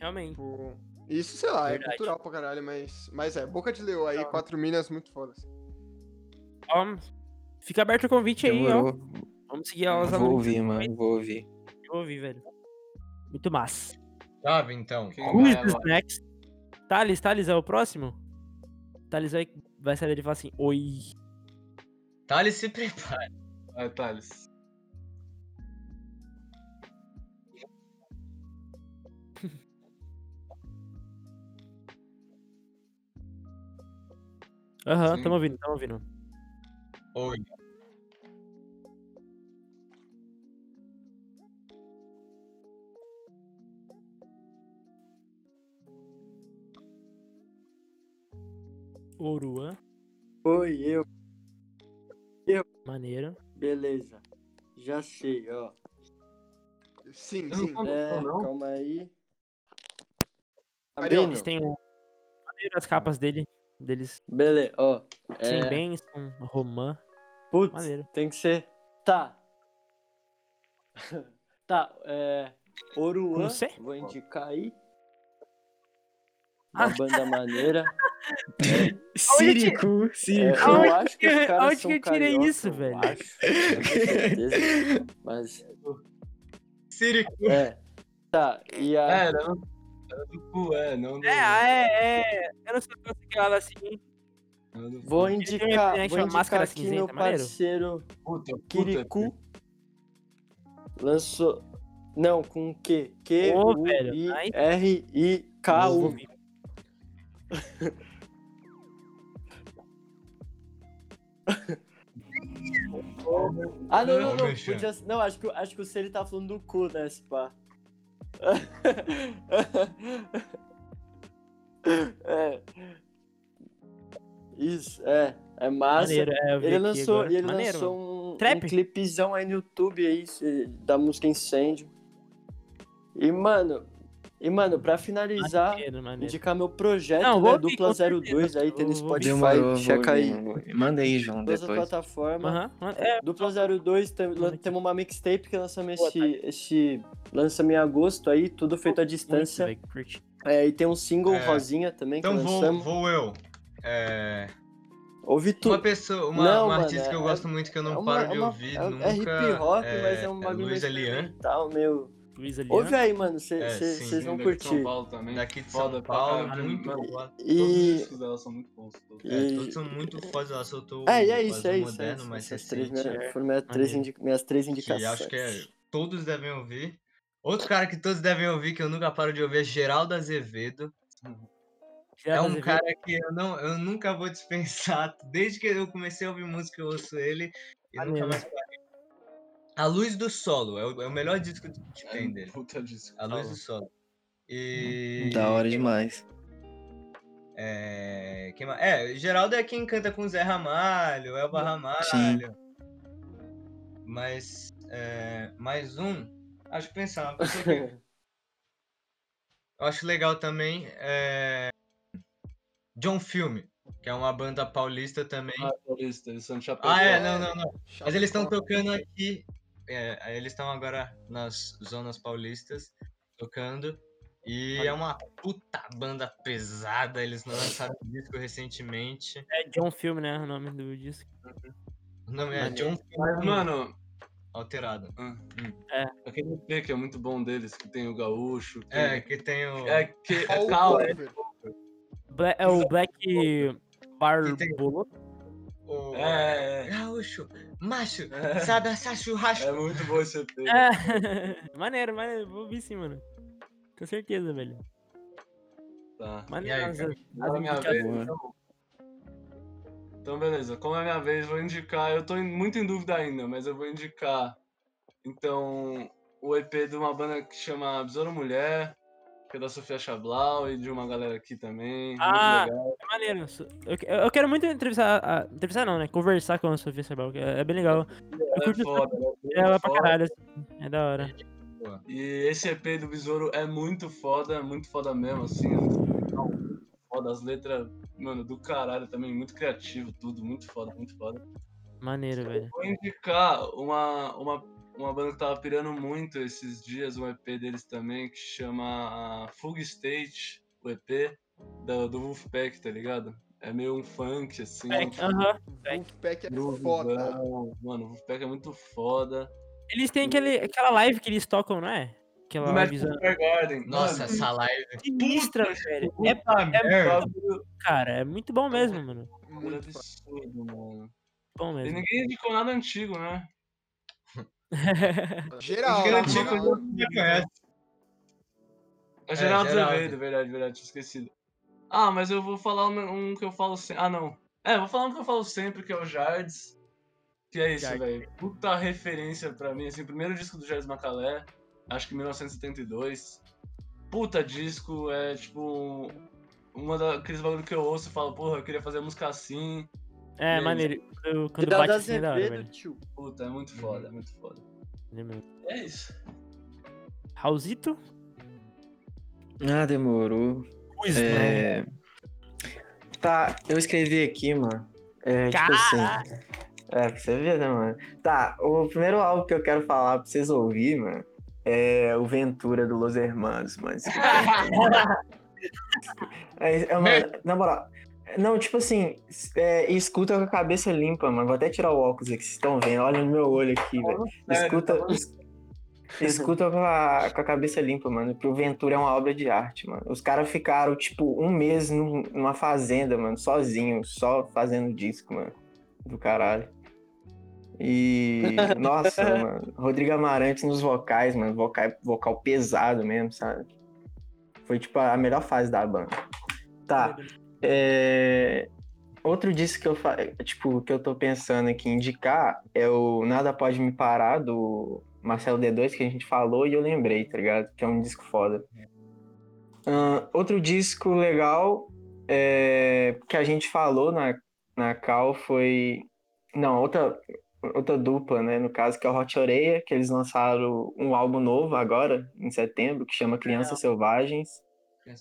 Realmente.
Tipo, isso, sei lá,
Verdade.
é cultural pra caralho, mas, mas é, Boca de Leão aí, quatro minas muito fodas.
Ó, fica aberto o convite aí, ó.
Demorou.
Vamos seguir elas lá
Vou
no
ouvir, mano. Vou ouvir.
Eu ouvi, velho. Muito massa.
Sabe, então.
Quem é
Who's
vai
this
agora?
next? Thales, Thales é o próximo? Thales vai, vai sair dele e falar assim, oi.
Thales, se prepara.
É, Thales.
Aham,
Sim.
tamo ouvindo, tamo ouvindo.
Oi.
Oruan,
Oi, eu.
maneiro.
Beleza. Já sei, ó.
Sim,
Eu
sim.
não-
É,
não.
calma aí.
Carioca,
Abino.
Eles têm um... maneiro as capas dele, deles.
Beleza, ó.
Sem
É,
Benson, Roman.
putz,
Maneiro.
tem que ser. Tá. tá, é. Oruan,
Com C?
vou indicar aí.
Ah.
Uma banda maneira.
Siricu,
É,
Siricu.
Aonde
eu acho que
que-
os caras
aonde
são
que eu tirei
carioca,
isso,
eu
velho?
acho, não tenho certeza, mas,
Siri.
é. Tá, e
É,
a...
era era do cu, é, não do.
É, ah, é, é. Eu não sei o que ela assim.
não do cu.
Vou
tem uma
indicar,
referência
vou
à
indicar
Máscara
aqui
Cinzenta,
meu
maneiro?
parceiro
Puta, puta.
Kiriku. Lançou... Não, com Q.
Ô, velho, aí- Vou
Q-U-I-R-I-K-U.
ouvir.
Ah, não, não,
Ô,
não.
Merchan.
Podia... ser- Não, acho que, acho que o Ciro tá falando do cu, né, Spa? é. Isso, é. É massa.
Maneiro, é, eu vi
Ele
aqui
lançou,
agora.
ele
maneiro,
lançou
mano.
um,
Trap?
um clipezão aí no YouTube aí, se- da música Incêndio. E, mano, E, mano, pra finalizar,
Maneiro, maneiro.
indicar meu projeto,
Não, vou
né?
ouvir,
Dupla
com certeza.
02 aí, tem no
Eu vou ouvir.
Spotify,
Demorou,
checa
vou-
aí.
Manda aí, João,
Todas as
depois.
plataformas.
Aham, mano, é,
Dupla 02, tem- lan- temos uma mixtape que lançamos este, este. Lançamos em agosto aí, tudo feito à
tá.
distância.
muito, velho, curti.
É, e tem um single
É.
Rosinha também que
Então vou,
lançamos.
vou eu. É,
Ouve tudo.
Uma pessoa, uma,
Não,
uma
mano,
artista que eu
é-
gosto muito que eu não paro de ouvir
é,
nunca.
é hip hop,
é,
mas é um bagulho
Luísa
meio
Lian,
experimental, meio...
Luiz ali.
Ouve
né?
aí, mano, vocês
É, sim,
vão
Daqui de São
curtir.
Paulo também.
daqui de
Foda
São
pra
Paulo,
caralho,
muito
mano.
boa.
Todos os
E...
discos dela são muito bons. todos.
É,
e-
todos são muito fodas, ela soltou
É, e
o
é isso, é
Quase
isso. é
Moderno,
isso.
mais
Essas três,
recente,
né, foram minhas três,
Maneiro.
indi- minhas três
é que
indicações.
acho que é- todos devem ouvir. Outro cara que todos devem ouvir, que eu nunca paro de ouvir, é Geraldo Azevedo. É
Geraldo
um
Azevedo,
cara que eu, não, eu nunca vou dispensar. Desde que eu comecei a ouvir música, eu ouço ele e nunca
Maneiro.
mais parei. A Luz do Solo é o, é o melhor disco
Hum.
que
É
tem
um
dele.
Puta disco.
A Luz do Solo.
Hum.
E.
Da hora demais.
É, quem ma- é, Geraldo é quem canta com Zé Ramalho, Elba Ramalho. Mas. é, mais um. Acho que pensar, uma pessoa que Eu acho legal também é, John Filme, que é uma banda paulista também.
Ah, Paulista, eles são de Chapecó.
Ah, é, não, não, não.
Tá
Mas eles estão tocando aqui. é, aí eles estão agora nas zonas paulistas tocando. E é uma puta banda pesada. Eles lançaram um disco recentemente.
É John Filme, né? O nome do disco.
O nome é
Maneiro.
John Filme
Mas, mano,
Alterado.
Ah, hum. aquele EP que é muito bom deles, que tem o Gaúcho. tem-
É, que tem o.
É que é
Paul
calma,
né?
é,
Cover.
Bla- é o Black Bar
Que tem- um o
é, é,
Gaúcho, macho,
É.
sabe assar churrasco.
é muito bom esse EP.
É. maneiro, maneiro. Vou ouvir sim, mano. Com certeza, velho.
Tá.
Maneiro.
cara?
as- as
Agora é minha
indicações.
vez, então. Então, beleza. Como é minha vez, vou indicar. Eu tô em- muito em dúvida ainda, mas eu vou indicar. Então, o EP de uma banda que chama Besouro Mulher, que é da Sofia Chablau e de uma galera aqui também. muito
Ah,
legal.
é maneiro. Su- Eu, que- eu quero muito entrevistar, a- entrevistar não, né? Conversar com a Sofia Sabal, que é, é bem legal. Eu
Ela é
curto
foda, ela é
ela pra
foda.
caralho. assim. É da hora.
E esse EP do Besouro é muito foda, é muito foda mesmo, assim. é Foda, as letras, mano, do caralho também, muito criativo, tudo, muito foda, muito foda.
Maneiro, velho.
Vou indicar uma, uma, uma banda que tava pirando muito esses dias, um EP deles também, que chama ah, Fugue State, o EP do, do Wolfpack, tá ligado? É meio um funk, assim.
Pack, aham.
Wolfpack é
Groovão.
foda.
Mano, o Wolfpack é muito foda.
Eles têm aquele, aquela live que eles tocam, não é? Aquela
Do
live
Magic Square Garden.
Nossa,
mano,
essa live.
sinistra, velho. É,
Puta merda.
bagulho-
cara, é muito bom mesmo, mano.
bagulho
Muito foda.
absurdo, mano.
Bom
E
mesmo.
ninguém indicou nada antigo, né?
Geral,
Porque não tinha
geral.
coisa que você conhece.
É Geraldo
Geraldo.
Azevedo, verdade, verdade, tinha esquecido. Ah, mas eu vou falar um, um que eu falo sempre. Ah, não. É, vou falar um que eu falo sempre, que é o Jards. Que é isso,
Jardes.
velho. Puta referência pra mim, assim, primeiro disco do Jardes Macalé, acho que 1972. Puta disco, é tipo. Uma daqueles bagulho que eu ouço e falo, porra, eu queria fazer música assim.
É,
Beleza.
maneiro. Quando, quando bate
Cuidado
assim, é
né,
da hora,
Azevedo,
velho.
tio.
Puta, é muito foda, é muito foda. É isso.
Raulzito?
Ah, demorou.
É...
É... Tá, eu escrevi aqui, mano. É, tipo assim. É, pra você ver, né, mano? Tá, o primeiro álbum que eu quero falar pra vocês ouvirem, mano, é o Ventura do Los Hermanos, mano. é, é, mano, na moral. Não, tipo assim, é, escuta com a cabeça limpa, mano. Vou até tirar o óculos aqui, vocês estão vendo. Olha no meu olho aqui, velho. Escuta, es- escuta com, a, com a cabeça limpa, mano. Porque o Ventura é uma obra de arte, mano. Os caras ficaram, tipo, um mês num- numa fazenda, mano, sozinhos, só fazendo disco, mano. Do caralho. E, nossa, mano. Rodrigo Amarante nos vocais, mano. Vocal, vocal pesado mesmo, sabe? Foi, tipo, a melhor fase da banda. Tá. É... Outro disco que eu, fa... tipo, que eu tô pensando aqui em indicar é o Nada Pode Me Parar, do Marcelo D2, que a gente falou e eu lembrei, tá ligado? Que é um disco foda. Ahn, outro disco legal é, que a gente falou na, na Cal foi. Não, outra. outra dupla, né? No caso, que é o Hot Oreia, que eles lançaram um álbum novo agora, em setembro, que chama Crianças Selvagens,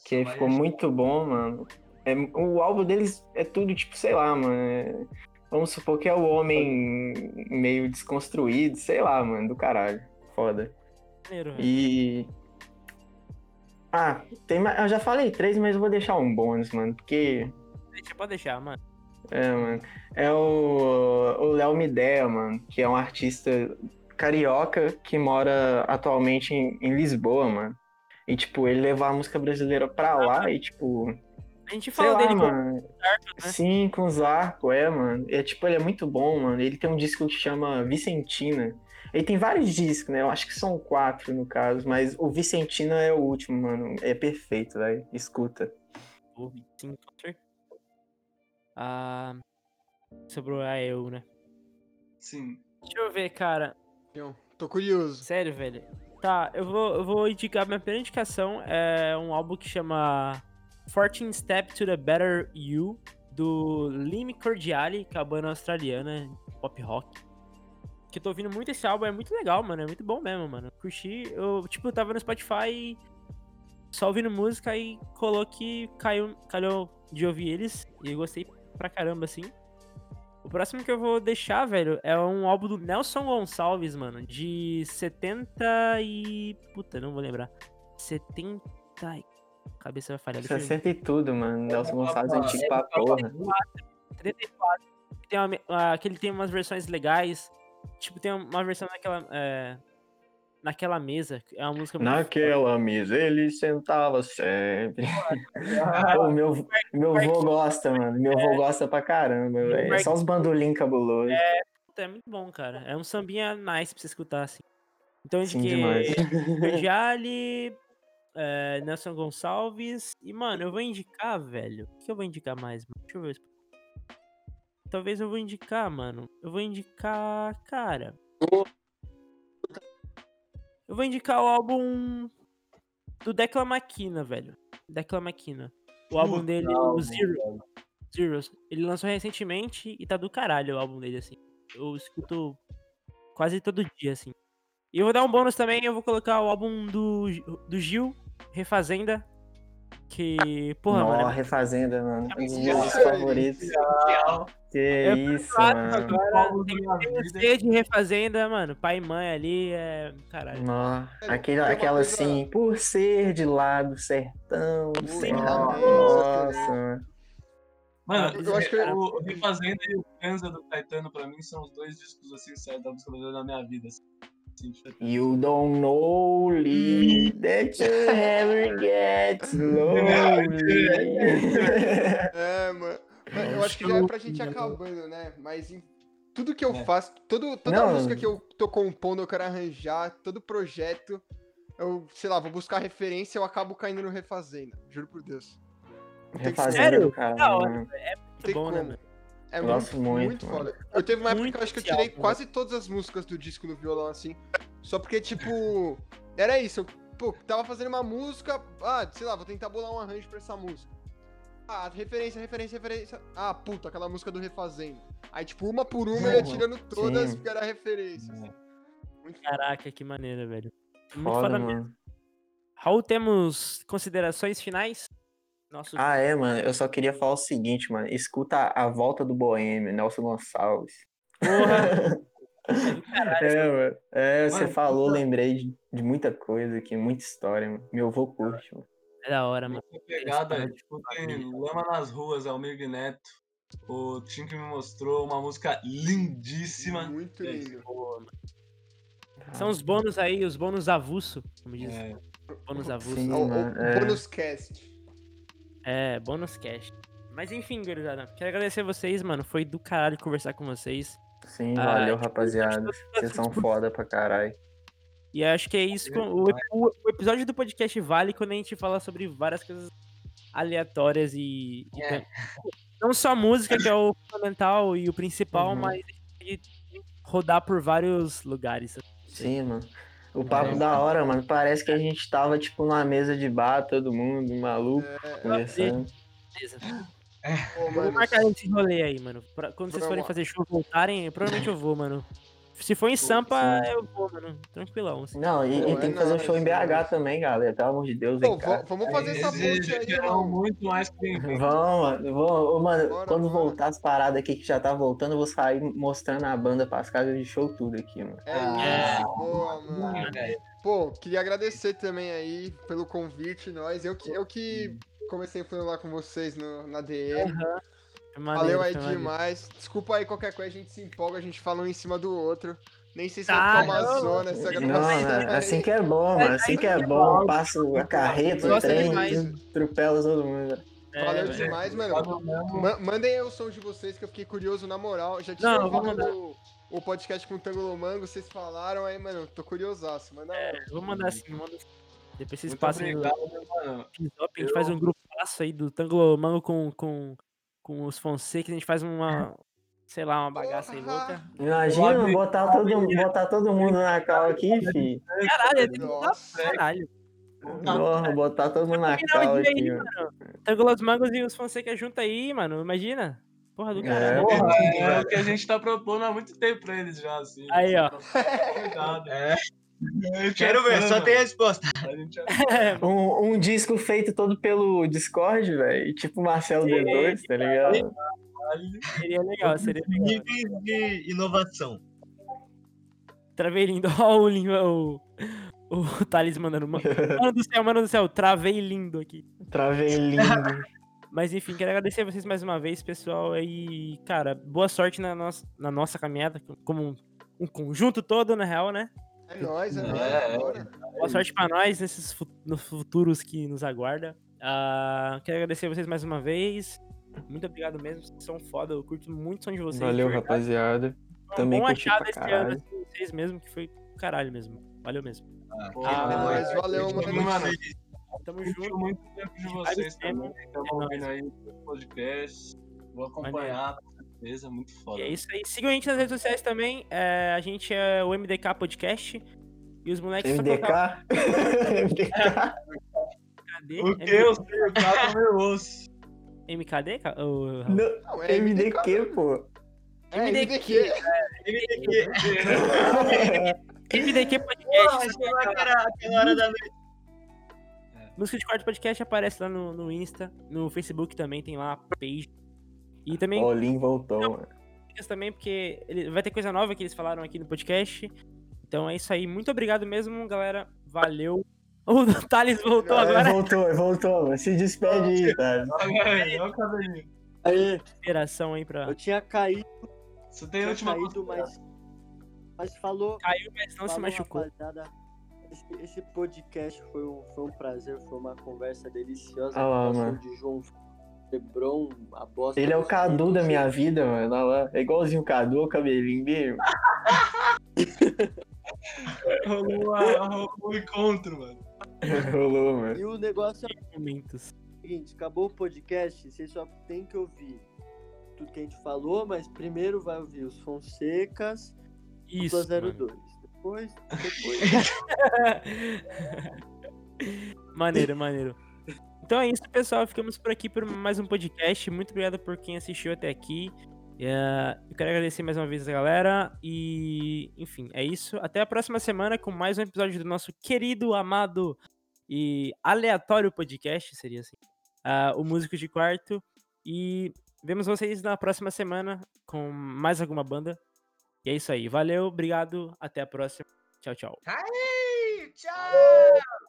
que ficou
é
muito bom, mano. É, o álbum deles é tudo, tipo, sei lá, mano. é- Vamos supor que é o homem meio desconstruído, sei lá, mano, do caralho. Foda.
Maneiro, velho.
E. Ah, tem mais. Eu já falei três, mas eu vou deixar um bônus, mano, porque
Deixa, pode deixar, mano.
é, mano. É o o Léo Midea, mano, que é um artista carioca que mora atualmente em, em Lisboa, mano. E, tipo, ele levar a música brasileira pra lá e, tipo,
A gente
sei
falou
lá,
dele com
mano.
né?
Sim, com os arcos, é, mano. É, tipo, ele é muito bom, mano. Ele tem um disco que chama Vicentina. Ele tem vários discos, né? Eu acho que são quatro, no caso. Mas o Vicentina é o último, mano. É perfeito, velho. Escuta.
o Sim, com certeza. Ah, sobrou a eu, né?
Sim.
Deixa eu ver, cara.
Tô curioso.
Sério, velho. Tá, eu vou, eu vou indicar. Minha primeira indicação é um álbum que chama 14 Step to the Better You, do Lime Cordiale, que é a banda australiana, pop rock. Que eu tô ouvindo muito esse álbum, é muito legal, mano. É muito bom mesmo, mano. Eu Curti. Eu, tipo, eu tava no Spotify e só ouvindo música e colou que caiu, calhou de ouvir eles. E eu gostei pra caramba, assim. O próximo que eu vou deixar, velho, é um álbum do Nelson Gonçalves, mano, de 70 e. Puta, não vou lembrar. 70. e- Cabeça vai falhar. deixa eu ver.
60 e tudo, mano. Nelson Gonçalves é antigo pra porra.
34. Tem uma, me- ah, que ele tem umas versões legais. Tipo, tem uma versão naquela. é, naquela mesa. É uma música muito
Naquela mesa ele sentava sempre. Pô, meu, meu vô gosta, mano. Meu vô gosta pra caramba, velho. É só os bandolim cabuloso.
foda, É muito bom, cara. É um sambinha nice pra você escutar, assim. Então eu
Sim,
indiquei
demais.
Cordiale, é, Nelson Gonçalves. E, mano, eu vou indicar, velho. O que eu vou indicar mais, mano? Deixa eu ver. Talvez eu vou indicar, mano. Eu vou indicar, cara. Eu vou indicar o álbum do Decla Maquina, velho. Decla Maquina. O álbum dele, o Zero. Zeros. Ele lançou recentemente e tá do caralho o álbum dele, assim. Eu escuto quase todo dia, assim. E eu vou dar um bônus também, eu vou colocar o álbum do, Gi- do Gil, Refazenda. Que, porra,
Nó,
mano. é
refazenda, mano. Um dos meus
Nossa,
discos favoritos. Que
Eu
isso,
Claro,
mano.
É agora tem que ter de Refazenda, mano. Pai e mãe ali, é. Caralho.
Nó. Aquele,
É uma
aquela
coisa-
assim, por ser de lá do sertão, sem
Nossa,
Nossa, mano.
Mano,
Eu acho que eu-
o o Refazenda e o Panza do Caetano, pra mim, são os dois discos assim, sério, da música brasileira da minha vida. Assim, Assim, tipo,
You don't know Lee, that you ever get lonely.
É, mano. Mas eu acho que já é pra gente ir acabando, né? Mas em- tudo que eu
É.
faço, todo, toda
Não.
música que eu tô compondo, eu quero arranjar, todo projeto, eu, sei lá, vou buscar referência, eu acabo caindo no refazenda. Juro por Deus.
Refazenda
Sério?
do caralho,
Da hora,
mano.
Não
Muito
tem
bom, né,
como.
mano?
É
Eu gosto muito, mano.
foda. Eu teve uma época
Muito né?
que eu acho que eu
especial,
tirei
mano.
quase todas as músicas do disco no violão, assim. Só porque, tipo, era isso. Eu, pô, tava fazendo uma música. Ah, sei lá, vou tentar bolar um arranjo pra essa música. Ah, referência, referência, referência. Ah, puta, aquela música do Refazendo. Aí, tipo, uma por uma eu ia tirando todas
Sim.
porque era referência. assim. Muito foda.
Caraca, que maneira, velho. Muito
Foda,
foda mesmo.
mano.
Raul, temos considerações finais? Nosso.
Ah, é, mano. Eu só queria falar o seguinte, mano. Escuta a volta do Boêmio, Nelson Gonçalves.
Porra! tá
É, mano. É, você
Mano,
falou, lembrei de, de muita coisa aqui, muita história, mano. Meu avô curte, mano.
é da hora, mano.
uma pegada,
Esse cara- é né?
tipo, tem Lama nas Ruas, Almir Neto. O Tim que me mostrou uma música lindíssima.
Muito lindo.
São os bônus aí, os bônus avulso, como diz.
É,
Bônus avulso.
Sim,
Ó, o-
mano. É.
Bônus cast.
É, bônus cash. Mas enfim, gurizada, quero agradecer vocês, mano. Foi do caralho conversar com vocês.
Sim,
Ah,
valeu,
tipo,
rapaziada.
acho que-
Vocês são foda pra caralho.
E eu acho que é isso. com- O, ep- o- o episódio do podcast vale quando a gente fala sobre várias coisas aleatórias e. e
É.
tam- Não só música, que é o fundamental e o principal,
Uhum.
mas a gente tem que rodar por vários lugares.
Sim, mano. O papo da hora, mano. Parece que a gente tava, tipo, numa mesa de bar, todo mundo, maluco,
É,
conversando.
Beleza.
Pô,
Vamos
mano,
marcar esse rolê aí, mano. Pra- quando vocês forem
Vamos.
fazer show e voltarem, provavelmente eu vou, mano. Se for em Sampa, eu vou, mano. Tranquilão. assim.
Não, e,
Não,
e
é
tem que fazer um
nóis,
show em BH
nóis.
também, galera. Pelo amor de Deus,
Pô,
hein,
va-
cara.
vamos fazer
É,
essa ponte aí,
Exigiram
irmão.
muito mais que
Vamos, mano. Vamos, Ô, mano,
Bora,
quando
bora.
voltar as paradas aqui que já tá voltando, eu vou sair mostrando a banda pras casas de show tudo aqui, mano.
É
Ah.
isso, boa, mano.
ninguém.
Pô, queria agradecer também aí pelo convite, nós. Eu que, eu que comecei falando lá com vocês no, na DM.
Foi maneiro,
Valeu aí
foi maneiro.
demais. Desculpa aí qualquer coisa, a gente se empolga, a gente fala um em cima do outro. Nem sei se
Tá,
eu tô uma
não.
zona essa
Não, mano, assim que é bom, mano. Assim que é bom. Eu passo a carreta, o
Nossa,
trem,
demais.
atropela todo mundo.
É,
Valeu
velho.
demais, mano. Ma- mandem aí o som de vocês que eu fiquei curioso na moral. Já tinha
Não, eu vou
ouvido o, o podcast com o Tango Mango, vocês falaram aí, mano, eu tô curiosaço. Manda um.
É, vou mandar assim, manda assim. Depois vocês
Muito
passam no
obrigado, mano.
Pizop, a gente faz um grupaço aí do Tango Mango com, com, com os Fonseca, a gente faz uma, sei lá, uma bagaça aí louca.
Imagina botar todo, botar todo mundo na cal aqui, fi.
Caralho, é de-
Nossa.
caralho.
Porra, botar todo mundo na
Final
cal
o dia aí,
aqui, mano.
mano. Tango Los Mangos e os Fonseca junto aí, mano, imagina. Porra do
É,
caralho.
porra.
É o que a gente tá propondo há muito tempo pra eles já, assim.
Aí, ó.
Cuidado.
É.
Eu
Quero ver, só tem resposta.
A gente é
Ah,
Um, um disco feito todo pelo Discord, velho. Tipo Marcelo
É.
Sim,
D2, tá ligado?
Seria legal, seria legal. né?
Níveis de inovação.
Travei lindo. Ó, o, Lin- o, o Thales mandando. ma- Mano do céu, mano do céu, travei lindo aqui.
Travei lindo.
Mas enfim, quero agradecer a vocês mais uma vez, pessoal. E, cara, boa sorte na nossa, na nossa caminhada, como um, um conjunto todo, na real, né?
É nóis, é nóis.
É,
bora.
Boa sorte pra nós nesses fu- nos futuros que nos aguarda. Ah, quero agradecer a vocês mais uma vez. Muito obrigado mesmo, vocês são foda. Eu curto muito o som de vocês.
Valeu,
de verdade.
rapaziada.
Foi um
Também
bom
curti
achado
pra
esse
caralho.
ano, assim, vocês mesmo, que foi do caralho mesmo. Valeu mesmo.
É
Ah,
nóis, valeu,
muito
mano.
mano.
Tamo
Curtiu
junto.
muito o tempo de vocês também. que Estão né? ouvindo aí o podcast. Vou acompanhar, com certeza. Muito
E
foda.
é isso aí. Sigam a gente nas redes sociais também. É, a gente é o MDK Podcast. E os moleques
um
só colocar-
MDK? MDK?
Cadê?
O que eu sei, o cara é meu osso.
MKD? ca- ô, Raul?
Não,
Não, é
MDQ, pô.
É,
MDQ.
MDQ.
MDQ Podcast.
Porra, chegou aquela, aquela hora da noite.
É. Música de Quarto Podcast aparece lá no, no Insta. No Facebook também tem lá a page. E também
Olin voltou, mano.
dicas também, porque ele, vai ter coisa nova que eles falaram aqui no podcast. Então é isso aí. Muito obrigado mesmo, galera. Valeu. O Thales voltou
Galera,
agora.
Voltou, voltou, mano. Se despede aí, tá?
É, Olha o cabelinho.
Aí,
Interação aí pra.
eu tinha caído,
Você tem a última
tinha caído, mas. Mas falou.
Caiu, mas não se
Falou,
machucou.
rapaziada. Esse, esse podcast foi um, foi um prazer, foi uma conversa deliciosa.
Ah lá,
a relação
mano.
de João Lebron, a bosta.
Ele é o
dos
Cadu da
Lakers.
minha vida, mano. Olha lá. É igualzinho o Cadu, o cabelinho dele.
Rolou, a- rolou o encontro, mano.
Rolou, mano.
E o negócio é
Momentos.
o seguinte: acabou o podcast, vocês só tem que ouvir tudo que a gente falou, mas primeiro vai ouvir os Fonsecas
Isso. mano.
02. Depois, depois.
maneiro, maneiro. Então é isso, pessoal. Ficamos por aqui por mais um podcast. Muito obrigado por quem assistiu até aqui. É, eu quero agradecer mais uma vez a galera. E, enfim, é isso. Até a próxima semana com mais um episódio do nosso querido, amado e aleatório podcast, seria assim. ah, o Músico de Quarto. E vemos vocês na próxima semana com mais alguma banda. E é isso aí. Valeu, obrigado. Até a próxima. Tchau, tchau.
Ai, Tchau!